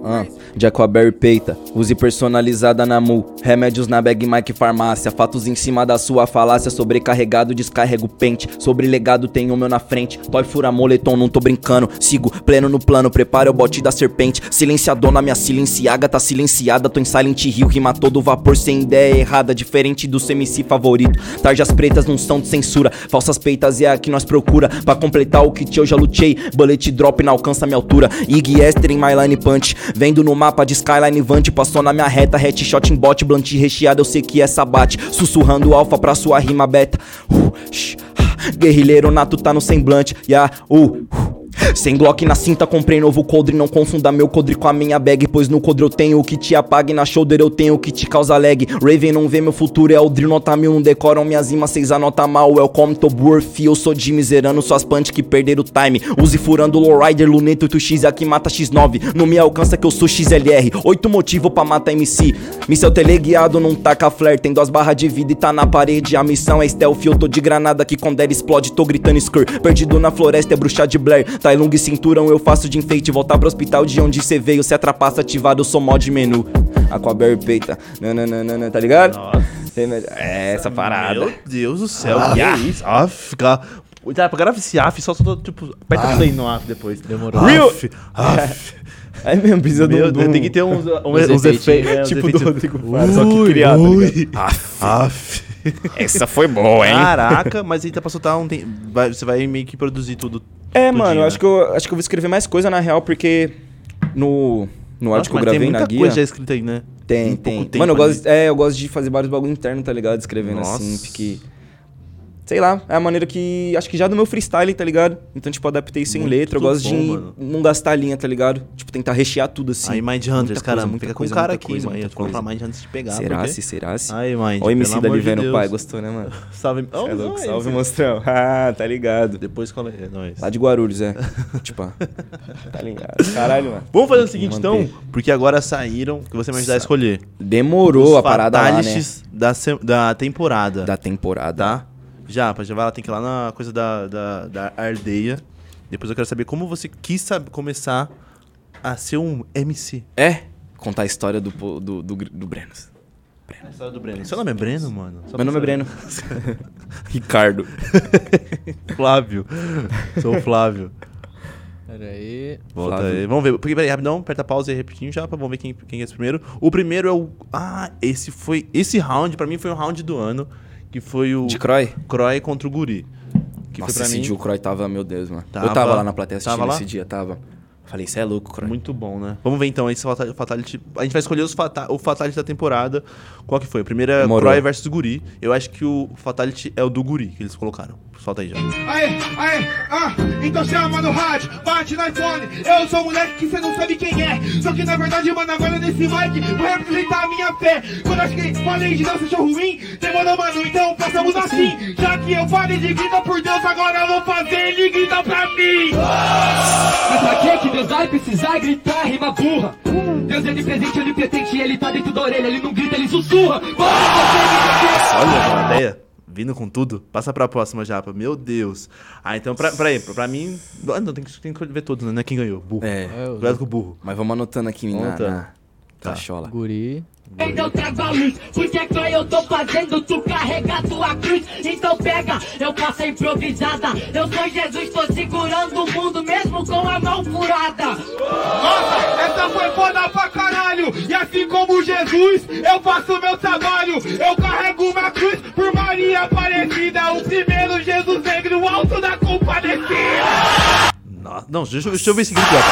Speaker 1: Ah, Jacoberry peita, use personalizada na Mu. Remédios na Bag Mike Farmácia. Fatos em cima da sua falácia. Sobrecarregado, descarrego pente. Sobre legado, tem o meu na frente. Toy fura moletom, não tô brincando. Sigo pleno no plano, prepara o bote da serpente. Silenciadona, minha silenciaga tá silenciada. Tô em Silent Hill, rima todo vapor sem ideia errada. Diferente do seu MC favorito. Tarjas pretas não são de censura. Falsas peitas é a que nós procura. Pra completar o kit eu já lutei. Bullet drop não alcança minha altura. Ig Esther em my line punch. Vendo no mapa de Skyline Vant. Passou na minha reta, headshot em bot. Blunt recheado, eu sei que essa bate. Sussurrando alfa pra sua rima beta. Uh, sh, ah, guerrilheiro nato tá no semblante. Yeah, uh, uh. Sem Glock na cinta, comprei novo coldre. Não confunda meu coldre com a minha bag. Pois no coldre eu tenho o que te apague. Na shoulder eu tenho o que te causa lag. Raven não vê meu futuro, é o drill nota mil. Não decoram minhas rimas, cês anota mal. Welcome to Burf, eu sou Jimmy zerando suas punch que perderam o time. Use furando lowrider, luneto 8x aqui mata X9. Não me alcança é que eu sou XLR. Oito motivo pra matar MC. Missão teleguiado, não taca flare. Tem duas barras de vida e tá na parede. A missão é stealth, eu tô de granada que quando ela explode, tô gritando skrr. Perdido na floresta é bruxa de Blair. Tai Lung cinturão, eu faço de enfeite. Voltar pro hospital de onde cê veio. Se atrapassa ativado, eu sou mod menu. Ah, Aquaberry peita. Nananana, tá ligado? Nossa. É essa parada.
Speaker 2: Meu Deus do céu,
Speaker 1: Ah.
Speaker 2: que é isso? Af, cara. Tá, grava esse af, só solta, tipo, aperta
Speaker 1: Ah.
Speaker 2: o play no af depois. Demorou.
Speaker 1: Real-
Speaker 2: Af, af.
Speaker 1: É mesmo, precisa de
Speaker 2: Meu
Speaker 1: um. de
Speaker 2: Deus,
Speaker 1: um-
Speaker 2: tem que ter uns, um-
Speaker 3: Uns
Speaker 2: uns
Speaker 3: efeitinhos.
Speaker 2: efeitos. né, uns
Speaker 1: Tipo do
Speaker 2: efeitos-
Speaker 1: Rodrigo Faro, só que criado.
Speaker 2: né?
Speaker 1: tá ligado?
Speaker 2: Ui, af.
Speaker 1: Essa foi boa,
Speaker 2: Caraca, mas aí tá pra soltar um tem- vai- Você vai meio que produzir tudo.
Speaker 1: É,
Speaker 2: tudinho,
Speaker 1: mano, eu
Speaker 2: né?
Speaker 1: acho que eu, acho que eu vou escrever mais coisa na real, porque no, no áudio que eu
Speaker 2: mas tem
Speaker 1: gravei
Speaker 2: muita
Speaker 1: na guia.
Speaker 2: coisa já escrita aí, né?
Speaker 1: Tem,
Speaker 2: Em pouco
Speaker 1: tem.
Speaker 2: tempo
Speaker 1: Mano, eu
Speaker 2: ali.
Speaker 1: gosto, é, eu gosto de fazer vários bagulho interno, tá ligado? Escrevendo
Speaker 2: Nossa.
Speaker 1: assim, porque. Sei lá, é a maneira que. Acho que já do meu freestyle, tá ligado? Então, tipo, adaptei isso em
Speaker 2: Muito
Speaker 1: letra. Eu gosto
Speaker 2: bom,
Speaker 1: de
Speaker 2: mano.
Speaker 1: não gastar linha, tá ligado? Tipo, tentar rechear tudo assim.
Speaker 2: Aí Mind Hunters,
Speaker 1: Muita
Speaker 2: caramba,
Speaker 1: coisa,
Speaker 2: fica
Speaker 1: muita
Speaker 2: com o
Speaker 1: coisa,
Speaker 2: cara
Speaker 1: muita
Speaker 2: aqui,
Speaker 1: coisa,
Speaker 2: mano. Eu
Speaker 1: muita
Speaker 2: tô falando pra
Speaker 1: coisa.
Speaker 2: Mind Hunters te pegar.
Speaker 1: será
Speaker 2: porque-
Speaker 1: se, será se?
Speaker 2: Aí, Mind.
Speaker 1: Ó, o MC
Speaker 2: pelo
Speaker 1: dali
Speaker 2: amor de
Speaker 1: vendo o
Speaker 2: Deus.
Speaker 1: pai, gostou, né, mano?
Speaker 2: Salve, oh,
Speaker 1: É louco,
Speaker 2: não,
Speaker 1: salve,
Speaker 2: esse-
Speaker 1: monstrão. Ah, tá ligado.
Speaker 2: Depois qual é? É nóis.
Speaker 1: Lá de Guarulhos, é. tipo, ah, tá ligado. Caralho, mano.
Speaker 2: Vamos fazer o seguinte,
Speaker 1: manter.
Speaker 2: então, porque agora saíram, que você vai me ajudar a escolher.
Speaker 1: Demorou a
Speaker 2: Os
Speaker 1: parada lá, né?
Speaker 2: fatalities da, se- da temporada,
Speaker 1: Da temporada.
Speaker 2: tá? Já, pra já vai lá, tem que ir lá na coisa da, da, da Ardeia. Depois eu quero saber como você quis sab- começar a ser um MC.
Speaker 1: É? Contar a história do, po- do, do, do Brenos.
Speaker 2: A história do Breno. Seu nome é Breno, mano? Só pra
Speaker 1: Meu nome é
Speaker 2: saber.
Speaker 1: Breno. Ricardo.
Speaker 2: Flávio. Sou o Flávio.
Speaker 3: Pera aí.
Speaker 2: Volta
Speaker 1: Flávio.
Speaker 2: aí. Vamos ver. Porque, peraí, rapidão, aperta a pausa aí rapidinho já, pra- vamos ver quem, quem é esse primeiro. O primeiro é o. Ah, esse foi. Esse round, pra mim, foi o round do ano. Que foi o.
Speaker 1: De Croy?
Speaker 2: Croy contra o Guri. Que
Speaker 1: Nossa,
Speaker 2: foi pra
Speaker 1: esse
Speaker 2: mim.
Speaker 1: dia o Croy tava, meu Deus, mano.
Speaker 2: Tava-
Speaker 1: eu tava lá na plateia assistindo
Speaker 2: tava lá?
Speaker 1: esse dia, tava. Falei, isso é louco, Croy.
Speaker 2: Muito bom, né? Vamos ver então esse fata- Fatality. A gente vai escolher os fata- o Fatality da temporada. Qual que foi? Primeiro é
Speaker 1: Demorou.
Speaker 2: Croy versus Guri. Eu acho que o Fatality é o do Guri que eles colocaram. Solta aí já.
Speaker 4: Aê, aê, ah, então chama no rádio, bate no iPhone. Eu sou o moleque que você não sabe quem é. Só que na verdade, mano, agora nesse mic vou representar a minha fé. Quando acho que falei de dança, show ruim, demorou, mano, então passamos assim. Já que eu falei de grita por Deus, agora eu vou fazer ele grita pra mim.
Speaker 7: Mas pra que que Deus vai precisar gritar, rima burra? Deus é onipresente, onipotente, ele tá dentro da orelha, ele não grita, ele sussurra.
Speaker 2: Olha a plateia. Vindo com tudo. Passa pra próxima, Japa. Meu Deus. Ah, então, pra, peraí, pra, pra mim. Ah, não, tem que, tem que ver todos, né? Não é Quem ganhou? Burro.
Speaker 1: É.
Speaker 3: É, o
Speaker 2: Cuidado com o burro.
Speaker 1: Mas vamos anotando aqui Ah, tá na,
Speaker 2: Anotando.
Speaker 1: na
Speaker 2: Tá.
Speaker 1: cachola.
Speaker 3: guri.
Speaker 7: Então trava a luz, porque Croy eu tô fazendo tu carregar tua cruz. Então pega, eu passo a improvisada. Eu sou Jesus, tô segurando o mundo mesmo com a mão furada.
Speaker 4: Nossa, essa foi foda pra caralho. E assim como Jesus, eu faço meu trabalho. Eu carrego uma cruz por Maria Aparecida. O primeiro Jesus negro, alto da compadecida.
Speaker 2: Nossa, não, deixa, eu- deixa eu ver esse grito, Japa.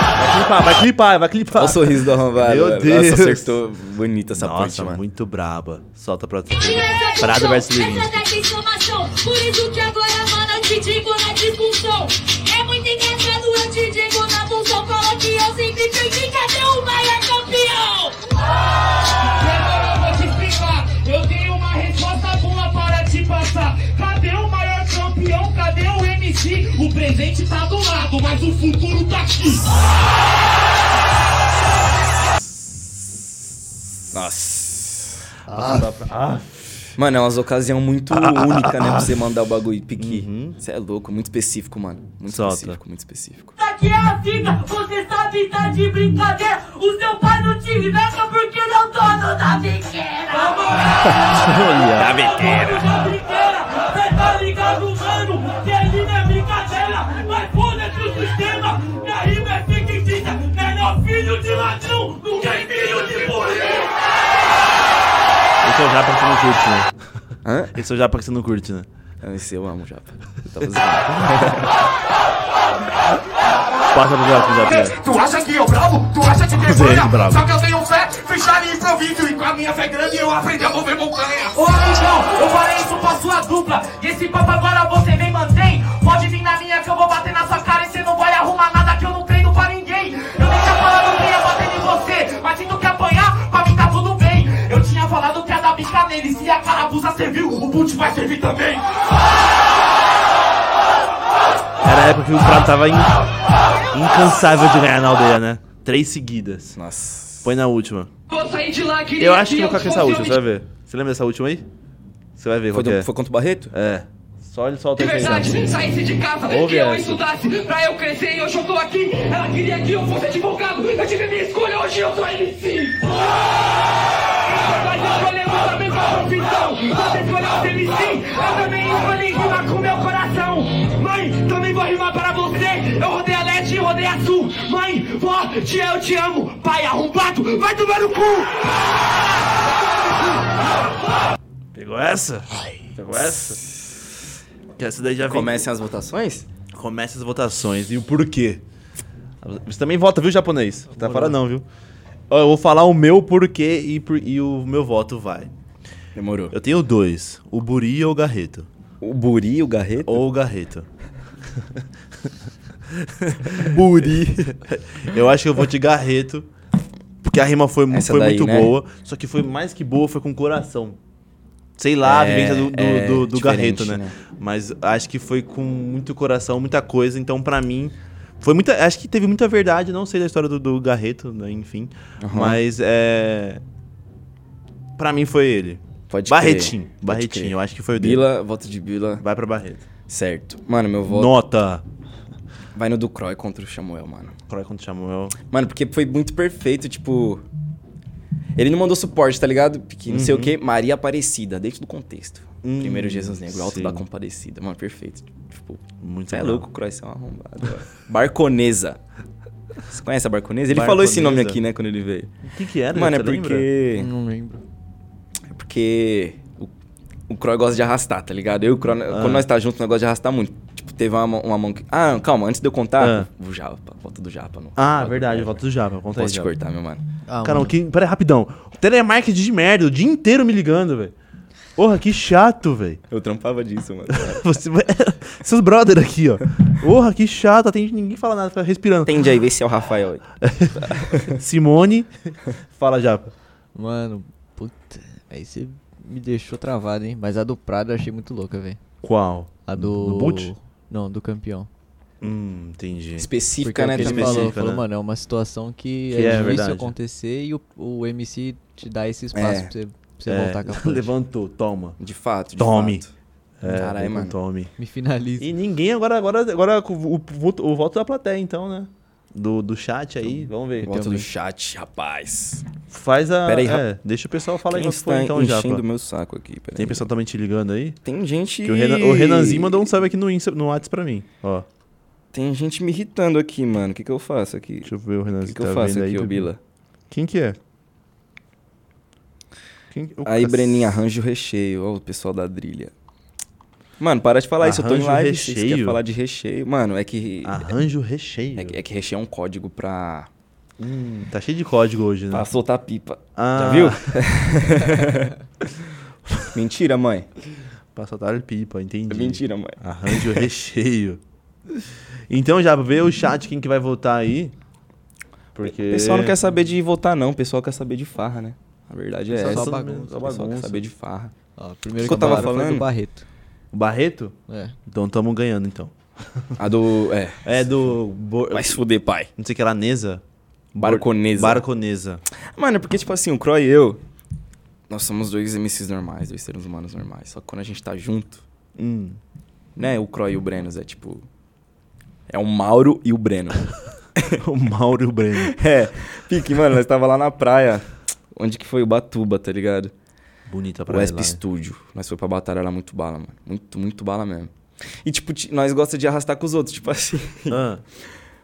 Speaker 2: Vai clipar, vai clipar, vai clipar.
Speaker 1: Olha o sorriso do arrombado.
Speaker 2: Meu
Speaker 1: velho.
Speaker 2: Deus.
Speaker 1: Nossa, acertou bonita essa
Speaker 2: Nossa,
Speaker 1: parte, mano.
Speaker 2: muito braba. Solta pra Prado versus
Speaker 8: Prado versus
Speaker 2: Livinho.
Speaker 8: Essa daqui é informação, por isso que agora, mano, eu te digo na discussão. É muito engraçado, eu te digo na função. Fala que eu sempre perdi, cadê o maior é campeão?
Speaker 7: Agora eu vou te explicar. Eu tenho uma resposta boa para te passar. Cadê o maior campeão? Cadê o MC? O presente tá do lado, mas o futuro tá aqui.
Speaker 1: Nossa.
Speaker 2: Ah.
Speaker 1: Mano, é umas ocasião muito única, né? Pra você mandar o bagulho e piqui. Você é louco, muito específico, mano. Muito
Speaker 2: Uhum. Solta.
Speaker 1: específico, muito específico.
Speaker 8: Isso aqui é a vida, você sabe tá de brincadeira. O seu pai não te liberta porque ele é o dono da biqueira.
Speaker 2: Olha.
Speaker 8: Da biqueira, você tá ligado, mano? Que ele não é brincadeira, mas foda-se o sistema. Minha rima é fictícia, melhor filho de ladrão do que filho de polícia.
Speaker 2: Esse é o Japa que você não curte, né?
Speaker 1: Hã?
Speaker 2: Esse é o Japa que você não curte, né?
Speaker 1: Ah, Esse eu amo, Japa. Eu tava zoando.
Speaker 2: Passa pro próximo, Japa.
Speaker 4: Tu acha que eu bravo? Tu acha que
Speaker 2: Zé, bravo.
Speaker 4: que eu tenho fé, fechar e improviso. E com a minha fé grande eu aprendi a mover montanha.
Speaker 7: Ô amigão, eu falei isso pra sua dupla. E esse papo agora você nem mantém. Pode vir na minha que eu vou bater na sua cara e você não vai arrumar nada que eu não treino pra ninguém. Eu nem tinha falado que ia bater em você, mas então se tu quer apanhar, pra mim tá tudo bem. Eu tinha falado que ia dar bica nele. Se a carapuça serviu, o boot vai servir também.
Speaker 2: Era a época que o Prado tava in- incansável de ganhar na aldeia, né? Três seguidas.
Speaker 1: Nossa.
Speaker 2: Põe na última.
Speaker 7: Vou sair de lá, queria
Speaker 2: Eu acho que eu
Speaker 7: eu
Speaker 2: vou ficar com essa última, você vai ver. Você lembra dessa última aí? Você vai ver
Speaker 1: Foi,
Speaker 2: qual que é.
Speaker 1: do, foi contra o Barreto?
Speaker 2: É. Só ele solta
Speaker 7: De
Speaker 2: aí.
Speaker 7: verdade, saísse de casa,
Speaker 2: Ouve
Speaker 7: que eu
Speaker 2: essa.
Speaker 7: estudasse, pra eu crescer e hoje eu tô aqui. Ela queria que eu fosse advogado, eu tive minha escolha, hoje eu sou MC. Nós escolhemos a mesma profissão, você escolheu ser MC, eu também escolhi rimar com meu coração. Mãe, também vou rimar para você, eu rodei a leste e rodei a sul. Mãe, vó, tia, eu te amo, pai arrombado, vai tomar no cu.
Speaker 2: Pegou essa? Pegou essa? Que essa daí já vem.
Speaker 1: Comecem as votações?
Speaker 2: Começa as votações. E o porquê? Você também vota, viu, japonês? Tá fora não, viu? Ó, Eu vou falar o meu porquê e, por- e o meu voto vai.
Speaker 1: Demorou.
Speaker 2: Eu tenho dois. O Buri ou o Garreto.
Speaker 1: O Buri e o Garreto?
Speaker 2: Ou o Garreto. Buri. Eu acho que eu vou de Garreto. Porque a rima foi, mu-
Speaker 1: Essa
Speaker 2: foi
Speaker 1: daí,
Speaker 2: muito
Speaker 1: né?
Speaker 2: boa. Só que foi mais que boa, foi com coração. Sei lá, a
Speaker 1: É,
Speaker 2: vivência do, do,
Speaker 1: é
Speaker 2: do- do
Speaker 1: diferente,
Speaker 2: Garreto, né?
Speaker 1: né?
Speaker 2: Mas acho que foi com muito coração, muita coisa. Então, pra mim, foi muita. Acho que teve muita verdade. Não sei da história do, do Garreto, né? enfim. Mas é. Pra mim foi ele.
Speaker 1: Pode crer,
Speaker 2: Barretinho.
Speaker 1: pode
Speaker 2: Barretinho,
Speaker 1: crer.
Speaker 2: eu acho que foi o dele.
Speaker 1: Bila, voto de Bila.
Speaker 2: Vai pra Barreto.
Speaker 1: Certo. Mano, meu voto
Speaker 2: Nota! é
Speaker 1: vai no do Croy contra o Samuel, mano.
Speaker 2: Croy quando chamou eu.
Speaker 1: Mano, porque foi muito perfeito, tipo. Ele não mandou suporte, tá ligado? Porque não sei o quê. Maria Aparecida, dentro do contexto.
Speaker 2: Uhum. Hum,
Speaker 1: Primeiro Jesus Negro, alto
Speaker 2: sim.
Speaker 1: da compadecida. Mano, perfeito. Tipo,
Speaker 2: Muito
Speaker 1: você é
Speaker 2: bravo.
Speaker 1: louco, Croy, você é um arrombado. ó. Barconesa. Você conhece a Barconesa? Ele
Speaker 2: Barconesa.
Speaker 1: falou esse nome aqui, né, quando ele veio.
Speaker 2: O que que era?
Speaker 1: Mano, é
Speaker 2: você lembra?
Speaker 1: porque.
Speaker 3: Não lembro.
Speaker 1: É
Speaker 2: Ah.
Speaker 1: porque o, o Croy gosta de arrastar, tá ligado? Eu e o Croy, quando nós tá junto, nós gosta de arrastar muito. Tipo, teve uma, mão- uma mão que. Ah, calma, antes de eu contar, o Japa, volta do Japa, não.
Speaker 2: Ah, tá verdade, volta do Japa. Conta aí,
Speaker 1: Posso te
Speaker 2: Japa.
Speaker 1: cortar, meu mano.
Speaker 2: Ah, Cara, que, pera aí, rapidão. Telemarketing de merda, o dia inteiro me ligando, velho. Porra, que chato, velho.
Speaker 1: Eu trampava disso, mano.
Speaker 2: Você- Seus brother aqui, ó. Porra, que chato, atende, ninguém fala nada, fica respirando.
Speaker 1: Atende aí, vê se é o Rafael aí.
Speaker 2: Simone, fala já.
Speaker 3: Mano, puta. Aí você me deixou travado, hein? Mas a do Prado eu achei muito louca, velho.
Speaker 2: Qual?
Speaker 3: A do.
Speaker 2: Do Bolt?
Speaker 3: Não, do campeão.
Speaker 2: Hum, entendi.
Speaker 3: Porque é
Speaker 1: Específica,
Speaker 3: o
Speaker 1: né?
Speaker 3: que ele
Speaker 1: também.
Speaker 3: falou, falou, mano, é uma situação que,
Speaker 2: Que
Speaker 3: é,
Speaker 2: é
Speaker 3: difícil
Speaker 2: verdade.
Speaker 3: acontecer e o, o MC te dá esse espaço
Speaker 1: É.
Speaker 3: pra você, pra você
Speaker 2: É,
Speaker 3: voltar com a punch.
Speaker 2: Levantou, toma.
Speaker 1: De fato, de
Speaker 2: Tome.
Speaker 1: fato.
Speaker 2: É,
Speaker 1: Caralho,
Speaker 2: com
Speaker 1: mano.
Speaker 2: Tome.
Speaker 3: Me finaliza.
Speaker 2: E ninguém agora, agora, agora com o, voto- o voto da plateia, então, né? Do, do chat aí, vamos ver.
Speaker 1: Então, Volta do chat, rapaz.
Speaker 2: Faz a.
Speaker 1: Pera aí,
Speaker 2: é, deixa o pessoal falar aí
Speaker 1: Quem
Speaker 2: quanto foi
Speaker 1: está
Speaker 2: então já.
Speaker 1: enchendo meu saco aqui? Pera
Speaker 2: Tem
Speaker 1: aí.
Speaker 2: pessoal também te ligando aí?
Speaker 1: Tem gente...
Speaker 2: Que o, Renan- o Renanzinho mandou um salve aqui no, Insta, no WhatsApp pra mim. Ó,
Speaker 1: Tem gente me irritando aqui, mano. O que, que eu faço aqui?
Speaker 2: deixa eu ver o
Speaker 1: O
Speaker 2: Renanzinho.
Speaker 1: que, que eu
Speaker 2: tá
Speaker 1: faço
Speaker 2: vendo
Speaker 1: aqui,
Speaker 2: aí,
Speaker 1: ô Bila?
Speaker 2: Quem que é? Quem... que- o
Speaker 1: Aí,
Speaker 2: cac-
Speaker 1: Breninha, arranja o recheio. Ó, o pessoal da drilha. Mano, para de falar isso. Eu tô em
Speaker 2: Arranja o
Speaker 1: live. Vocês
Speaker 2: recheio? Ah,
Speaker 1: querem falar de recheio? Mano, é que...
Speaker 2: Arranjo recheio.
Speaker 1: É que, é que recheio é um código pra,
Speaker 2: Hum, tá cheio de código hoje, né?
Speaker 1: pra soltar pipa.
Speaker 2: Ah.
Speaker 1: Já viu? Mentira, mãe.
Speaker 2: Passa tarde pipa, entendi.
Speaker 1: É Mentira, mãe.
Speaker 2: Arranjo recheio. Então já vê o chat quem que vai votar aí. Porque.
Speaker 1: O pessoal não quer saber de votar, não. O pessoal quer saber de farra, né? A verdade é
Speaker 3: Pessoal
Speaker 1: essa.
Speaker 3: só bagunça,
Speaker 1: O pessoal quer
Speaker 2: bagunça.
Speaker 1: saber de farra.
Speaker 3: Ó, primeiro
Speaker 1: Isso
Speaker 3: que
Speaker 1: que
Speaker 3: eu
Speaker 1: eu tava
Speaker 3: foi do
Speaker 1: falando.
Speaker 3: Barreto.
Speaker 2: O Barreto?
Speaker 3: É.
Speaker 2: Então tamo ganhando, então.
Speaker 1: A do... É.
Speaker 2: É do. Bo-
Speaker 1: Vai se fuder, pai.
Speaker 2: Não sei o que lá, Nesa?
Speaker 1: Barconesa.
Speaker 2: Barconesa.
Speaker 1: Mano, é porque, tipo assim, o Croy e eu, nós somos dois MCs normais, dois seres humanos normais. Só que quando a gente tá junto,
Speaker 2: Hum.
Speaker 1: né? O Croy e o Brenos é tipo. É o Mauro e o Breno.
Speaker 2: o Mauro e o Breno.
Speaker 1: é. Pique, mano, nós tava lá na praia. Onde que foi o Batuba, tá ligado?
Speaker 2: Bonita
Speaker 1: O
Speaker 2: pra
Speaker 1: Wesp
Speaker 2: ela. né?
Speaker 1: Studio. Nós foi pra batalha lá muito bala, mano. Muito, muito bala mesmo. E, tipo, ti- nós gosta de arrastar com os outros, tipo assim.
Speaker 2: Ah,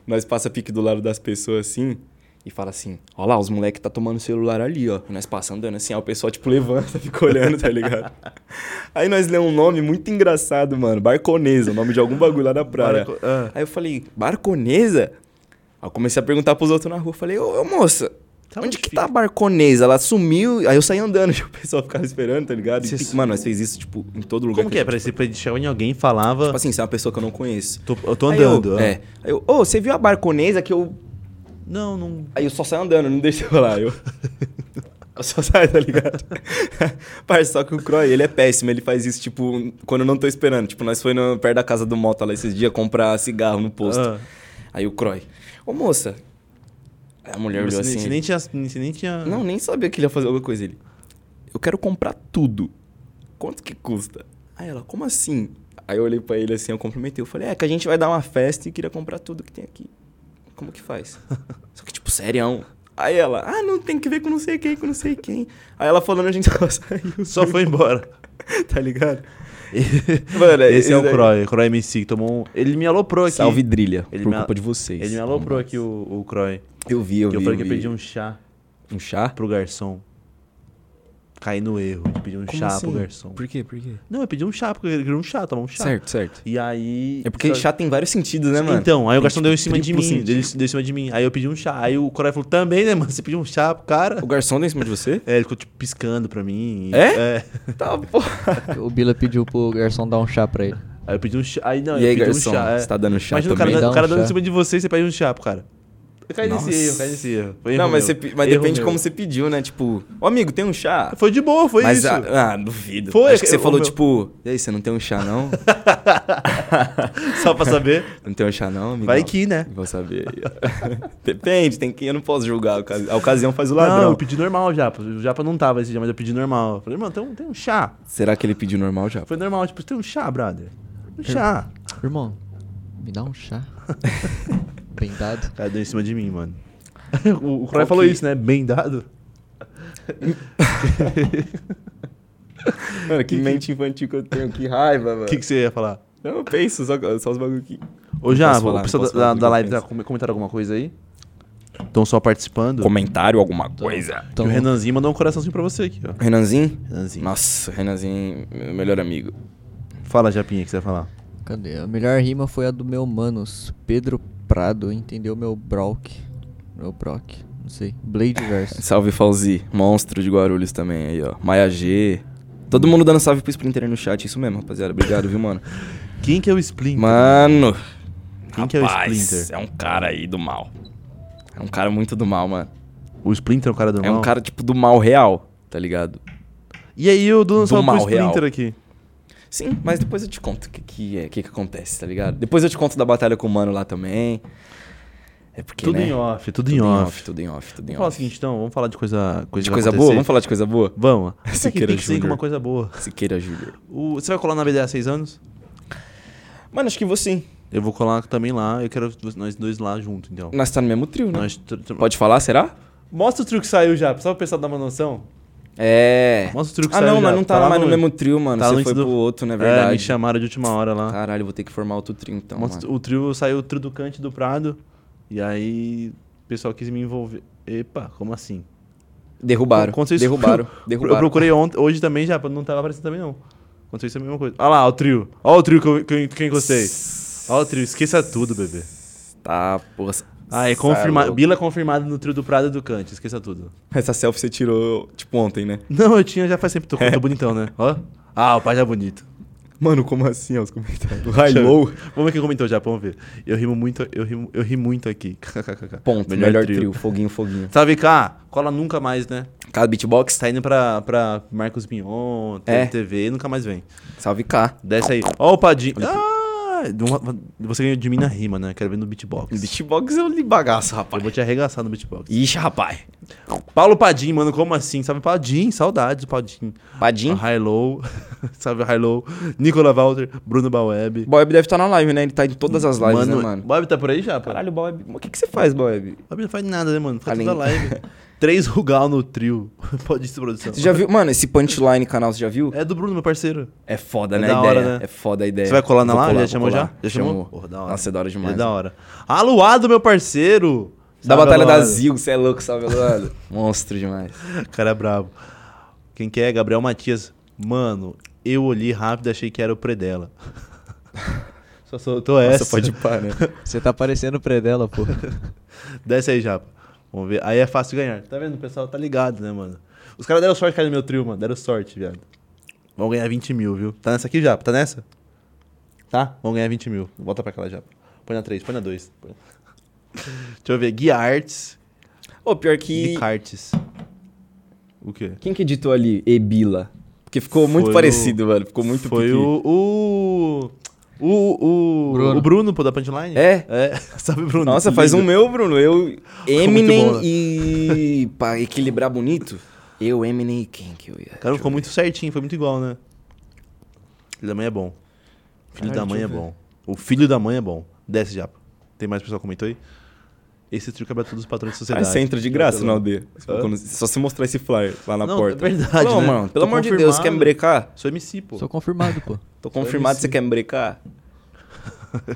Speaker 1: Nós passa pique do lado das pessoas assim e fala assim: Ó lá, os moleque tá tomando celular ali, ó. E nós passa andando assim, aí o pessoal tipo levanta, fica olhando, tá ligado? aí nós lemos um nome muito engraçado, mano: Barconesa, o nome de algum bagulho lá da praia.
Speaker 2: Barco- ah.
Speaker 1: Aí eu falei: Barconesa? Aí eu comecei a perguntar pros outros na rua. eu Falei: Ô, ô, moça. onde que tá a barconesa? Ela sumiu. Aí eu saí andando, o pessoal ficava esperando, tá ligado? E,
Speaker 2: Cês-
Speaker 1: pique- Mano, nós fez isso, tipo, em todo lugar.
Speaker 2: Como que
Speaker 1: a
Speaker 2: é?
Speaker 1: gente
Speaker 2: Pra você pra gente chegar em alguém e falava.
Speaker 1: Tipo assim, se é uma pessoa que eu não conheço.
Speaker 2: Tô- eu tô
Speaker 1: Aí eu-
Speaker 2: andando. ah.
Speaker 1: é. Aí eu, ô, você viu a barconesa que eu
Speaker 2: Não, não.
Speaker 1: Aí eu só saio andando, não deixa eu falar. Eu, eu só saio, tá ligado? Parça, só que o Croy, ele é péssimo. Ele faz isso, tipo, quando eu não tô esperando. Tipo, nós foi no, perto da casa do Mota lá esses dias comprar cigarro no posto.
Speaker 2: Ah.
Speaker 1: Aí o Croy, ô moça. Aí a mulher
Speaker 2: Você,
Speaker 1: olhou
Speaker 2: nem-
Speaker 1: assim.
Speaker 2: você nem tinha. Você nem tinha.
Speaker 1: Não, nem sabia que ele ia fazer alguma coisa. Ele, eu quero comprar tudo. Quanto que custa? Aí ela, como assim? Aí eu olhei pra ele assim, eu cumprimentei. Eu falei, é que a gente vai dar uma festa e queria comprar tudo que tem aqui. Como que faz? Só que, tipo, serião. Aí ela, ah, não, tem que ver com não sei quem, com não sei quem. Aí ela falando, a gente só saiu.
Speaker 2: Só foi embora.
Speaker 1: tá ligado? Mano,
Speaker 2: Esse é o
Speaker 1: daí-
Speaker 2: Croy, o Croy MC, que tomou um... Ele me aloprou aqui.
Speaker 1: Salve Drilha,
Speaker 2: Ele
Speaker 1: por
Speaker 2: me-
Speaker 1: culpa de vocês.
Speaker 2: Ele me aloprou aqui, o, o Croy.
Speaker 1: Eu vi, eu
Speaker 2: Que
Speaker 1: vi.
Speaker 2: eu falei que eu
Speaker 1: vi.
Speaker 2: pedi um chá
Speaker 1: um chá?
Speaker 2: pro garçom. Caí no erro de pedir um
Speaker 1: Como
Speaker 2: chá
Speaker 1: assim?
Speaker 2: pro garçom.
Speaker 1: Por quê, por quê?
Speaker 2: Não, eu pedi um chá, porque eu queria um chá, tomar um chá.
Speaker 1: Certo, certo.
Speaker 2: E aí...
Speaker 1: É porque chá tem vários sentidos, né, mano?
Speaker 2: Então, aí o
Speaker 1: Tem,
Speaker 2: garçom
Speaker 1: tipo,
Speaker 2: deu em cima de
Speaker 1: triplo
Speaker 2: mim. Ele
Speaker 1: sentido.
Speaker 2: deu em cima de mim. Aí eu pedi um chá. Aí o Croy falou, também, né, mano? Você pediu um chá pro cara?
Speaker 1: O garçom deu em cima de você?
Speaker 2: É, ele ficou, tipo, piscando pra mim. e-
Speaker 1: É? Tá, porra.
Speaker 3: O Bila pediu pro garçom dar um chá pra ele.
Speaker 2: Aí eu pedi um chá. Aí não,
Speaker 1: E
Speaker 2: eu
Speaker 1: aí,
Speaker 2: pedi
Speaker 1: garçom,
Speaker 2: um chá. é.
Speaker 1: você tá dando chá
Speaker 2: Imagina o
Speaker 1: também?
Speaker 2: cara,
Speaker 3: Dá
Speaker 2: dando-
Speaker 3: um
Speaker 2: o cara dando
Speaker 3: chá.
Speaker 2: em cima de você e você pede um chá pro cara. Eu caí
Speaker 1: Nossa.
Speaker 2: nesse erro, eu caí nesse erro. Foi um erro
Speaker 1: Não, mas,
Speaker 2: meu.
Speaker 1: você, pe- mas
Speaker 2: Erro
Speaker 1: depende de
Speaker 2: meu.
Speaker 1: como você pediu, né? Tipo, ô amigo, tem um chá?
Speaker 2: Foi de boa, foi
Speaker 1: mas,
Speaker 2: isso.
Speaker 1: Ah, ah, duvido.
Speaker 2: Foi,
Speaker 1: Acho que você
Speaker 2: eu-
Speaker 1: falou,
Speaker 2: o meu-
Speaker 1: tipo, e aí, você não tem um chá, não?
Speaker 2: Só pra saber.
Speaker 1: não tem um chá, não, amigo?
Speaker 2: Vai que, né?
Speaker 1: Vou saber. depende, tem que... Eu não posso julgar. a ocasi- A ocasião faz o
Speaker 2: Não,
Speaker 1: ladrão.
Speaker 2: eu pedi normal já. O Japa não tava esse dia, mas eu pedi normal. Eu falei, mano, tem um, tem um chá.
Speaker 1: Será que ele pediu normal já?
Speaker 2: Foi normal, tipo, tem um chá, brother. Um chá.
Speaker 3: Irmão, me dá um chá. Bem dado.
Speaker 2: O cara deu em cima de mim, mano. o o Croy
Speaker 1: Qual
Speaker 2: falou
Speaker 1: que-
Speaker 2: isso, né? Bem dado.
Speaker 1: Mano, que mente infantil que eu tenho. Que raiva, mano.
Speaker 2: O que, que você ia falar?
Speaker 1: Não, eu penso só, só os bagulho que...
Speaker 2: Ô, Japa,
Speaker 1: posso falar,
Speaker 2: o pessoal
Speaker 1: não posso
Speaker 2: da,
Speaker 1: falar
Speaker 2: da
Speaker 1: do que eu
Speaker 2: live tá
Speaker 1: penso.
Speaker 2: com- comentaram alguma coisa aí? Estão só participando?
Speaker 1: Comentário, alguma coisa?
Speaker 2: Que
Speaker 3: Então,
Speaker 2: o Renanzinho mandou um coraçãozinho pra você aqui, ó.
Speaker 1: Renanzinho?
Speaker 2: Renanzinho.
Speaker 1: Nossa, Renanzinho, meu melhor amigo.
Speaker 2: Fala, Japinha, o que você vai falar.
Speaker 3: Cadê? A melhor rima foi a do meu manos, Pedro Prado, entendeu meu Brock. Meu Brock, não sei. Blade Verso.
Speaker 1: Salve Falzi, monstro de Guarulhos também aí, ó. Maia G. Todo mundo dando salve pro Splinter aí no chat, é isso mesmo, rapaziada. Obrigado, viu, mano?
Speaker 2: Quem que é o Splinter?
Speaker 1: Mano.
Speaker 2: Quem que é o
Speaker 1: rapaz,
Speaker 2: Splinter?
Speaker 1: É um cara aí do mal. É um cara muito do mal, mano.
Speaker 2: O Splinter é um cara do
Speaker 1: É
Speaker 2: mal?
Speaker 1: um cara, tipo, do mal real, tá ligado?
Speaker 2: E aí eu dou um
Speaker 1: Do
Speaker 2: salve pro
Speaker 1: mal
Speaker 2: Splinter
Speaker 1: real.
Speaker 2: aqui.
Speaker 1: Sim, mas depois eu te conto o que, que, é, o que, que acontece, tá ligado? Depois eu te conto da batalha com o mano lá também. É porque,
Speaker 2: Tudo
Speaker 1: né?
Speaker 2: em off, tudo em off.
Speaker 1: Tudo em off, tudo em
Speaker 2: Vamos falar o
Speaker 1: off.
Speaker 2: seguinte, então, vamos falar de coisa, coisa
Speaker 1: De
Speaker 2: que
Speaker 1: coisa boa?
Speaker 2: vai acontecer.
Speaker 1: Vamos falar de coisa boa?
Speaker 2: Vamos. Até que
Speaker 1: Siqueira
Speaker 2: Pix vem com
Speaker 1: Júnior.
Speaker 2: uma coisa boa.
Speaker 1: Siqueira Júnior.
Speaker 2: O- Você vai colar na BD há seis anos?
Speaker 1: Mano, acho que vou sim.
Speaker 2: Eu vou colar também lá, eu quero nós dois lá junto, então.
Speaker 1: Nós tá no mesmo trio, né?
Speaker 2: Nós tr- tr-
Speaker 1: Pode falar, será?
Speaker 2: Mostra o trio que saiu já, só pro pessoal dar uma noção.
Speaker 1: É.
Speaker 2: Mostra o trio que
Speaker 1: Ah,
Speaker 2: saiu
Speaker 1: não,
Speaker 2: já.
Speaker 1: mas não tá,
Speaker 2: lá
Speaker 1: mais no mesmo trio, mano.
Speaker 2: tá
Speaker 1: Você
Speaker 2: antes
Speaker 1: foi
Speaker 2: do-
Speaker 1: pro outro, né?
Speaker 2: É, me
Speaker 1: Verdade.
Speaker 2: chamaram de última hora lá.
Speaker 1: Caralho, vou ter que formar outro trio então.
Speaker 2: Mostra-
Speaker 1: mano.
Speaker 2: o trio saiu o trio do Cante e do Prado, e aí o pessoal quis me envolver. Epa, como assim?
Speaker 1: Derrubaram.
Speaker 2: Aconteceu isso-
Speaker 1: Derrubaram.
Speaker 2: Eu
Speaker 1: Derrubaram.
Speaker 2: procurei ontem, hoje também já, não tava aparecendo também não. Aconteceu isso a mesma coisa. Olha lá, o trio. Olha o trio que eu, que eu- que eu encostei. Olha o trio, esqueça tudo, bebê.
Speaker 1: Tá, porra.
Speaker 2: Ah, é
Speaker 1: Cê
Speaker 2: confirma...
Speaker 1: louco.
Speaker 2: Bila confirmada no trio do Prado e do Cante, esqueça tudo.
Speaker 1: Essa selfie você tirou, tipo, ontem, né?
Speaker 2: Não, eu tinha já faz tempo, tô, tô bonitão, né? Ó. Ah, o pai já é bonito.
Speaker 1: Mano, como assim, ó, os comentários?
Speaker 2: High
Speaker 1: High low.
Speaker 2: Vamos ver quem comentou já, vamos ver. Eu rimo muito, eu rimo, eu rimo muito aqui. KKKK.
Speaker 1: Ponto, melhor, trio. Foguinho, foguinho.
Speaker 2: Salve, K. Cola nunca mais, né?
Speaker 1: K Beatbox.
Speaker 2: Tá indo pra, pra Marcos Mion,
Speaker 1: É.
Speaker 2: TV, nunca mais vem.
Speaker 1: Salve K.
Speaker 2: Desce aí. Ó o Padinho. Ah, uma- você ganhou de mim na rima, né? Quero ver no beatbox.
Speaker 1: Beatbox eu lhe bagaço,
Speaker 2: Eu
Speaker 1: rapaz.
Speaker 2: vou te arregaçar no beatbox.
Speaker 1: Ixi, rapaz.
Speaker 2: Paulo Padim, mano, como assim? Salve Padim, saudades do Padim.
Speaker 1: Padim.
Speaker 2: High Low, salve High Low. Nicola Walter, Bruno Baweb.
Speaker 1: Boeb deve estar na live, né? Ele tá em todas as lives, né, mano?
Speaker 2: Bob tá por aí já, pô?
Speaker 1: Caralho, Tá Boeb. O que, que você faz, Boeb?
Speaker 2: Bob não faz nada, né, mano? Fica
Speaker 1: Além-
Speaker 2: toda live. Três Rugal no trio. Pode isso, produção.
Speaker 1: Você já viu, mano, esse punchline canal, você já viu?
Speaker 2: É do Bruno, meu parceiro.
Speaker 1: É foda,
Speaker 2: É
Speaker 1: né?
Speaker 2: da
Speaker 1: a ideia.
Speaker 2: hora, né?
Speaker 1: É foda a ideia.
Speaker 2: Você vai colar na
Speaker 1: Vou
Speaker 2: live? já
Speaker 1: vou
Speaker 2: chamou já?
Speaker 1: colar.
Speaker 2: Já chamou? Porra, da hora.
Speaker 1: Nossa, é da hora demais.
Speaker 2: É da hora. Aluado, meu parceiro.
Speaker 1: Da
Speaker 2: Salve,
Speaker 1: Batalha da
Speaker 2: Aluado.
Speaker 1: Zil, você é louco, salve, Luado. Monstro demais.
Speaker 2: cara é brabo. Quem que é? Gabriel Matias. Mano, eu olhei rápido e achei que era o Predela. Só soltou essa. é
Speaker 1: Nossa, pode parar, né?
Speaker 3: Você tá parecendo o Predella, pô.
Speaker 2: Desce aí, Japa. Vamos ver. Aí é fácil ganhar. Tá vendo? O pessoal tá ligado, né, mano? Os caras deram sorte, cara, no meu trio, mano. Deram sorte, viado. Vão ganhar 20 mil, viu? Tá nessa aqui, Japa? Tá nessa? Tá? Vão ganhar 20 mil. Volta pra cá, Japa. Põe na 3, põe na 2. Deixa eu ver. Guia Arts.
Speaker 1: Ô, pior que.
Speaker 2: Guia Arts. O quê?
Speaker 1: Quem que editou ali? Ebila. Porque ficou
Speaker 2: Foi
Speaker 1: muito
Speaker 2: o-
Speaker 1: parecido, velho. Ficou muito
Speaker 2: Foi
Speaker 1: pique.
Speaker 2: o, o. O. O.
Speaker 3: Bruno.
Speaker 2: O Bruno, pô, da Punchline?
Speaker 1: É?
Speaker 2: É. Sabe, Bruno?
Speaker 1: Nossa, faz um
Speaker 2: Lindo.
Speaker 1: meu, Bruno. Eu. Eminem
Speaker 2: muito bom, né?
Speaker 1: e. pra equilibrar bonito, eu, Eminem e quem que eu ia.
Speaker 2: Cara, ficou muito certinho, foi muito igual, né? Filho da mãe é bom. Filho da mãe é bom. O filho da mãe é bom. Desce já. Tem mais pessoal que comentou aí? Esse trio quebra todos os padrões da
Speaker 1: Aí
Speaker 2: sociedade.
Speaker 1: você entra de graça na
Speaker 2: Pelo-
Speaker 1: aldeia.
Speaker 2: Hã?
Speaker 1: Quando- Só se mostrar esse flyer lá na
Speaker 2: Não,
Speaker 1: porta.
Speaker 2: é verdade,
Speaker 1: Não,
Speaker 2: né?
Speaker 1: mano, pelo
Speaker 2: Tô
Speaker 1: amor de Deus, quer me
Speaker 2: confirmado.
Speaker 1: brecar?
Speaker 2: Sou MC, pô.
Speaker 3: Sou confirmado, pô.
Speaker 1: Tô confirmado que você quer me brecar?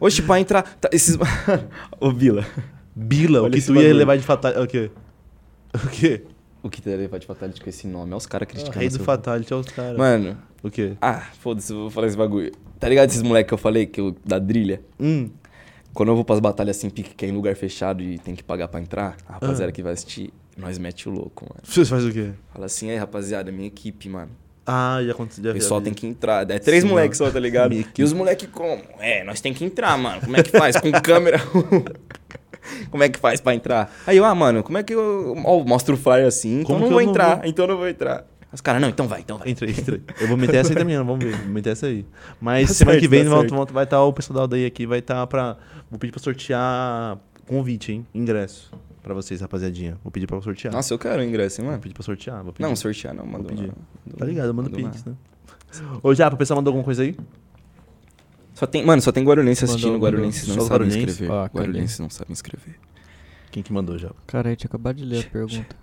Speaker 1: Oxe, pra entrar. tá, esses... Ô, Vila.
Speaker 2: Bila,
Speaker 1: Olha
Speaker 2: o que
Speaker 1: esse
Speaker 2: tu ia
Speaker 1: bagulho. Ah,
Speaker 2: levar de fatal. é O quê? O quê?
Speaker 1: O que teria de fatality com esse nome? Olha os caras
Speaker 2: O
Speaker 1: criticando.
Speaker 2: rei do
Speaker 1: seu-
Speaker 2: Fatality, olha os caras.
Speaker 1: Mano,
Speaker 2: O quê?
Speaker 1: ah, foda-se, eu vou falar esse bagulho. Tá ligado esses moleques que eu falei, que eu, da drilha?
Speaker 2: Hum.
Speaker 1: Quando eu vou pras batalhas assim, pique, que é em lugar fechado e tem que pagar pra entrar, a rapaziada que vai assistir, nós mete o louco, mano.
Speaker 2: Você faz o quê?
Speaker 1: Fala assim, aí, rapaziada, minha equipe, mano.
Speaker 2: Ah, já aconteceu. já-
Speaker 1: O pessoal
Speaker 2: já-
Speaker 1: tem que entrar. É três
Speaker 2: Sim,
Speaker 1: moleques
Speaker 2: mano.
Speaker 1: só, tá ligado?
Speaker 2: Minha equipe.
Speaker 1: E os moleques como? É, nós tem que entrar, mano. Como é que faz? Com câmera. como é que faz pra entrar? Aí eu, ah, mano, como é que eu. Ó, mostra o flyer assim. então
Speaker 2: Como que
Speaker 1: não vou
Speaker 2: eu não
Speaker 1: entrar.
Speaker 2: vou?
Speaker 1: Então não vou entrar. Os caras, não, então vai, então vai.
Speaker 2: Entra, aí, entra. aí. Eu vou meter essa aí também, vamos ver. Vou meter essa aí. Mas semana
Speaker 1: certo,
Speaker 2: que vem
Speaker 1: tá
Speaker 2: volta-
Speaker 1: certo.
Speaker 2: volta- vai estar o pessoal da aldeia aqui, vai estar pra. Vou pedir pra sortear convite, hein? Ingresso. Pra vocês, rapaziadinha. Vou pedir pra sortear.
Speaker 1: Nossa, eu quero o ingresso, hein,
Speaker 2: Vou
Speaker 1: mano.
Speaker 2: pedir pra sortear. Vou pedir.
Speaker 1: Não, sortear não, manda
Speaker 2: pedir.
Speaker 1: uma- manda
Speaker 2: Tá
Speaker 1: uma-
Speaker 2: ligado? Manda
Speaker 1: manda uma-
Speaker 2: pix, né? Ô, Japa, o pessoal mandou alguma coisa aí?
Speaker 1: Só tem, mano, só tem guarulhense
Speaker 3: Mandou,
Speaker 1: assistindo,
Speaker 3: mandou.
Speaker 1: guarulhenses não
Speaker 2: Só tá os
Speaker 1: sabem
Speaker 2: guarulhenses?
Speaker 1: escrever.
Speaker 3: Ah, cadê?
Speaker 1: guarulhenses não sabem escrever.
Speaker 2: Quem que mandou, Japa?
Speaker 3: Cara, eu tinha acabado de ler a pergunta.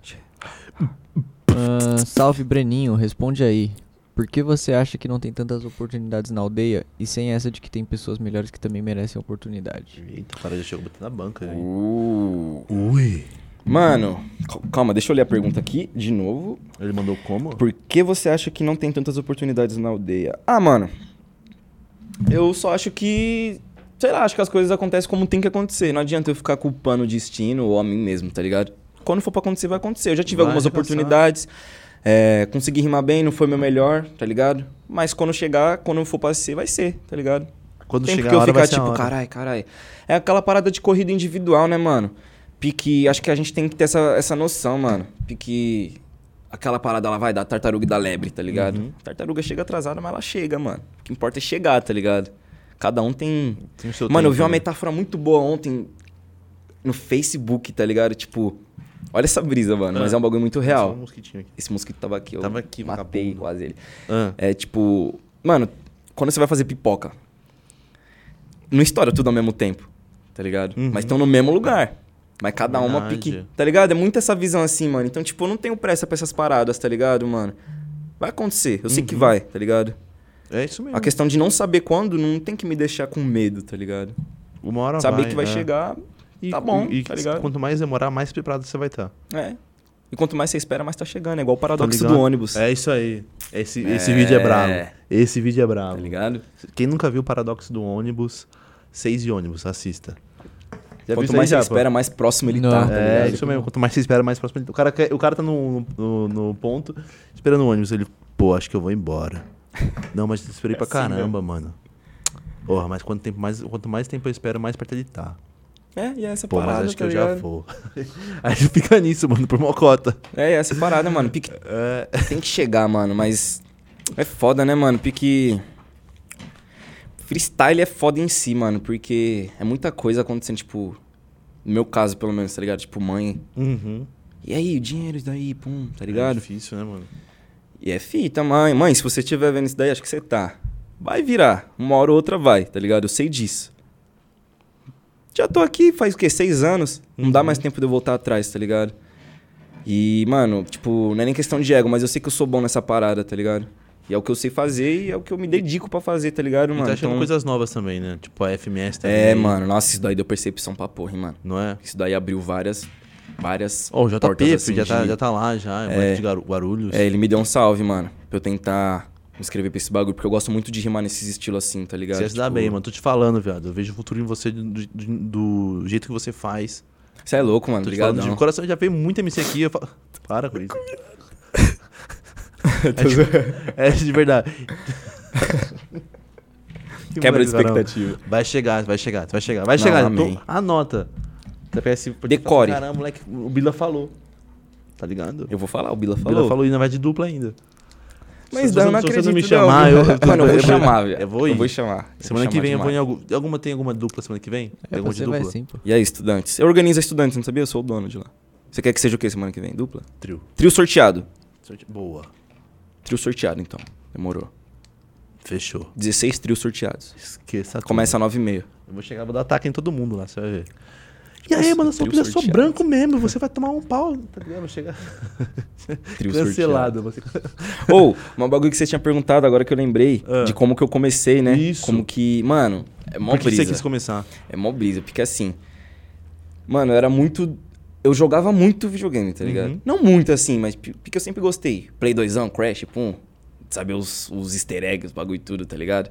Speaker 3: Ah, salve, Breninho. Responde aí. Por que você acha que não tem tantas oportunidades na aldeia e sem essa de que tem pessoas melhores que também merecem oportunidade?
Speaker 2: Eita, o cara já chegou botando na banca, gente.
Speaker 1: Uh.
Speaker 2: Ui.
Speaker 1: Mano, cal- calma, deixa eu ler a pergunta aqui de novo.
Speaker 2: Ele mandou como?
Speaker 1: Por que você acha que não tem tantas oportunidades na aldeia? Ah, mano. Eu só acho que. Sei lá, acho que as coisas acontecem como tem que acontecer. Não adianta eu ficar culpando o destino ou a mim mesmo, tá ligado? Quando for pra acontecer, vai acontecer. Eu já tive
Speaker 2: Vai
Speaker 1: algumas
Speaker 2: arregaçar.
Speaker 1: oportunidades. é, consegui rimar bem, não foi meu melhor, tá ligado? Mas quando chegar, quando for pra ser, vai ser, tá ligado?
Speaker 2: Quando
Speaker 1: Tempo
Speaker 2: chegar
Speaker 1: que
Speaker 2: a
Speaker 1: eu
Speaker 2: hora,
Speaker 1: ficar
Speaker 2: vai ser a
Speaker 1: tipo,
Speaker 2: hora.
Speaker 1: carai, carai. É aquela parada de corrida individual, né, mano? Pique, acho que a gente tem que ter essa, essa noção, mano. Pique, aquela parada ela vai dar tartaruga e da lebre, tá ligado?
Speaker 2: Uhum.
Speaker 1: Tartaruga chega atrasada, mas ela chega, mano. O que importa é chegar, tá ligado? Cada um tem.
Speaker 2: Tem o seu
Speaker 1: mano, eu vi
Speaker 2: tempo,
Speaker 1: uma
Speaker 2: né?
Speaker 1: metáfora muito boa ontem no Facebook, tá ligado? Tipo, olha essa brisa, mano.
Speaker 2: Ah.
Speaker 1: Mas é um bagulho muito real.
Speaker 2: Só um mosquitinho aqui.
Speaker 1: Esse mosquito tava aqui, eu
Speaker 2: Tava aqui,
Speaker 1: matei quase ele.
Speaker 2: Ah.
Speaker 1: É tipo, mano, quando você vai fazer pipoca, não estoura tudo ao mesmo tempo, tá ligado? Mas estão no mesmo lugar. Mas cada uma
Speaker 2: Uhum. Verdade.
Speaker 1: pique, tá ligado? É muito essa visão assim, mano. Então, tipo, eu não tenho pressa pra essas paradas, tá ligado, mano? Vai acontecer, eu sei
Speaker 2: Uhum.
Speaker 1: que vai, tá ligado?
Speaker 2: É isso mesmo.
Speaker 1: A questão de não saber quando não tem que me deixar com medo, tá ligado?
Speaker 2: Uma hora
Speaker 1: Saber
Speaker 2: vai,
Speaker 1: que vai
Speaker 2: é.
Speaker 1: chegar,
Speaker 2: E-
Speaker 1: tá bom,
Speaker 2: e,
Speaker 1: tá ligado?
Speaker 2: quanto mais demorar, mais preparado você vai tá. estar.
Speaker 1: É. E quanto mais você espera, mais tá chegando. É igual o
Speaker 2: Tá
Speaker 1: paradoxo
Speaker 2: ligado?
Speaker 1: do ônibus.
Speaker 2: É isso aí. Esse, esse vídeo é brabo. Esse vídeo é brabo. Tá
Speaker 1: ligado?
Speaker 2: Quem nunca viu o paradoxo do ônibus, seis de ônibus, assista. Já viu
Speaker 1: Quanto
Speaker 2: isso aí,
Speaker 1: mais você
Speaker 2: Japa?
Speaker 1: espera, mais próximo ele tá, tá
Speaker 2: é,
Speaker 1: ligado?
Speaker 2: isso mesmo. Quanto mais você espera, mais próximo ele tá. O cara, quer- o cara tá no, no, no ponto, esperando o ônibus. Ele, pô, acho que eu vou embora. Não, mas eu esperei
Speaker 1: É
Speaker 2: pra
Speaker 1: assim
Speaker 2: caramba, mano. Porra, mas quanto, tempo mais, quanto mais tempo eu espero, mais perto ele tá.
Speaker 1: É, e é essa
Speaker 2: Pô,
Speaker 1: parada,
Speaker 2: mas acho que
Speaker 1: tá
Speaker 2: eu já
Speaker 1: ligado?
Speaker 2: vou. Aí fica nisso, mano, por mocota.
Speaker 1: É, e essa parada, mano. Pique... Tem que chegar, mano, mas. É foda, né, mano? Pique. Freestyle é foda em si, mano, porque é muita coisa acontecendo, tipo. No meu caso, pelo menos, tá ligado? Tipo, mãe.
Speaker 2: Uhum.
Speaker 1: E aí, o dinheiro, isso daí, pum, tá ligado?
Speaker 2: É difícil, né, mano?
Speaker 1: E é fita, mãe. Mãe, se você estiver vendo isso daí, acho que você tá. Vai virar. Uma hora ou outra vai, tá ligado? Eu sei disso. Já tô aqui faz o quê? Seis anos. Não dá mais tempo de eu voltar atrás, tá ligado? E, mano, tipo, não é nem questão de ego, mas eu sei que eu sou bom nessa parada, tá ligado? E é o que eu sei fazer e é o que eu me dedico pra fazer, tá ligado,
Speaker 2: E
Speaker 1: mano?
Speaker 2: tá achando
Speaker 1: Então-
Speaker 2: coisas novas também, né? Tipo a FMS também.
Speaker 1: É, mano, nossa, isso daí deu percepção pra porra, hein, mano.
Speaker 2: Não é?
Speaker 1: Isso daí abriu várias. Várias.
Speaker 2: Ó, o JP,
Speaker 1: portas, assim,
Speaker 2: já, tá,
Speaker 1: de-
Speaker 2: já tá lá, já. É. moleque de Garu- Guarulhos.
Speaker 1: É, ele me deu um salve, mano. Pra eu tentar me inscrever pra esse bagulho. Porque eu gosto muito de rimar nesses estilos assim, tá ligado?
Speaker 2: Você ia se dar
Speaker 1: Tipo,
Speaker 2: bem, mano. Tô te falando, viado. Eu vejo o futuro em você do, do- do jeito que você faz.
Speaker 1: Você é louco, mano.
Speaker 2: Tô te falando de
Speaker 1: Obrigadão.
Speaker 2: coração. Já veio muito MC aqui. Eu falo... Para com isso. é,
Speaker 1: Tô
Speaker 2: de, é de verdade. Que
Speaker 1: Quebra de
Speaker 2: moleque, caramba.
Speaker 1: expectativa.
Speaker 2: Vai chegar, vai chegar, vai chegar, vai
Speaker 1: Não,
Speaker 2: chegar.
Speaker 1: amém.
Speaker 2: Então, anota. Da PS,
Speaker 1: Decore.
Speaker 2: Caramba, moleque, o Bila falou. Tá ligado?
Speaker 1: Eu vou falar, o Bila
Speaker 2: O
Speaker 1: falou.
Speaker 2: Bila falou e ainda vai de dupla ainda.
Speaker 1: Mas
Speaker 2: Se
Speaker 1: daí eu
Speaker 2: você-
Speaker 1: não
Speaker 2: se você
Speaker 1: acredito.
Speaker 2: me
Speaker 1: não.
Speaker 2: chamar, eu- eu-
Speaker 1: Mano, eu vou
Speaker 2: eu vou-
Speaker 1: chamar, velho.
Speaker 2: eu vou ir.
Speaker 1: Eu vou chamar. Eu vou
Speaker 2: Semana que
Speaker 1: chamar
Speaker 2: vem eu vou em
Speaker 1: demais.
Speaker 2: algum. Alguma tem alguma dupla semana que
Speaker 1: É,
Speaker 2: vem? Tem alguma de
Speaker 3: você vai
Speaker 2: dupla?
Speaker 3: sim, pô.
Speaker 1: E aí, estudantes? Eu organizo estudantes, não sabia? Eu sou o dono de lá. Você quer que seja o quê semana que vem? Dupla?
Speaker 2: Trio.
Speaker 1: Trio sorteado.
Speaker 2: Sorte- Boa.
Speaker 1: Trio sorteado, então. Demorou.
Speaker 2: Fechou.
Speaker 1: 16 trios sorteados.
Speaker 2: Esqueça tudo.
Speaker 1: Começa às 9h30.
Speaker 2: Eu vou chegar, vou dar ataque em todo mundo lá, você vai ver. E aí, mano, eu sou,
Speaker 1: trio
Speaker 2: eu sou
Speaker 1: sorteado.
Speaker 2: branco mesmo, você vai tomar um pau, tá ligado? Vou chegar.
Speaker 1: Trio
Speaker 2: Cancelado. você-
Speaker 1: Ou, um bagulho que você tinha perguntado agora que eu lembrei,
Speaker 2: Ah.
Speaker 1: de como que eu comecei, né?
Speaker 2: Isso.
Speaker 1: Como que, mano, é mó
Speaker 2: Por que
Speaker 1: brisa.
Speaker 2: você quis começar?
Speaker 1: É mó brisa, porque assim. Mano, eu era muito. Eu jogava muito videogame, tá ligado?
Speaker 2: Uhum.
Speaker 1: Não muito assim, mas p- porque eu sempre gostei. Play 2, Crash, pum. Saber os, os easter eggs, os bagulho e tudo, tá ligado?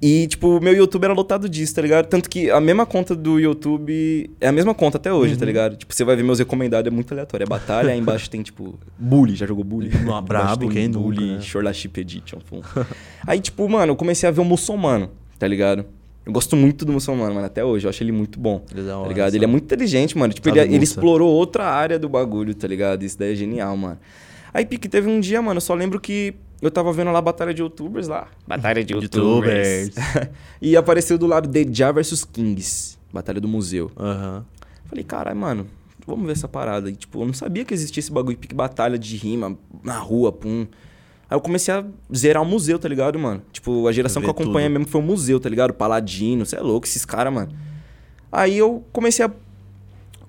Speaker 1: E, tipo, meu YouTube era lotado disso, tá ligado? Tanto que a mesma conta do YouTube é a mesma conta até hoje,
Speaker 2: Uhum.
Speaker 1: tá ligado? Tipo, você vai ver meus recomendados, é muito aleatório. É batalha, aí embaixo tem, tipo, Bully, já jogou Bully?
Speaker 2: Não,
Speaker 1: Embaixo
Speaker 2: brabo,
Speaker 1: tem
Speaker 2: quem nunca,
Speaker 1: Bully,
Speaker 2: né?
Speaker 1: Chorlaship Edition, pum. Aí, tipo, mano, eu comecei a ver o muçulmano, tá ligado? Eu gosto muito do muçulmano, mano, até hoje. Eu acho ele muito bom.
Speaker 2: Ele é da
Speaker 1: tá
Speaker 2: hora,
Speaker 1: ligado?
Speaker 2: sabe?
Speaker 1: Ele é muito inteligente, mano. Tipo,
Speaker 2: Sabe
Speaker 1: ele, ele
Speaker 2: muça.
Speaker 1: explorou outra área do bagulho, tá ligado? Isso daí é genial, mano. Aí, Pique, teve um dia, mano, eu só lembro que eu tava vendo lá a Batalha de Youtubers lá. Batalha de
Speaker 2: Youtubers.
Speaker 1: e apareceu do lado The Jar vs Kings. Batalha do Museu.
Speaker 2: Aham.
Speaker 1: Falei, caralho, mano, vamos ver essa parada. E, tipo, eu não sabia que existia esse bagulho pique batalha de rima na rua, pum. Aí eu comecei a zerar o museu, tá ligado, mano? Tipo, a geração que eu
Speaker 2: Ver
Speaker 1: acompanha
Speaker 2: tudo.
Speaker 1: mesmo foi o museu, tá ligado? Paladino, você é louco, esses caras, mano. Aí eu comecei a.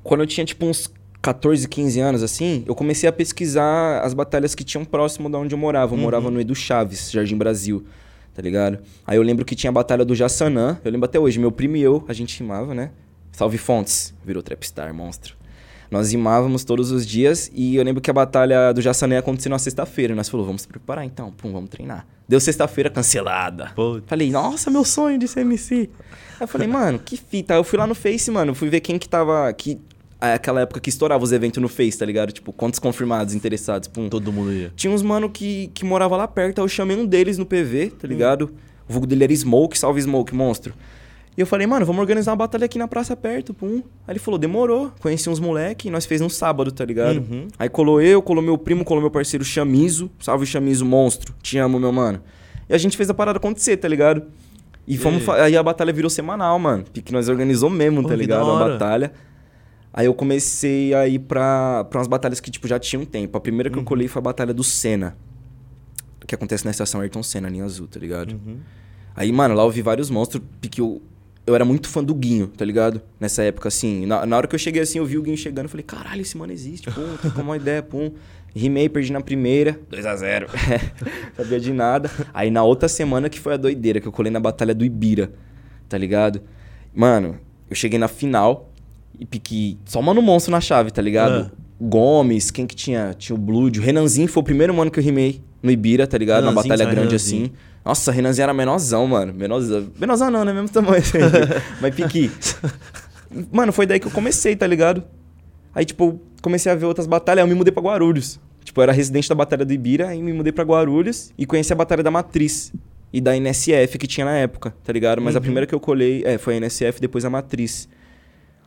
Speaker 1: Quando eu tinha, tipo, uns 14, 15 anos, assim, eu comecei a pesquisar as batalhas que tinham próximo da onde eu morava. Eu
Speaker 2: Uhum.
Speaker 1: morava no Edu Chaves, Jardim Brasil, tá ligado? Aí eu lembro que tinha a batalha do Jassanã, eu lembro até hoje, meu primo e eu, a gente rimava, né? Salve Fontes, virou Trapstar, monstro. Nós rimávamos todos os dias e eu lembro que a batalha do Jaçané aconteceu na sexta-feira. E nós falou, vamos se preparar então, pum, vamos treinar. Deu sexta-feira cancelada. Falei, nossa, meu sonho de ser MC. Aí eu falei, mano, que fita. Aí eu fui lá no Face, mano, fui ver quem que tava. Que, é aquela época que estourava os eventos no Face, tá ligado? Tipo, quantos confirmados, interessados, pum.
Speaker 2: Todo mundo ia.
Speaker 1: Tinha uns mano que, que morava lá perto, aí eu chamei um deles no PV,
Speaker 2: Hum.
Speaker 1: tá ligado? O vulgo dele era Smoke, salve Smoke, monstro. E eu falei, mano, vamos organizar uma batalha aqui na praça perto, pum. Aí ele falou, demorou. Conheci uns moleque e nós fez num sábado, tá ligado?
Speaker 2: Uhum.
Speaker 1: Aí colou eu, colou meu primo, colou meu parceiro Chamizo. Salve Chamizo, monstro. Te amo, meu mano. E a gente fez a parada acontecer, tá ligado? E fomos
Speaker 2: aí?
Speaker 1: fa- aí a batalha virou semanal, mano. Porque nós organizou mesmo,
Speaker 2: Pô,
Speaker 1: tá
Speaker 2: que
Speaker 1: ligado?
Speaker 2: da
Speaker 1: A
Speaker 2: hora.
Speaker 1: batalha. Aí eu comecei a ir pra, pra umas batalhas que, tipo, já tinha um tempo. A primeira que
Speaker 2: Uhum.
Speaker 1: eu colei foi a batalha do Senna. Que acontece na estação Ayrton Senna, linha azul, tá
Speaker 2: Uhum.
Speaker 1: ligado? Aí, mano, lá eu vi vários monstros, porque eu, eu era muito fã do Guinho, tá ligado? Nessa época, assim. Na, na hora que eu cheguei assim, eu vi o Guinho chegando, eu falei, caralho, esse mano existe, pum, trocou uma ideia, pum. Rimei, perdi na primeira, 2x0. Sabia de nada. Aí na outra semana que foi a doideira, que eu colei na batalha do Ibira, tá ligado? Mano, eu cheguei na final e piquei só mano monstro na chave, tá ligado? Gomes, quem que tinha? Tinha o Blood, o Renanzinho foi o primeiro mano que eu rimei no Ibira, tá ligado? na
Speaker 2: Renanzinho,
Speaker 1: batalha
Speaker 2: sabe,
Speaker 1: grande
Speaker 2: Renanzinho.
Speaker 1: assim. Nossa, Renanzinho era menorzão, mano. Menorzão. Menorzão não, né? Mesmo tamanho. assim. Mas piqui. Mano, foi daí que eu comecei, tá ligado? Aí, tipo, eu comecei a ver outras batalhas, eu me mudei pra Guarulhos. Tipo, eu era residente da Batalha do Ibira, aí me mudei pra Guarulhos e conheci a Batalha da Matriz e da NSF que tinha na época, tá ligado? Mas a
Speaker 2: Uhum.
Speaker 1: primeira que eu colei é, foi a NSF, depois a Matriz.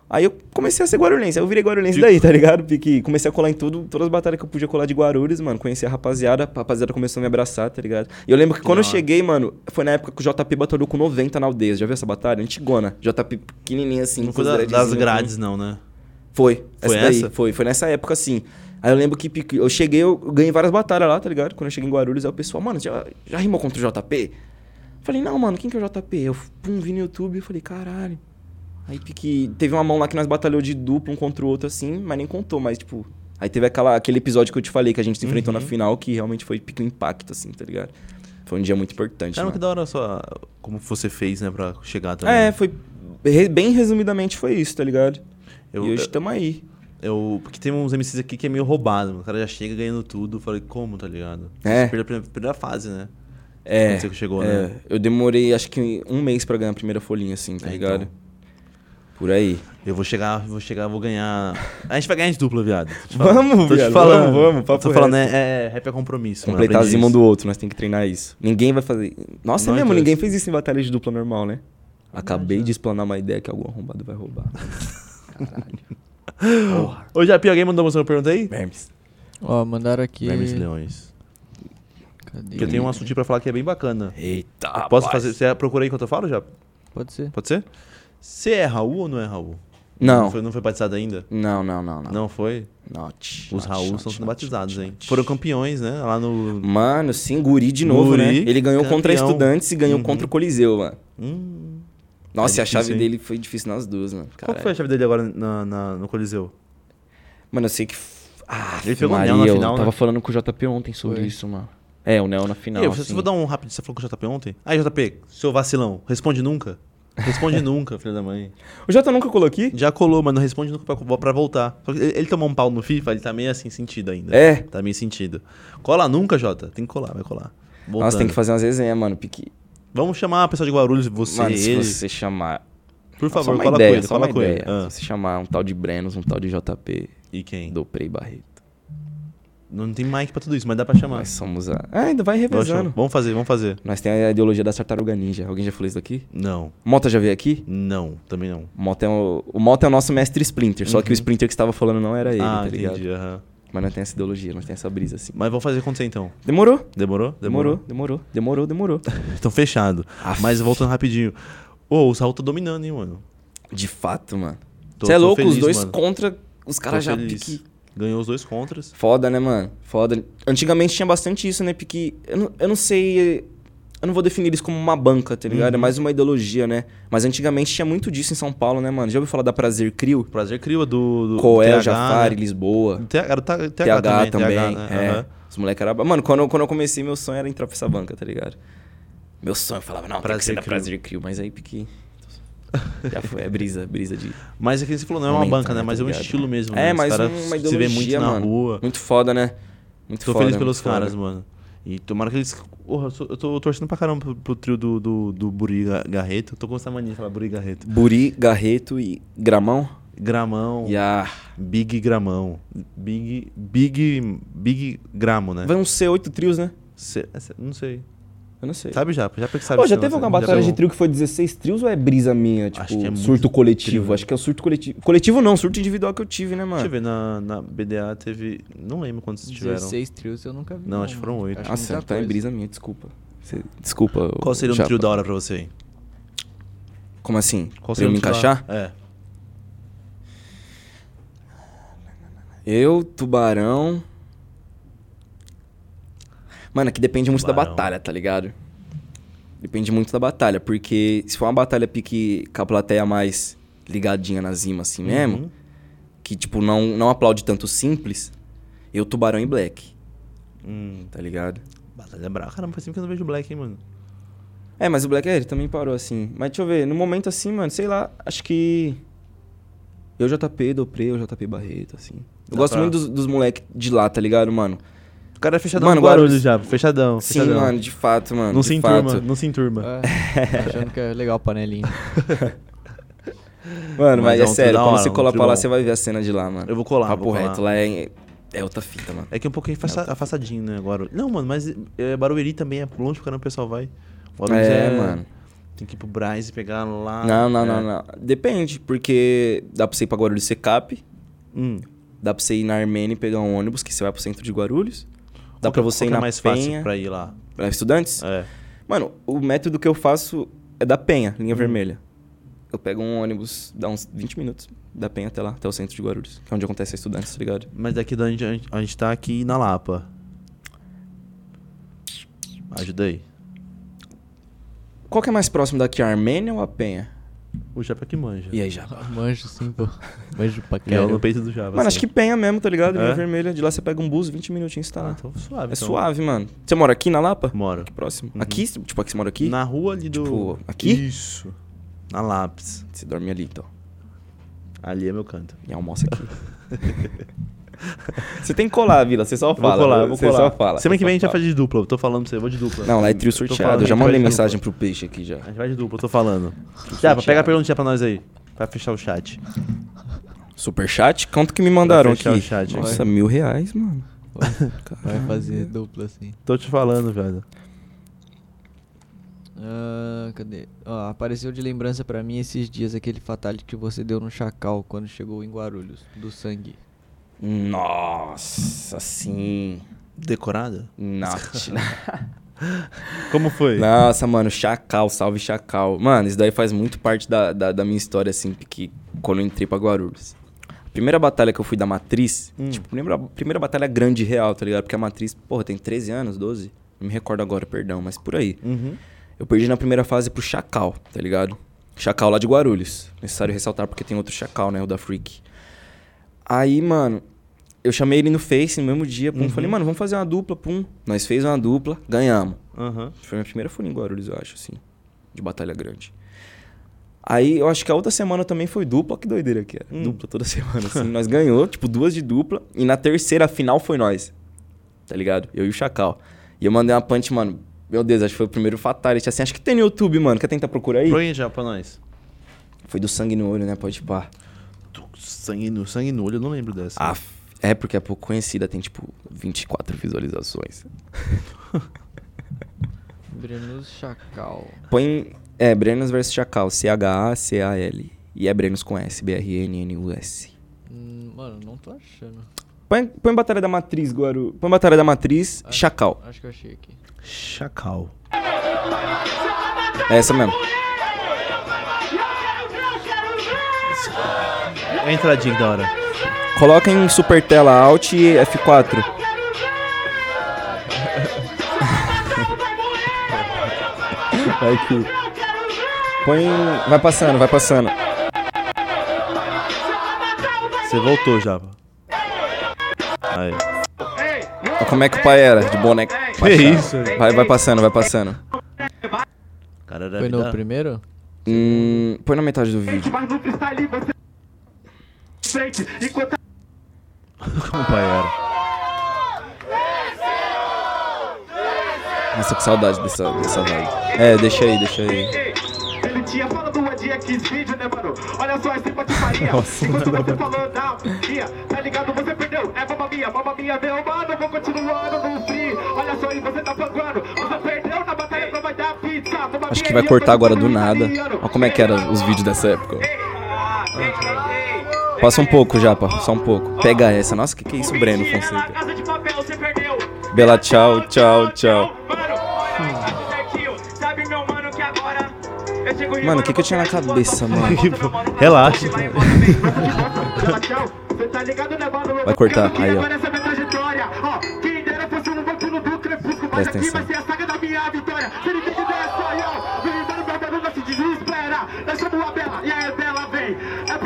Speaker 1: Aí eu comecei a ser guarulhense, aí eu virei guarulhense daí, tá ligado? Porque comecei a colar em tudo, todas as batalhas que eu podia colar de Guarulhos, mano. Conheci a rapaziada, a rapaziada começou a me abraçar, tá ligado? E eu lembro que quando eu
Speaker 2: Da hora.
Speaker 1: cheguei, mano, foi na época que o JP batalhou com 90 na aldeia. Já viu essa batalha? Antigona. JP pequenininha assim.
Speaker 2: Não
Speaker 1: com
Speaker 2: foi
Speaker 1: os
Speaker 2: da-
Speaker 1: dreadzinho,
Speaker 2: das
Speaker 1: assim.
Speaker 2: grades, não, né?
Speaker 1: Foi.
Speaker 2: Foi
Speaker 1: essa? daí,
Speaker 2: essa?
Speaker 1: foi. Foi nessa época, assim. Aí eu lembro que pique- eu cheguei, eu ganhei várias batalhas lá, tá ligado? Quando eu cheguei em Guarulhos, aí o pessoal, mano, já, já rimou contra o JP? Falei, não, mano, quem que é o JP? Eu pum, vi no YouTube e falei, caralho. Aí pique, teve uma mão lá que nós batalhou de duplo um contra o outro, assim, mas nem contou, mas tipo. Aí teve aquela, aquele episódio que eu te falei que a gente se enfrentou
Speaker 2: Uhum.
Speaker 1: na final, que realmente foi pique um impacto, assim, tá ligado? Foi um dia muito importante.
Speaker 2: Caramba,
Speaker 1: mano.
Speaker 2: que da hora só como você fez, né, pra chegar também.
Speaker 1: É, foi. re- Bem resumidamente foi isso, tá ligado?
Speaker 2: Eu-
Speaker 1: e hoje
Speaker 2: eu-
Speaker 1: tamo aí.
Speaker 2: Eu, porque tem uns MCs aqui que é meio roubado, mano. O cara já chega ganhando tudo. Eu falei, como, tá ligado?
Speaker 1: É.
Speaker 2: Perdeu a primeira, primeira fase, né?
Speaker 1: É.
Speaker 2: Quando você chegou,
Speaker 1: é.
Speaker 2: né?
Speaker 1: Eu demorei acho que um mês pra ganhar a primeira folhinha, assim, tá
Speaker 2: É,
Speaker 1: ligado?
Speaker 2: então.
Speaker 1: Por aí.
Speaker 2: Eu vou chegar, vou chegar, vou ganhar. A gente vai ganhar de dupla, viado. Tô te
Speaker 1: Vamos,
Speaker 2: falando. Tô
Speaker 1: viado,
Speaker 2: te falando.
Speaker 1: vamos, vamos, papo
Speaker 2: Tô falando,
Speaker 1: reto.
Speaker 2: é, é, rap é compromisso.
Speaker 1: né?
Speaker 2: mano,
Speaker 1: Completar
Speaker 2: aprendi
Speaker 1: as um
Speaker 2: isso.
Speaker 1: do outro, nós tem que treinar isso. Ninguém vai fazer. Nossa, é
Speaker 2: Nós
Speaker 1: mesmo,
Speaker 2: dois.
Speaker 1: ninguém fez isso em batalha de dupla normal, né? Acabei de explanar uma ideia que algum arrombado vai roubar.
Speaker 2: Ô, Japi, alguém mandou você uma pergunta aí?
Speaker 1: Vermes.
Speaker 3: Ó, mandaram aqui.
Speaker 2: Vermes Leões.
Speaker 3: Cadê?
Speaker 2: Que eu tenho um assunto pra falar que é bem bacana.
Speaker 1: Eita,
Speaker 2: Eu posso
Speaker 1: rapaz.
Speaker 2: fazer? Você procura aí enquanto eu falo, Jap?
Speaker 3: Pode ser.
Speaker 2: Pode ser? Você é Raul ou não é Raul?
Speaker 1: Não.
Speaker 2: Não foi, não foi batizado ainda?
Speaker 1: Não, não, não, não.
Speaker 2: Não foi?
Speaker 1: Not,
Speaker 2: Os
Speaker 1: not,
Speaker 2: Raul
Speaker 1: not,
Speaker 2: estão sendo
Speaker 1: not,
Speaker 2: batizados,
Speaker 1: not,
Speaker 2: hein?
Speaker 1: not.
Speaker 2: Foram campeões, né? Lá no.
Speaker 1: Mano, sim, guri de novo,
Speaker 2: Guri,
Speaker 1: né? Ele ganhou
Speaker 2: campeão. Uhum.
Speaker 1: contra estudantes e ganhou contra o Coliseu, mano.
Speaker 2: Hum.
Speaker 1: Nossa, e a
Speaker 2: difícil,
Speaker 1: chave
Speaker 2: hein?
Speaker 1: dele foi difícil nas duas, mano.
Speaker 2: Qual
Speaker 1: Caralho.
Speaker 2: que foi a chave dele agora na, na- no Coliseu?
Speaker 1: Mano, eu sei que. f- Ah,
Speaker 2: Ele pegou o
Speaker 1: Maria,
Speaker 2: Neo na
Speaker 1: eu
Speaker 2: final, né?
Speaker 1: tava falando com o JP ontem sobre
Speaker 3: Foi.
Speaker 1: isso, mano. É, o Neo na final.
Speaker 2: Não, eu
Speaker 1: assim.
Speaker 2: vou dar um rápido. Você falou com o JP ontem? Aí, JP, seu vacilão, responde nunca. Responde nunca, filho da mãe.
Speaker 1: O Jota nunca colou aqui?
Speaker 2: Já colou, mas não responde nunca pra, pra voltar. Só que Ele, ele tomou um pau no FIFA, ele tá meio assim sentido ainda.
Speaker 1: É.
Speaker 2: Tá meio sentido. Cola nunca, Jota. Tem que colar, vai colar.
Speaker 1: Nossa,
Speaker 2: Voltando.
Speaker 1: tem que fazer umas resenhas, mano. Pique.
Speaker 2: Vamos chamar a pessoa de Guarulhos, você,
Speaker 1: mano, se
Speaker 2: ele.
Speaker 1: você chamar.
Speaker 2: Por
Speaker 1: Só
Speaker 2: favor,
Speaker 1: uma
Speaker 2: cola
Speaker 1: ideia,
Speaker 2: com ele,
Speaker 1: só
Speaker 2: cola
Speaker 1: uma
Speaker 2: com ele.
Speaker 1: ideia.
Speaker 2: Ah,
Speaker 1: Se você chamar um tal de Brenos, um tal de JP,
Speaker 2: E quem?
Speaker 1: do Prey Barreto.
Speaker 2: Não tem mic pra tudo isso, mas dá pra chamar.
Speaker 1: Nós somos a. Ah, ainda vai
Speaker 2: Vamos chamar.
Speaker 1: revezando.
Speaker 2: Vamos fazer, vamos fazer.
Speaker 1: Nós tem a ideologia da tartaruga ninja. Alguém já falou isso daqui?
Speaker 2: Não,
Speaker 1: Mota já veio aqui?
Speaker 2: não, também não.
Speaker 1: O Mota é o, o Mota é o nosso mestre Splinter. Só que
Speaker 2: Uhum.
Speaker 1: o Splinter que você tava falando não era ele,
Speaker 2: ah,
Speaker 1: tá ligado?
Speaker 2: entendi, aham.
Speaker 1: Mas nós tem essa ideologia, nós tem essa brisa assim.
Speaker 2: Mas vamos fazer acontecer então.
Speaker 1: Demorou?
Speaker 2: Demorou?
Speaker 1: Demorou, demorou, demorou, demorou.
Speaker 2: Então fechado. Mas voltando rapidinho. Ô, o Saul tá dominando, hein, mano.
Speaker 1: De fato, mano.
Speaker 2: Tô-
Speaker 1: Você é
Speaker 2: tô
Speaker 1: louco, os
Speaker 2: feliz,
Speaker 1: dois
Speaker 2: mano.
Speaker 1: contra. Os caras
Speaker 2: Tô
Speaker 1: já
Speaker 2: feliz.
Speaker 1: pique.
Speaker 2: Ganhou os dois contras.
Speaker 1: Foda, né, mano? Foda. Antigamente tinha bastante isso, né? Pique. Eu não, eu não sei. Eu não vou definir isso como uma banca, tá
Speaker 2: Uhum.
Speaker 1: ligado? É mais uma ideologia, né? Mas antigamente tinha muito disso em São Paulo, né, mano? Já ouviu falar da Prazer Crio?
Speaker 2: Prazer Criva do. do
Speaker 1: Coel,
Speaker 2: TH,
Speaker 1: Jafari,
Speaker 2: né?
Speaker 1: Lisboa.
Speaker 2: TH, tá- TH,
Speaker 1: TH
Speaker 2: também.
Speaker 1: também.
Speaker 2: TH, né?
Speaker 1: é.
Speaker 2: Aham.
Speaker 1: Os moleques eram. ba- Mano, quando eu, quando eu comecei, meu sonho era entrar pra essa banca, tá ligado? Meu sonho, eu falava, não, prazer tem que
Speaker 2: Prazer
Speaker 1: ser da Prazer Crio.
Speaker 2: Crio.
Speaker 1: Mas aí, pique. Já foi, é brisa, brisa de.
Speaker 2: Mas é que você falou, não é uma
Speaker 1: Momento,
Speaker 2: banca, né? Mas é um
Speaker 1: Obrigado.
Speaker 2: estilo mesmo, né?
Speaker 1: É,
Speaker 2: Os
Speaker 1: mas
Speaker 2: caras
Speaker 1: uma
Speaker 2: se vê
Speaker 1: ideologia,
Speaker 2: muito na
Speaker 1: mano.
Speaker 2: rua.
Speaker 1: Muito foda, né? Muito
Speaker 2: Tô
Speaker 1: foda.
Speaker 2: feliz pelos
Speaker 1: muito foda.
Speaker 2: caras, mano. E tomara que eles. Porra, eu, sou- eu tô torcendo pra caramba pro, pro trio do, do, do Buri Ga- Garreto. Eu tô com essa mania de falar Buri Garreto.
Speaker 1: Buri, Garreto e Gramão?
Speaker 2: Gramão.
Speaker 1: Yeah.
Speaker 2: Big Gramão. Big. Big. Big Gramo, né?
Speaker 1: Vão ser oito trios, né?
Speaker 2: Cê- cê- não sei.
Speaker 1: Eu não sei.
Speaker 2: Sabe já, já porque sabe.
Speaker 1: Pô, já
Speaker 2: se
Speaker 1: teve
Speaker 2: não,
Speaker 1: alguma
Speaker 2: sabe? Já
Speaker 1: batalha de
Speaker 2: pegou.
Speaker 1: trio que foi 16 trios ou é brisa minha? Tipo,
Speaker 2: que é muito né?
Speaker 1: surto coletivo. Acho que é o surto coletivo. Coletivo não, surto individual que eu tive, né, mano?
Speaker 2: Deixa eu ver, na, na BDA teve. Não lembro quantos tiveram.
Speaker 3: 16 trios eu nunca vi,
Speaker 2: Não,
Speaker 3: não,
Speaker 2: acho que foram
Speaker 3: mano.
Speaker 2: 8.
Speaker 3: Acho
Speaker 1: Nossa,
Speaker 3: muita
Speaker 1: tá em
Speaker 3: coisa.
Speaker 1: brisa minha, desculpa. Cê- Desculpa.
Speaker 2: Qual seria um
Speaker 1: Chapa.
Speaker 2: trio da hora pra você? aí?
Speaker 1: Como assim?
Speaker 2: Qual
Speaker 1: pra eu
Speaker 2: seria
Speaker 1: me
Speaker 2: um trio da-
Speaker 1: encaixar?
Speaker 2: É.
Speaker 1: Eu, tubarão. Mano, aqui depende muito da
Speaker 2: Tubarão.
Speaker 1: batalha, tá ligado? Depende muito da batalha, porque se for uma batalha pique com a plateia mais ligadinha na zima,
Speaker 2: Uhum.
Speaker 1: assim mesmo, que tipo, não, não aplaude tanto simples, eu, tubarão e black,
Speaker 2: Hum,
Speaker 1: tá ligado?
Speaker 2: batalha é brava. Caramba, faz tempo que eu não vejo Black, hein, mano.
Speaker 1: É, mas o Black é, ele também parou assim. Mas deixa eu ver, no momento assim, mano, sei lá, acho que. Eu JP, Dopré, eu JP Barreto, assim. Eu
Speaker 2: Dá
Speaker 1: gosto
Speaker 2: pra-
Speaker 1: muito dos, dos moleques de lá, tá ligado, mano?
Speaker 2: O cara é fechadão
Speaker 1: Mano,
Speaker 2: mano,
Speaker 1: Guarulhos-
Speaker 2: Guarulhos já. Fechadão,
Speaker 1: Sim,
Speaker 2: fechadão.
Speaker 1: mano, de fato, mano.
Speaker 2: não
Speaker 1: de
Speaker 2: se
Speaker 1: fato.
Speaker 2: enturma, não se enturma.
Speaker 3: É, achando que é legal a panelinha.
Speaker 1: Mano, mas,
Speaker 2: Mas
Speaker 1: é,
Speaker 2: é um trio
Speaker 1: sério,
Speaker 2: da
Speaker 1: quando
Speaker 2: hora,
Speaker 1: você
Speaker 2: um
Speaker 1: colar
Speaker 2: trio
Speaker 1: pra lá,
Speaker 2: bom.
Speaker 1: você vai ver a cena de lá, mano.
Speaker 2: Eu vou colar,
Speaker 1: É. Papo
Speaker 2: vou colar.
Speaker 1: reto, lá é, é outra fita, mano.
Speaker 2: É que é um pouquinho afasta- afastadinho, né, Guarulhos. Não, mano, mas é, Barueri também é longe, porque não o pessoal vai. Guarulhos
Speaker 1: É,
Speaker 2: é,
Speaker 1: mano.
Speaker 2: Tem que ir pro Braz e pegar lá.
Speaker 1: não, não,
Speaker 2: é.
Speaker 1: não, não. Depende, porque dá pra você ir pra Guarulhos Secap,
Speaker 2: Hum,
Speaker 1: dá pra você ir na Armênia e pegar um ônibus, que você vai pro centro de Guarulhos. Dá
Speaker 2: qual
Speaker 1: pra
Speaker 2: que-
Speaker 1: você
Speaker 2: qual
Speaker 1: ir
Speaker 2: que
Speaker 1: na
Speaker 2: é mais
Speaker 1: Penha.
Speaker 2: fácil pra ir lá?
Speaker 1: pra estudantes?
Speaker 2: É.
Speaker 1: Mano, o método que eu faço é da Penha,
Speaker 2: Hum.
Speaker 1: linha vermelha. Eu pego um ônibus, dá uns 20 minutos da Penha até lá, até o centro de Guarulhos, que é onde acontece a estudantes, tá ligado?
Speaker 2: Mas daqui da onde a gente, a gente tá aqui na Lapa. Ajuda aí.
Speaker 1: Qual que é mais próximo daqui, a Armênia ou a Penha?
Speaker 2: O Japa que manja.
Speaker 1: E aí, já. Mano,
Speaker 3: Manjo sim, pô. Manjo pra
Speaker 2: É,
Speaker 3: caralho.
Speaker 2: no peito do Japa.
Speaker 1: acho que Penha mesmo, tá ligado? Linha
Speaker 2: É?
Speaker 1: vermelha, de lá você pega um bus, 20 minutinhos tá lá.
Speaker 2: Ah, então suave.
Speaker 1: é
Speaker 2: então.
Speaker 1: suave, mano. Você mora aqui na Lapa?
Speaker 2: Moro. Uhum.
Speaker 1: Próximo. Aqui, tipo, aqui você mora aqui?
Speaker 2: Na rua ali do.
Speaker 1: Tipo, aqui?
Speaker 2: Isso. Na Lápis.
Speaker 1: Você dorme ali, então.
Speaker 2: Ali é meu canto.
Speaker 1: E almoça aqui. você tem que colar, Vila, você só fala.
Speaker 2: vou colar, vou
Speaker 1: você
Speaker 2: colar.
Speaker 1: só fala. você
Speaker 2: Semana que
Speaker 1: só
Speaker 2: vem a gente vai
Speaker 1: fala.
Speaker 2: fazer de dupla. Eu tô falando pra você, eu vou de dupla.
Speaker 1: Não, lá é trio
Speaker 2: Eu tô
Speaker 1: sorteado.
Speaker 2: falando,
Speaker 1: Eu já
Speaker 2: a gente vai
Speaker 1: mandei
Speaker 2: de
Speaker 1: mensagem
Speaker 2: dupla.
Speaker 1: pro peixe aqui já.
Speaker 2: A gente vai de dupla, eu tô falando. Japa, pega a perguntinha pra nós aí. Pra fechar o chat.
Speaker 1: Superchat? Quanto que me mandaram
Speaker 2: Pra
Speaker 1: aqui?
Speaker 2: fechar o chat,
Speaker 1: Nossa, mil reais, mano.
Speaker 3: Vai fazer dupla assim.
Speaker 2: Tô te falando, velho.
Speaker 3: Ah, cadê? Ó, apareceu de lembrança pra mim esses dias aquele fatality que você deu no Chacal quando chegou em Guarulhos, do sangue.
Speaker 1: Nossa, sim.
Speaker 2: Decorada?
Speaker 1: Not.
Speaker 2: Como foi?
Speaker 1: Nossa, mano, Chacal, salve Chacal. Mano, isso daí faz muito parte da, da, da minha história, assim, que quando eu entrei pra Guarulhos. A primeira batalha que eu fui da Matriz, tipo, primeira, primeira batalha grande e real, tá ligado? Porque a Matriz, porra, tem 13 anos, 12? Não me recordo agora, perdão, mas por aí. Eu perdi na primeira fase pro Chacal, tá ligado? Chacal lá de Guarulhos. Necessário ressaltar porque tem outro Chacal, né? O da Freak. Aí, mano, eu chamei ele no Face no mesmo dia, pum. Falei, mano, vamos fazer uma dupla, pum. Nós fez uma dupla, ganhamos.
Speaker 2: Aham.
Speaker 1: Foi minha primeira folha em Guarulhos, eu acho, assim. De batalha grande. Aí, eu acho que a outra semana também foi dupla. Que doideira que era. Dupla toda semana, assim. nós ganhou, tipo, duas de dupla. E na terceira final foi nós. Tá ligado? Eu e o Chacal. E eu mandei uma punch, mano. Meu Deus, acho que foi o primeiro Fatality. Assim, acho que tem no YouTube, mano. Quer tentar procurar aí?
Speaker 2: Põe aí já pra nós.
Speaker 1: Foi do sangue no olho, né? Pode pá.
Speaker 2: Sangue no, sangue no olho, eu não lembro dessa.
Speaker 1: Ah, f- é porque é pouco conhecida. Tem, tipo, 24 visualizações.
Speaker 3: Brenos Chacal.
Speaker 1: Põe. É, Brenos vs Chacal. C-H-A-C-A-L. E é Brenos com S. B-R-N-N-U-S.
Speaker 3: Hum, mano, não tô achando.
Speaker 1: Põe, põe Batalha da Matriz, Guaru. Põe Batalha da Matriz, Chacal.
Speaker 3: Acho que eu achei aqui.
Speaker 2: Chacal.
Speaker 1: É essa mesmo.
Speaker 2: É a entradinha que da hora.
Speaker 1: Coloca em super tela Alt e F4. Vai aqui. Põe. Vai passando, vai passando.
Speaker 2: Você voltou já. Aí.
Speaker 1: Ó, como é que o pai era? De boneco.
Speaker 2: Que isso?
Speaker 1: Vai, vai passando, vai passando.
Speaker 2: Cara, era
Speaker 3: Foi no
Speaker 2: vida-
Speaker 3: primeiro?
Speaker 1: Hum, põe na metade do vídeo.
Speaker 9: Mas no freestyle você. Frente, enquanto.
Speaker 2: Companheiro.
Speaker 1: Nossa, que saudade dessa, dessa vibe. É, deixa aí, deixa aí.
Speaker 9: Ele tinha falado uma dia que esse vídeo, né, mano? Olha só, esse patifaria.
Speaker 1: Nossa.
Speaker 9: Enquanto você tá falou da minha, tá ligado? Você perdeu. É mamma mia, mamma mia, meu mano. Vou continuando no free. Olha só, e você tá panguando. Você perdeu na batalha pra vai dar pizza. Mamma
Speaker 1: Acho
Speaker 9: mia,
Speaker 1: que vai
Speaker 9: e eu
Speaker 1: cortar
Speaker 9: tô
Speaker 1: agora do
Speaker 9: sempre
Speaker 1: nada.
Speaker 9: italiano. Ah,
Speaker 1: Olha como é que eram os vídeos dessa época. ó.
Speaker 9: é?
Speaker 1: Passa um pouco, Japa, só um pouco. Pega essa. Nossa, que que é isso, Breno Fonseca?
Speaker 9: Casa de papel, você perdeu.
Speaker 1: Bela, tchau, tchau, tchau.
Speaker 9: Sabe, meu mano, que agora eu chego
Speaker 1: Mano, o que que eu tinha na cabeça, mano?
Speaker 2: Relaxa.
Speaker 9: tá né,
Speaker 1: Vai cortar, aí, ó.
Speaker 9: um
Speaker 1: Presta atenção.
Speaker 9: é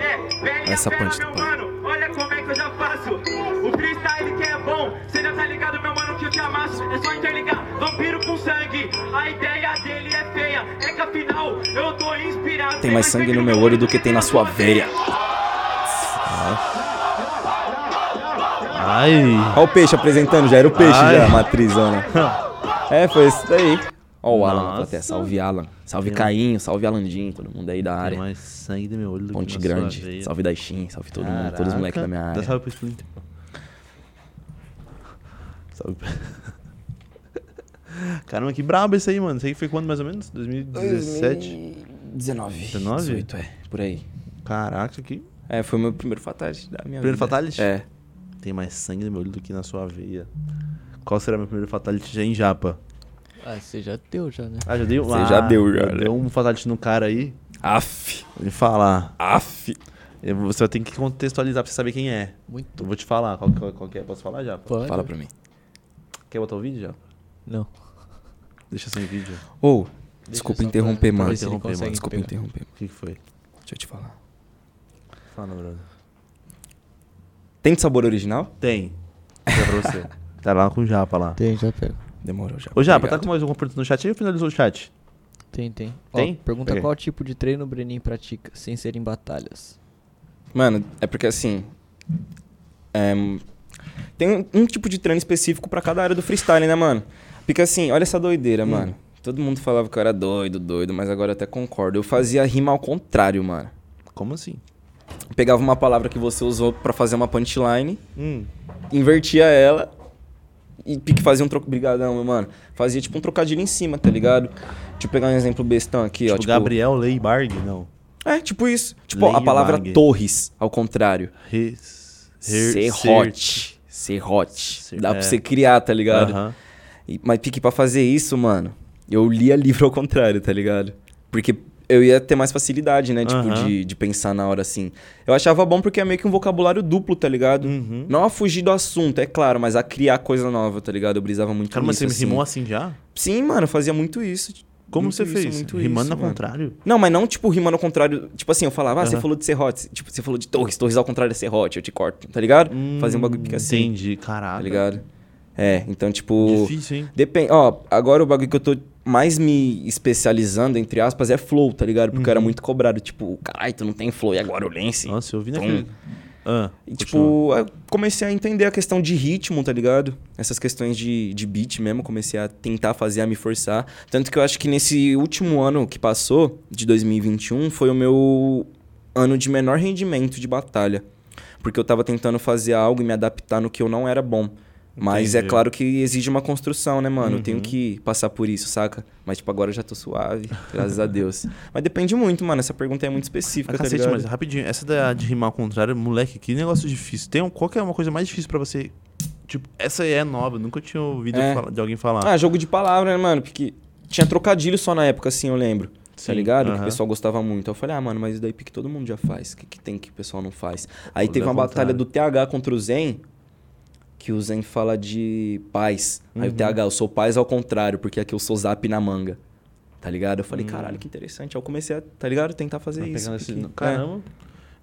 Speaker 9: É
Speaker 1: Essa punch do pai.
Speaker 9: Olha como é que eu já faço. O freestyle que é bom, cê já tá ligado, meu mano, que eu te amasso. É só interligar vampiro com sangue. A ideia dele é feia, é que afinal eu tô inspirado.
Speaker 1: Tem mais sangue no meu olho do que tem na sua veia.
Speaker 2: Ai.
Speaker 1: Olha o peixe apresentando, já era o peixe
Speaker 2: Ai.
Speaker 1: já, matrizona. É, foi isso daí. Ó o Alan na
Speaker 2: Nossa.
Speaker 1: plateia. Salve, Alan. Salve,
Speaker 2: Tem-
Speaker 1: Cainho. Salve, Alandinho. Todo mundo aí da área.
Speaker 2: Tem mais sangue do meu olho do que
Speaker 1: Ponte
Speaker 2: na sua
Speaker 1: Grande.
Speaker 2: veia.
Speaker 1: Salve, Daishin. Salve todo mundo. Todos os
Speaker 2: Caraca.
Speaker 1: moleques da minha
Speaker 2: Dá
Speaker 1: área.
Speaker 2: salve pro Splinter. Salve pra... Caramba, que brabo esse aí, mano. Isso aí foi quando mais ou menos? 2017?
Speaker 1: 19.
Speaker 2: 19?
Speaker 1: 18, é. Por aí.
Speaker 2: Caraca, que.
Speaker 1: É, foi meu primeiro fatality da minha
Speaker 2: Primeiro
Speaker 1: vida.
Speaker 2: fatality?
Speaker 1: É.
Speaker 2: Tem mais sangue no meu olho do que na sua veia. Qual será meu primeiro fatality já em japa?
Speaker 3: Ah, você já deu já, né?
Speaker 2: Ah, já deu?
Speaker 1: Você já deu, já, né?
Speaker 2: Deu um fatality no cara aí.
Speaker 1: Aff.
Speaker 2: Ele falar.
Speaker 1: Aff.
Speaker 2: Eu- Você vai ter que contextualizar pra você saber quem é.
Speaker 3: Muito.
Speaker 2: Eu vou te falar. Qual, qual, qual que é? Posso falar, japa?
Speaker 3: Pode.
Speaker 1: Fala pra mim.
Speaker 2: Quer botar o vídeo, japa?
Speaker 3: Não.
Speaker 2: Deixa sem vídeo.
Speaker 1: Ô, desculpa
Speaker 3: só pra-
Speaker 1: interromper,
Speaker 3: pra
Speaker 1: mano.
Speaker 3: ver se ele
Speaker 1: Interromper, mano.
Speaker 3: consegue
Speaker 1: Desculpa
Speaker 3: pegar.
Speaker 1: interromper. mano.
Speaker 2: O que, que foi?
Speaker 1: Deixa eu te falar.
Speaker 2: Fala, brother.
Speaker 1: Tem de sabor original?
Speaker 2: Tem. Fica pra você. tá lá com o Japa lá.
Speaker 3: Tem, já pego.
Speaker 1: Demorou já.
Speaker 2: Ô, Japa, tá
Speaker 1: obrigado.
Speaker 2: com mais alguma pergunta no chat aí ou finalizou o chat?
Speaker 3: Tem, tem.
Speaker 2: Tem?
Speaker 3: Ó, pergunta
Speaker 2: Peguei.
Speaker 3: qual tipo de treino o Breninho pratica, sem ser em batalhas.
Speaker 1: Mano, é porque assim. é, tem um, um tipo de treino específico pra cada área do freestyle, né, mano? Porque assim, olha essa
Speaker 2: Hum.
Speaker 1: doideira, mano. Todo mundo falava que eu era doido, doido, mas agora eu até concordo. Eu fazia rima ao contrário, mano.
Speaker 2: Como assim?
Speaker 1: Eu pegava uma palavra que você usou pra fazer uma punchline,
Speaker 2: Hum.
Speaker 1: invertia ela e pique fazia um troco. Brigadão, meu mano. Fazia tipo um trocadilho em cima, tá ligado? Deixa eu pegar um exemplo bestão aqui, ó.
Speaker 2: Tipo, Gabriel Leibarg? Não.
Speaker 1: É, tipo isso. Tipo, ó, a
Speaker 2: Leibag.
Speaker 1: palavra torres, ao contrário.
Speaker 2: Res... Her-
Speaker 1: Serrote. Serrote.
Speaker 2: Ser-
Speaker 1: Dá
Speaker 2: é.
Speaker 1: pra você criar, tá ligado?
Speaker 2: Aham.
Speaker 1: E- mas pique pra fazer isso, mano. Eu lia livro ao contrário, tá ligado? Porque eu ia ter mais facilidade, né? Tipo,
Speaker 2: Aham.
Speaker 1: de, de pensar na hora assim. Eu achava bom porque é meio que um vocabulário duplo, tá ligado?
Speaker 2: Uhum.
Speaker 1: Não a fugir do assunto, é claro, mas a criar coisa nova, tá ligado? Eu brisava muito
Speaker 2: Cara, mas
Speaker 1: nisso,
Speaker 2: você me
Speaker 1: assim.
Speaker 2: rimou assim já?
Speaker 1: Sim, mano, eu fazia muito isso.
Speaker 2: Como
Speaker 1: Muito
Speaker 2: você
Speaker 1: isso,
Speaker 2: fez?
Speaker 1: muito
Speaker 2: Rimando
Speaker 1: isso,
Speaker 2: ao
Speaker 1: mano.
Speaker 2: contrário?
Speaker 1: Não, mas não, tipo, rimando ao contrário. Tipo assim, eu falava, ah, você
Speaker 2: Aham.
Speaker 1: falou de serrote. Tipo, você falou de torres, torres ao contrário é serrote, eu te corto, tá ligado? Fazia um bagulho pique assim
Speaker 2: Hum, Entendi, caraca.
Speaker 1: tá ligado? É, então, tipo.
Speaker 2: Difícil, hein?
Speaker 1: Depende. Ó, agora o bagulho que eu tô mais me especializando, entre aspas, é flow, tá ligado? Porque eu
Speaker 2: Uhum.
Speaker 1: era muito cobrado. Tipo, caralho, tu não tem flow e agora o lance.
Speaker 2: Nossa, eu vi
Speaker 1: Pum.
Speaker 2: naquele... Ah,
Speaker 1: E,
Speaker 2: continua.
Speaker 1: tipo, eu comecei a entender a questão de ritmo, tá ligado? Essas questões de, de beat mesmo, comecei a tentar fazer, a me forçar. Tanto que eu acho que nesse último ano que passou, de 2021, foi o meu ano de menor rendimento de batalha. Porque eu tava tentando fazer algo e me adaptar no que eu não era bom. Mas é
Speaker 2: Entendi. Uhum.
Speaker 1: claro que exige uma construção, né, mano? Eu tenho que passar por isso, saca? Mas, tipo, agora eu já tô suave, graças a Deus. Mas depende muito, mano. Essa pergunta é muito específica,
Speaker 2: Ah,
Speaker 1: tá
Speaker 2: cacete,
Speaker 1: ligado?
Speaker 2: mas rapidinho, essa da, de rimar ao contrário, moleque, que negócio difícil. Tem um, qual que é uma coisa mais difícil pra você? Tipo, essa é nova, nunca tinha ouvido
Speaker 1: É.
Speaker 2: falar- de alguém falar.
Speaker 1: Ah, jogo de palavra, né, mano? Porque tinha trocadilho só na época, assim, eu lembro.
Speaker 2: Sim,
Speaker 1: Tá ligado? Que
Speaker 2: aham.
Speaker 1: o pessoal gostava muito. Eu falei, ah, mano, mas isso daí pique todo mundo já faz. O que, que tem que o pessoal não faz? Aí
Speaker 2: Tudo
Speaker 1: teve
Speaker 2: ao
Speaker 1: uma batalha
Speaker 2: contrário.
Speaker 1: do TH contra o Zen, que o Zen fala de paz. Aí o
Speaker 2: Uhum.
Speaker 1: TH, eu sou paz ao contrário, porque aqui eu sou zap na manga. Tá ligado? Eu falei, caralho, que interessante. Aí eu comecei a, tá ligado? Tentar fazer
Speaker 2: Hum. Tá
Speaker 1: isso.
Speaker 2: pegando esse-
Speaker 1: pique. É.
Speaker 2: Caramba.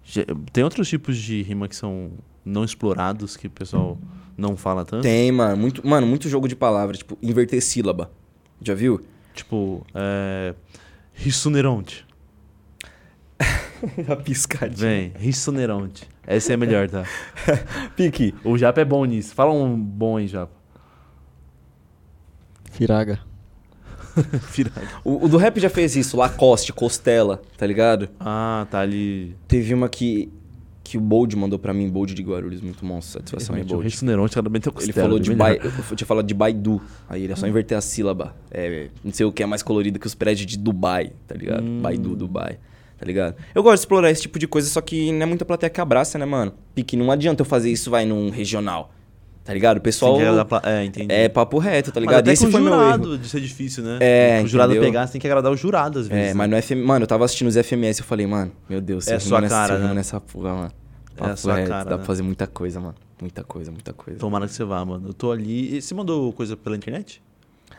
Speaker 2: Já- Tem outros tipos de rima que são não explorados, que o pessoal não fala tanto?
Speaker 1: Tem, mano. Muito, mano, muito jogo de palavra. Tipo, inverter sílaba. Já viu?
Speaker 2: Tipo, Tipo, é. Rissuneronte.
Speaker 1: A piscadinha.
Speaker 2: Vem, Rissuneronte. Essa é a melhor, tá?
Speaker 1: Pique.
Speaker 2: O Japa é bom nisso. Fala um bom aí, Japa.
Speaker 3: Firaga.
Speaker 1: O, o do rap já fez isso, Lacoste, Costela, tá ligado?
Speaker 2: Ah, tá ali.
Speaker 1: Teve uma que, que o Bold mandou pra mim, Bold de Guarulhos, muito monstro, satisfação aí,
Speaker 2: Realmente, o
Speaker 1: Bold.
Speaker 2: Rissuneronte, cada bem tem o
Speaker 1: Ele
Speaker 2: Costela,
Speaker 1: falou
Speaker 2: bem
Speaker 1: de
Speaker 2: melhor.
Speaker 1: bai, eu tinha falado de Baidu, aí ele é só inverter a sílaba. É, não sei o que é mais colorido que os prédios de Dubai, tá ligado? Baidu, Dubai, tá ligado? Eu gosto de explorar esse tipo de coisa, só que não é muita plateia que abraça, né, mano? Pique, não adianta eu fazer isso, vai, num regional, tá ligado? O pessoal...
Speaker 2: Tem que agradar pla- é, entendi.
Speaker 1: É papo reto, tá
Speaker 2: Mas
Speaker 1: ligado?
Speaker 2: até
Speaker 1: Esse
Speaker 2: com o
Speaker 1: foi meu
Speaker 2: jurado
Speaker 1: erro.
Speaker 2: de ser difícil, né?
Speaker 1: É,
Speaker 2: o jurado
Speaker 1: entendeu?
Speaker 2: pegar, você tem que agradar o jurado às vezes. né?
Speaker 1: É, mas no FM... Mano, eu tava assistindo os FMS e eu falei, mano, meu Deus, se
Speaker 2: É
Speaker 1: eu
Speaker 2: a
Speaker 1: rimo
Speaker 2: sua
Speaker 1: nessa, se eu
Speaker 2: cara,
Speaker 1: rimo
Speaker 2: né?
Speaker 1: nessa porra, mano.
Speaker 2: É a
Speaker 1: papo
Speaker 2: sua
Speaker 1: reto,
Speaker 2: cara,
Speaker 1: Dá
Speaker 2: né?
Speaker 1: pra fazer muita coisa, mano. Muita coisa, muita coisa.
Speaker 2: Tomara que você vá, mano. Eu tô ali. E Você mandou coisa pela internet?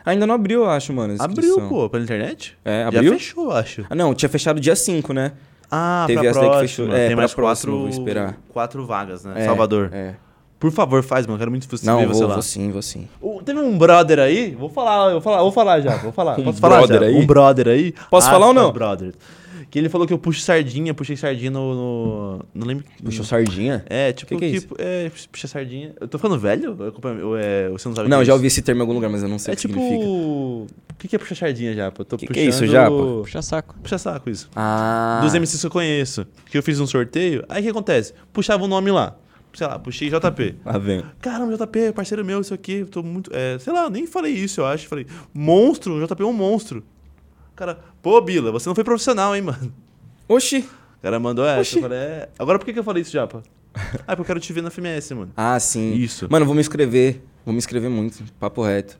Speaker 1: Ainda não abriu, eu acho, mano. a
Speaker 2: Abriu,
Speaker 1: inscrição.
Speaker 2: pô, pela internet?
Speaker 1: É,
Speaker 2: Já
Speaker 1: abriu?
Speaker 2: fechou, eu acho.
Speaker 1: Ah, não, tinha fechado dia 5, né?
Speaker 2: Ah,
Speaker 1: Teve
Speaker 2: pra
Speaker 1: essa daí que
Speaker 2: próxima.
Speaker 1: fechou. É,
Speaker 2: Tem
Speaker 1: pra
Speaker 2: mais
Speaker 1: próxima,
Speaker 2: quatro,
Speaker 1: vou esperar.
Speaker 2: quatro vagas, né?
Speaker 1: É,
Speaker 2: Salvador.
Speaker 1: é.
Speaker 2: Por favor, faz, mano. Quero muito que você
Speaker 1: Não,
Speaker 2: veja você
Speaker 1: vou,
Speaker 2: lá.
Speaker 1: vou sim, vou sim.
Speaker 2: O- Teve um brother aí, vou falar, eu vou falar, vou falar já, vou falar.
Speaker 1: Um
Speaker 2: Posso falar
Speaker 1: brother
Speaker 2: já?
Speaker 1: aí?
Speaker 2: Um brother aí.
Speaker 1: Posso falar ou não?
Speaker 2: Brother. Que ele falou que eu puxo sardinha, puxei sardinha no. no- não lembro.
Speaker 1: Puxou sardinha?
Speaker 2: É, tipo,
Speaker 1: Que que é isso?
Speaker 2: tipo, é, puxa sardinha. Eu tô falando velho? Ou é culpa- ou é- você não sabe
Speaker 1: Não,
Speaker 2: o que é
Speaker 1: eu já
Speaker 2: isso?
Speaker 1: ouvi esse termo em algum lugar, mas eu não sei
Speaker 2: É
Speaker 1: o que
Speaker 2: tipo.
Speaker 1: significa.
Speaker 2: O que, que é puxar sardinha, Japa? Eu tô
Speaker 1: Que
Speaker 2: puxando.
Speaker 1: que é isso, Japa?
Speaker 3: Puxa saco.
Speaker 2: Puxa saco isso.
Speaker 1: Ah.
Speaker 2: Dos MCs que eu conheço, que eu fiz um sorteio. Aí o que acontece? Puxava o nome lá. Sei lá, puxei JP.
Speaker 1: Ah, vem.
Speaker 2: Caramba, JP, parceiro meu, isso aqui, tô muito. é, sei lá, eu nem falei isso, eu acho. Falei, monstro, o JP é um monstro. Cara, pô, Bila, você não foi profissional, hein, mano?
Speaker 1: Oxi.
Speaker 2: O cara mandou essa.
Speaker 1: Oxi.
Speaker 2: Eu falei, é... Agora por que, que eu falei isso, Japa? ah, porque eu quero te ver na FMS, mano.
Speaker 1: Ah, sim.
Speaker 2: Isso.
Speaker 1: Mano, eu vou me inscrever. Vou me inscrever muito. Papo reto.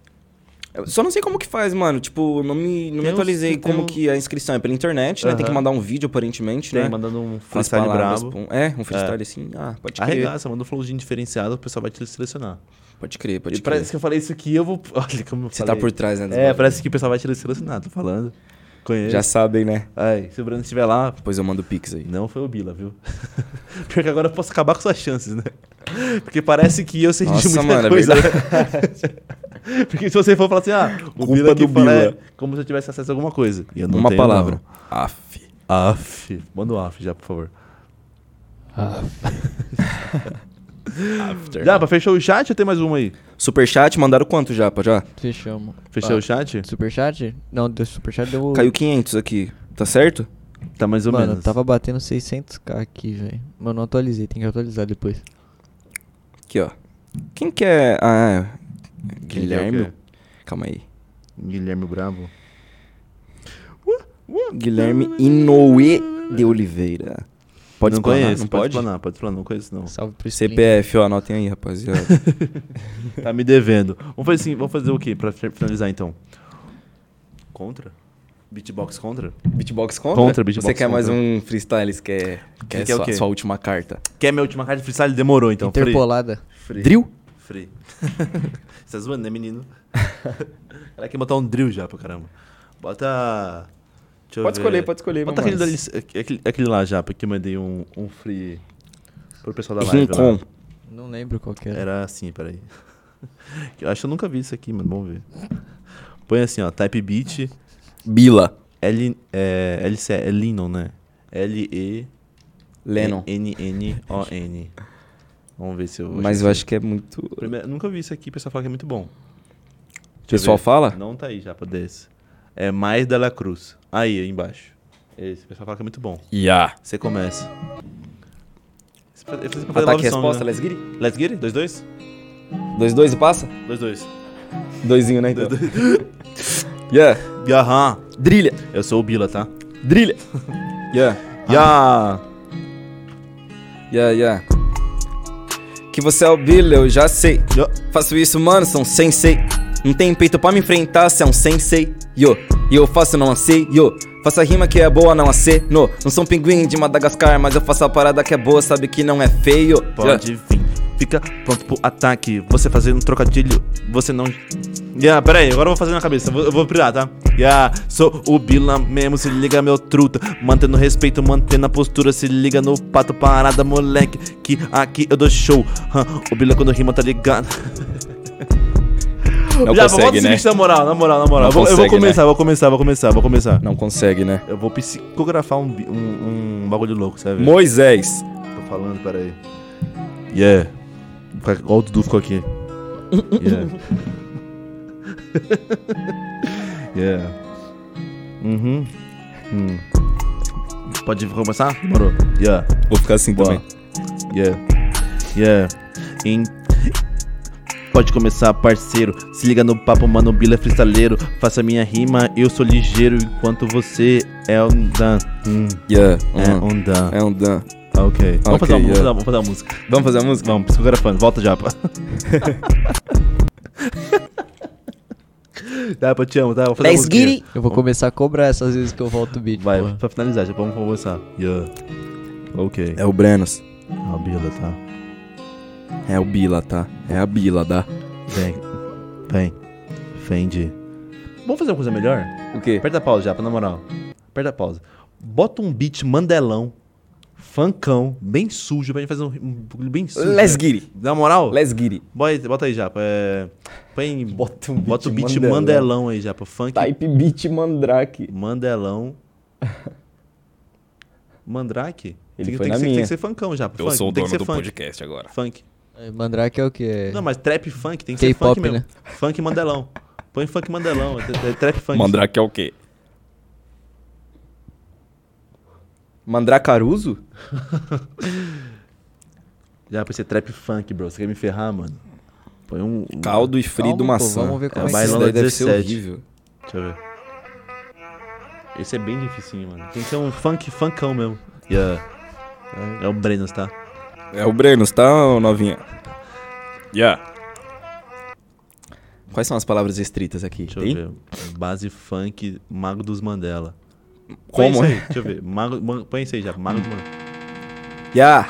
Speaker 1: Eu só não sei como que faz, mano. Tipo, eu não me, não me
Speaker 2: Tem uns-
Speaker 1: atualizei
Speaker 2: tem
Speaker 1: como
Speaker 2: um-
Speaker 1: que a inscrição é pela internet, né? Tem que
Speaker 2: Aham.
Speaker 1: mandar um vídeo, aparentemente,
Speaker 2: Tem,
Speaker 1: né?
Speaker 2: mandando um
Speaker 1: Com as
Speaker 2: freestyle
Speaker 1: palavras,
Speaker 2: brabo.
Speaker 1: pum. É, um freestyle assim. Ah, pode crer.
Speaker 2: Arregaça, manda um flowzinho diferenciado, o pessoal vai te selecionar.
Speaker 1: Pode crer, pode
Speaker 2: E
Speaker 1: crer.
Speaker 2: parece que eu falei isso aqui, eu vou. Olha como eu
Speaker 1: Você
Speaker 2: falei.
Speaker 1: tá por trás, né? dos
Speaker 2: É,
Speaker 1: bagulho.
Speaker 2: parece que o pessoal vai te selecionar, tô falando. Conheço.
Speaker 1: Já sabem, né?
Speaker 2: Ai, se o Bruno estiver lá,
Speaker 1: Depois eu mando o pix aí.
Speaker 2: não foi o Bila, viu? Porque agora eu posso acabar com suas chances, né? Porque parece que eu sei de
Speaker 1: Nossa,
Speaker 2: muita
Speaker 1: mano, é
Speaker 2: coisa. Porque se você for falar assim, ah, o
Speaker 1: Culpa
Speaker 2: Bila que
Speaker 1: do
Speaker 2: fala é
Speaker 1: Bila.
Speaker 2: como se eu tivesse acesso a alguma coisa. E eu não
Speaker 1: Uma
Speaker 2: tenho,
Speaker 1: palavra. Aff.
Speaker 2: Não. Af. Manda o af já, por favor.
Speaker 1: After.
Speaker 2: Já, pra fechou o chat ou tem mais uma aí?
Speaker 1: Superchat, mandaram quanto já, pá, já?
Speaker 3: Fechamos.
Speaker 2: Fechou
Speaker 3: Ah,
Speaker 2: o chat?
Speaker 3: Superchat? Não, deu superchat deu.
Speaker 1: Caiu 500 aqui, tá certo?
Speaker 2: Tá mais ou
Speaker 3: Mano,
Speaker 2: menos.
Speaker 3: tava batendo 600k aqui, velho. Mano, não atualizei, tem que atualizar depois.
Speaker 1: Aqui, ó. Quem que é... Ah, é.
Speaker 2: Quem que é o
Speaker 1: Guilherme.
Speaker 2: quê?
Speaker 1: Calma aí.
Speaker 2: Guilherme Bravo.
Speaker 1: Guilherme Inoue de Oliveira. Pode
Speaker 2: não
Speaker 1: explanar,
Speaker 2: conheço,
Speaker 1: não
Speaker 2: pode
Speaker 1: pode?
Speaker 2: explanar, pode explanar, não conheço não.
Speaker 3: Salve pro Splinter.
Speaker 1: CPF, ó, anotem aí, rapaziada.
Speaker 2: Tá me devendo. Vamos fazer assim, vamos fazer o quê pra fi- finalizar então? Contra? Beatbox contra?
Speaker 1: beatbox contra?
Speaker 2: Contra, beatbox
Speaker 1: Você quer mais
Speaker 2: contra.
Speaker 1: um freestyle? Você quer, quer
Speaker 2: que é o
Speaker 1: sua,
Speaker 2: quê?
Speaker 1: sua última carta?
Speaker 2: Quer minha última carta de freestyle? Demorou então. Free.
Speaker 3: Interpolada.
Speaker 2: Free.
Speaker 1: Drill?
Speaker 2: Free. Você tá zoando, né, menino? Ela quer botar um drill já pra caramba. Bota. Deixa eu
Speaker 1: Pode
Speaker 2: ver.
Speaker 1: escolher, pode escolher,
Speaker 2: Bota aquele,
Speaker 1: meu
Speaker 2: da,
Speaker 1: mano.
Speaker 2: lic- é aquele, aquele lá já, porque eu mandei um, um free pro pessoal
Speaker 1: Um
Speaker 2: da live. lá.
Speaker 1: Rincon.
Speaker 3: Não lembro qual que era.
Speaker 2: Era assim, peraí. Eu acho que eu nunca vi isso aqui, mano. Vamos ver. Põe assim, ó. Type beat.
Speaker 1: Bila.
Speaker 2: L, é, LC, é Lennon, né? L-E-N-N-O-N.
Speaker 1: Lennon.
Speaker 2: Vamos ver se eu.
Speaker 1: Mas eu acho que é muito...
Speaker 2: Primeiro, nunca vi isso aqui, o pessoal fala que é muito bom.
Speaker 1: O
Speaker 2: Deixa eu
Speaker 1: pessoal
Speaker 2: ver.
Speaker 1: fala?
Speaker 2: Não tá aí já, pra desse. É mais da La Cruz. Aí, aí embaixo. Esse, o pessoal fala que é muito bom.
Speaker 1: Yeah.
Speaker 2: Você começa. Esse pra- esse pra fazer
Speaker 1: Ataque
Speaker 2: love
Speaker 1: e
Speaker 2: song,
Speaker 1: resposta,
Speaker 2: né?
Speaker 1: let's get it.
Speaker 2: Let's get it? 2-2?
Speaker 1: 2-2 e passa?
Speaker 2: 2-2.
Speaker 1: Doisinho, né? Então. Yeah.
Speaker 2: Yaham.
Speaker 1: Drilha.
Speaker 2: Eu sou o Bila, tá? Ah.
Speaker 1: Drilha. Yeah.
Speaker 2: Yah.
Speaker 1: Yeah, yeah. Que você é o Billy, eu já sei.
Speaker 2: Yo.
Speaker 1: Faço isso, mano, sou um sensei. Não tem peito pra me enfrentar, cê é um sensei. Yo, e eu faço, não sei, yo. Faço a rima que é boa, não aceno. Não sou um pinguim de Madagascar, mas eu faço a parada que é boa, sabe que não é feio. Yeah.
Speaker 2: Pode vir, fica pronto pro ataque. Você fazendo um trocadilho, você não. Yeah, pera aí, agora eu vou fazer na cabeça, eu vou, eu vou pirar, tá? Yeah, sou o Bila mesmo, se liga meu truta. Mantendo respeito, mantendo a postura, se liga no pato, parada, moleque. Que aqui eu dou show. Hã, o Bila quando rima, tá ligado?
Speaker 1: Não
Speaker 2: Já,
Speaker 1: consegue,
Speaker 2: bota o
Speaker 1: né?
Speaker 2: seguinte, na moral, na moral, na moral.
Speaker 1: Não
Speaker 2: Eu vou, eu vou
Speaker 1: consegue,
Speaker 2: começar,
Speaker 1: né?
Speaker 2: vou começar, vou começar, vou começar.
Speaker 1: Não consegue, né?
Speaker 2: Eu vou psicografar um, bi- um, um bagulho louco, sabe?
Speaker 1: Moisés.
Speaker 2: Tô falando, peraí. Yeah. Fica- Ó, o Dudu ficou aqui. Yeah. yeah. Uhum. Hum. Pode começar? Demorou. Yeah.
Speaker 1: Vou ficar assim
Speaker 2: Boa.
Speaker 1: também.
Speaker 2: Yeah. Yeah. Em- Pode começar, parceiro. Se liga no papo, mano. o Bila é freestaleiro. Faça minha rima, eu sou ligeiro. Enquanto você é um dan. Hum.
Speaker 1: Yeah.
Speaker 2: É
Speaker 1: hum.
Speaker 2: um dan.
Speaker 1: É um dan.
Speaker 2: Ah, Ok. Vamos,
Speaker 1: Ok,
Speaker 2: fazer uma,
Speaker 1: yeah.
Speaker 2: vamos fazer uma música.
Speaker 1: Vamos fazer a música?
Speaker 2: Vamos, psicografando. Volta, Japa. Japa, eu te amo, tá? Vou fazer uma
Speaker 1: Let's
Speaker 2: musiquinha.
Speaker 1: get it.
Speaker 3: Eu vou começar a cobrar essas vezes que eu volto o beat.
Speaker 2: Vai,
Speaker 3: porra.
Speaker 2: pra finalizar, já vamos conversar. Yeah. Ok.
Speaker 1: É o Brenos.
Speaker 2: A Bila, tá?
Speaker 1: É o Bila, tá? É a Bila, dá.
Speaker 2: Vem. Vem. Fendi. Vamos fazer uma coisa melhor?
Speaker 1: O quê?
Speaker 2: Aperta a pausa, Japa, na moral. Aperta a pausa. Bota um beat mandelão, funkão, bem sujo, pra gente fazer um, um bagulho bem sujo.
Speaker 1: Let's
Speaker 2: né?
Speaker 1: get it.
Speaker 2: Na moral?
Speaker 1: Let's get it.
Speaker 2: Boy, bota aí, Japa. É... Põe... Bota,
Speaker 1: um beat
Speaker 2: o beat mandelão.
Speaker 1: mandelão.
Speaker 2: aí, Japa. Funk
Speaker 1: Type beat mandrake.
Speaker 2: mandelão. Mandrake?
Speaker 1: Ele
Speaker 2: tem,
Speaker 1: foi
Speaker 2: tem
Speaker 1: na
Speaker 2: que ser, tem
Speaker 1: minha.
Speaker 2: que ser funkão, Japa.
Speaker 10: Eu
Speaker 2: funk,
Speaker 10: sou o
Speaker 2: tem
Speaker 10: dono
Speaker 2: que ser
Speaker 10: do
Speaker 2: funk.
Speaker 10: podcast agora.
Speaker 2: Funk.
Speaker 3: É, Mandrake é o quê?
Speaker 2: Não, mas trap funk tem que ser
Speaker 3: K-pop,
Speaker 2: funk mesmo.
Speaker 3: né?
Speaker 2: Funk mandelão. Põe funk mandelão. É, é trap funk.
Speaker 10: Mandrake é o quê?
Speaker 1: Mandracaruso?
Speaker 2: Já pra ser trap funk, bro. Você quer me ferrar, mano? Põe um. um-
Speaker 1: Caldo e frito
Speaker 3: Calma, pô,
Speaker 1: maçã.
Speaker 3: vamos ver como
Speaker 2: é que
Speaker 1: Isso
Speaker 2: é.
Speaker 1: daí deve ser
Speaker 2: 17.
Speaker 1: horrível.
Speaker 2: Deixa eu ver. Esse é bem dificinho, mano. Tem que ser um funk funkão mesmo. Yeah. É o Brenos, tá?
Speaker 1: É o Brenos, tá, ô novinha?
Speaker 10: Yeah.
Speaker 1: Quais são as palavras restritas aqui?
Speaker 2: Deixa eu
Speaker 1: Tem?
Speaker 2: ver. Base funk, Mago dos Mandela. Põe
Speaker 1: Como?
Speaker 2: isso aí, Deixa eu ver. Mago, ma- põe isso aí já. Mago dos Mandela.
Speaker 1: Ya!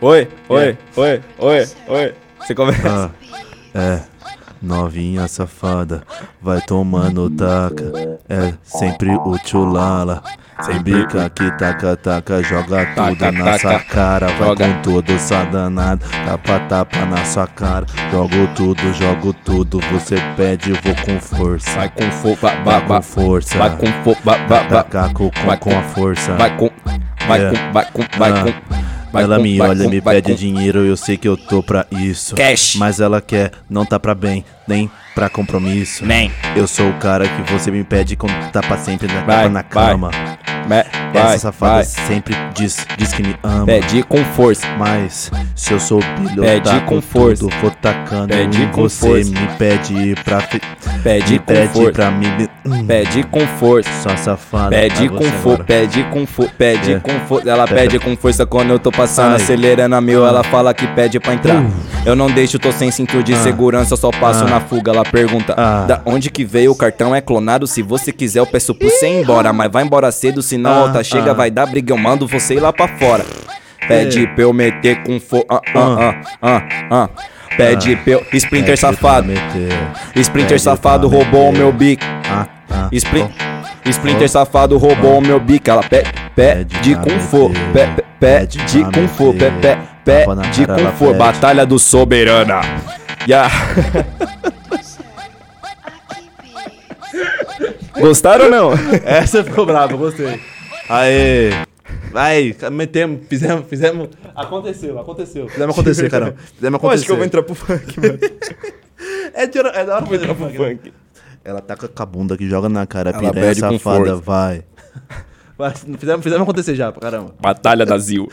Speaker 1: Oi, oi, oi, oi, oi. Você começa.
Speaker 2: Ah, é. Novinha safada, vai tomando taca. É sempre o tchulala. Sem bica que taca, taca, joga tudo na sua cara. Vai com tudo, sadanado. Tapa, tapa na sua cara. Jogo tudo, jogo tudo. Você pede, vou com força.
Speaker 10: Vai com fofa,
Speaker 2: Vai
Speaker 10: ba,
Speaker 2: com
Speaker 10: ba,
Speaker 2: força.
Speaker 10: vai com fofa, ba, ba, ba.
Speaker 2: Taca com, com,
Speaker 10: Vai
Speaker 2: com a força.
Speaker 10: Vai com, vai
Speaker 2: É.
Speaker 10: com, vai com, vai
Speaker 2: Ah,
Speaker 10: com. vai
Speaker 2: ela
Speaker 10: com,
Speaker 2: me
Speaker 10: vai
Speaker 2: olha,
Speaker 10: com,
Speaker 2: me
Speaker 10: vai
Speaker 2: pede
Speaker 10: com.
Speaker 2: dinheiro, eu sei que eu tô pra isso.
Speaker 10: Cash.
Speaker 2: Mas ela quer, não tá pra bem, nem pra compromisso.
Speaker 10: Nem.
Speaker 2: Eu sou o cara que você me pede quando tá pra sempre na,
Speaker 10: Vai,
Speaker 2: tapa na
Speaker 10: vai.
Speaker 2: cama.
Speaker 10: Vai,
Speaker 2: Essa safada é
Speaker 10: vai.
Speaker 2: sempre diz, diz que me ama.
Speaker 10: Pede com força.
Speaker 2: Mas se eu sou bilho,
Speaker 10: Pede
Speaker 2: eu taco
Speaker 10: com força.
Speaker 2: tudo, vou tacando
Speaker 10: Pede
Speaker 2: em
Speaker 10: com
Speaker 2: você
Speaker 10: força.
Speaker 2: me pede pra fi-
Speaker 1: Pede
Speaker 2: me
Speaker 1: com
Speaker 2: pede
Speaker 1: força.
Speaker 2: pra mim, hum,
Speaker 1: Pede com força.
Speaker 2: só safada.
Speaker 1: Pede
Speaker 2: pra
Speaker 1: com
Speaker 2: Ah, é você
Speaker 1: força,
Speaker 2: agora.
Speaker 1: pede com força, pede
Speaker 2: É.
Speaker 1: com força. Ela
Speaker 2: Pera.
Speaker 1: pede com força quando eu tô passando,
Speaker 2: Ai.
Speaker 1: acelerando a mil. Ela fala que pede pra entrar. Eu não deixo, tô sem cinto de
Speaker 2: Ah.
Speaker 1: segurança, eu só passo
Speaker 2: Ah.
Speaker 1: na fuga. Ela pergunta:
Speaker 2: Ah.
Speaker 1: Da onde que veio? O cartão é clonado. Se você quiser, eu peço pro você ir embora. Mas vai embora cedo, senão
Speaker 2: Ah,
Speaker 1: a alta chega,
Speaker 2: ah.
Speaker 1: vai dar briga. Eu mando você ir lá pra fora. Pede
Speaker 2: É.
Speaker 1: pra eu meter com força. Ah, ah, ah, ah, ah. Pede pra eu. Sprinter
Speaker 2: Pede pra
Speaker 1: safado.
Speaker 2: meter.
Speaker 1: Sprinter
Speaker 2: Pede pra
Speaker 1: safado roubou o
Speaker 2: meter.
Speaker 1: meu bico.
Speaker 2: Ah, ah,
Speaker 1: Sprin-
Speaker 2: bom.
Speaker 1: Splinter
Speaker 2: Oh.
Speaker 1: safado roubou
Speaker 2: Oh.
Speaker 1: o meu bico. Ela pe-
Speaker 2: Pede
Speaker 1: pede
Speaker 2: pra
Speaker 1: com força.
Speaker 2: meter.
Speaker 1: Pe- pe- Pede
Speaker 2: pra
Speaker 1: com força. Pe-
Speaker 2: meter.
Speaker 1: pe- pe-
Speaker 2: Tapa na
Speaker 1: Pede
Speaker 2: cara,
Speaker 1: com
Speaker 2: ela
Speaker 1: força.
Speaker 2: pede.
Speaker 1: Batalha do Soberana. Ya. Gostaram ou não?
Speaker 2: Essa É, ficou brava, gostei. Aê! Aí, metemos, fizemos, fizemos. Aconteceu, aconteceu. Fizemos acontecer, caramba. Fizemos acontecer.
Speaker 1: pro funk,
Speaker 2: É, de hora- é da hora fazer pro funk. né?
Speaker 1: mano.
Speaker 2: Ela taca com a bunda que joga na cara,
Speaker 1: Ela
Speaker 2: piranha
Speaker 1: pede com
Speaker 2: safada,
Speaker 1: força.
Speaker 2: vai. Mas Fizemos, fizemos acontecer já, caramba.
Speaker 10: Batalha da Zil.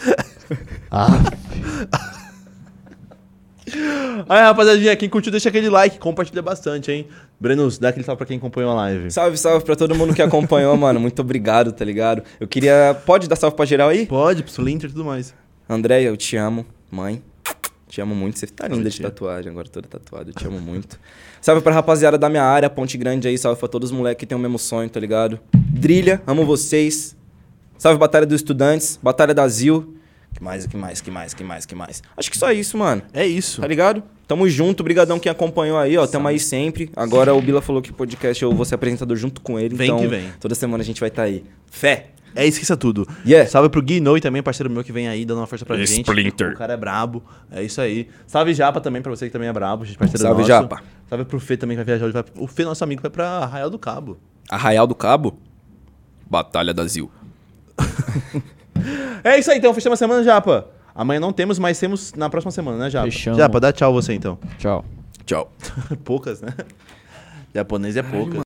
Speaker 2: Aí, rapaziadinha, quem curtiu, deixa aquele like, compartilha bastante, hein? Brenos, dá aquele salve pra quem acompanhou a live.
Speaker 1: Salve, salve pra todo mundo que acompanhou, mano. Muito obrigado, tá ligado? Eu queria. Pode dar salve pra geral aí?
Speaker 2: Pode, pro Slinter e tudo mais.
Speaker 1: André, eu te amo, mãe. Te amo muito. Você tá linda de
Speaker 2: tia.
Speaker 1: tatuagem, agora toda tatuada. Eu te amo muito. Salve pra rapaziada da minha área, Ponte Grande aí. Salve pra todos os moleques que tem o mesmo sonho, tá ligado? Drilha, amo vocês. Salve Batalha dos Estudantes, Batalha da Zil. Que mais, que mais, que mais, que mais, que mais? Acho que só isso, mano.
Speaker 2: É isso.
Speaker 1: Tá ligado? Tamo junto, brigadão quem acompanhou aí, ó. Tamo aí sempre. Agora o Bila falou que o podcast eu vou ser apresentador junto com ele.
Speaker 2: Vem
Speaker 1: então,
Speaker 2: que vem.
Speaker 1: Toda semana a gente vai estar tá aí. Fé!
Speaker 2: É Esqueça Tudo. Salve pro Gui Noi também, parceiro meu que vem aí dando uma força pra gente.
Speaker 10: Splinter.
Speaker 2: O cara é brabo. É isso aí. Salve Japa também pra você que também é brabo, gente, parceiro
Speaker 1: Salve,
Speaker 2: nosso.
Speaker 1: Japa.
Speaker 2: Salve pro Fê também que vai viajar. hoje. Vai- O Fê, nosso amigo, vai pra Arraial do Cabo.
Speaker 10: Arraial do Cabo? Batalha da Zil.
Speaker 2: É isso aí então, fechamos a semana, Japa. Amanhã não temos, mas temos na próxima semana, né, Japa?
Speaker 3: Fechamos.
Speaker 2: Japa, dá tchau você então.
Speaker 3: Tchau.
Speaker 10: Tchau.
Speaker 2: Poucas, né? Japonês é poucas.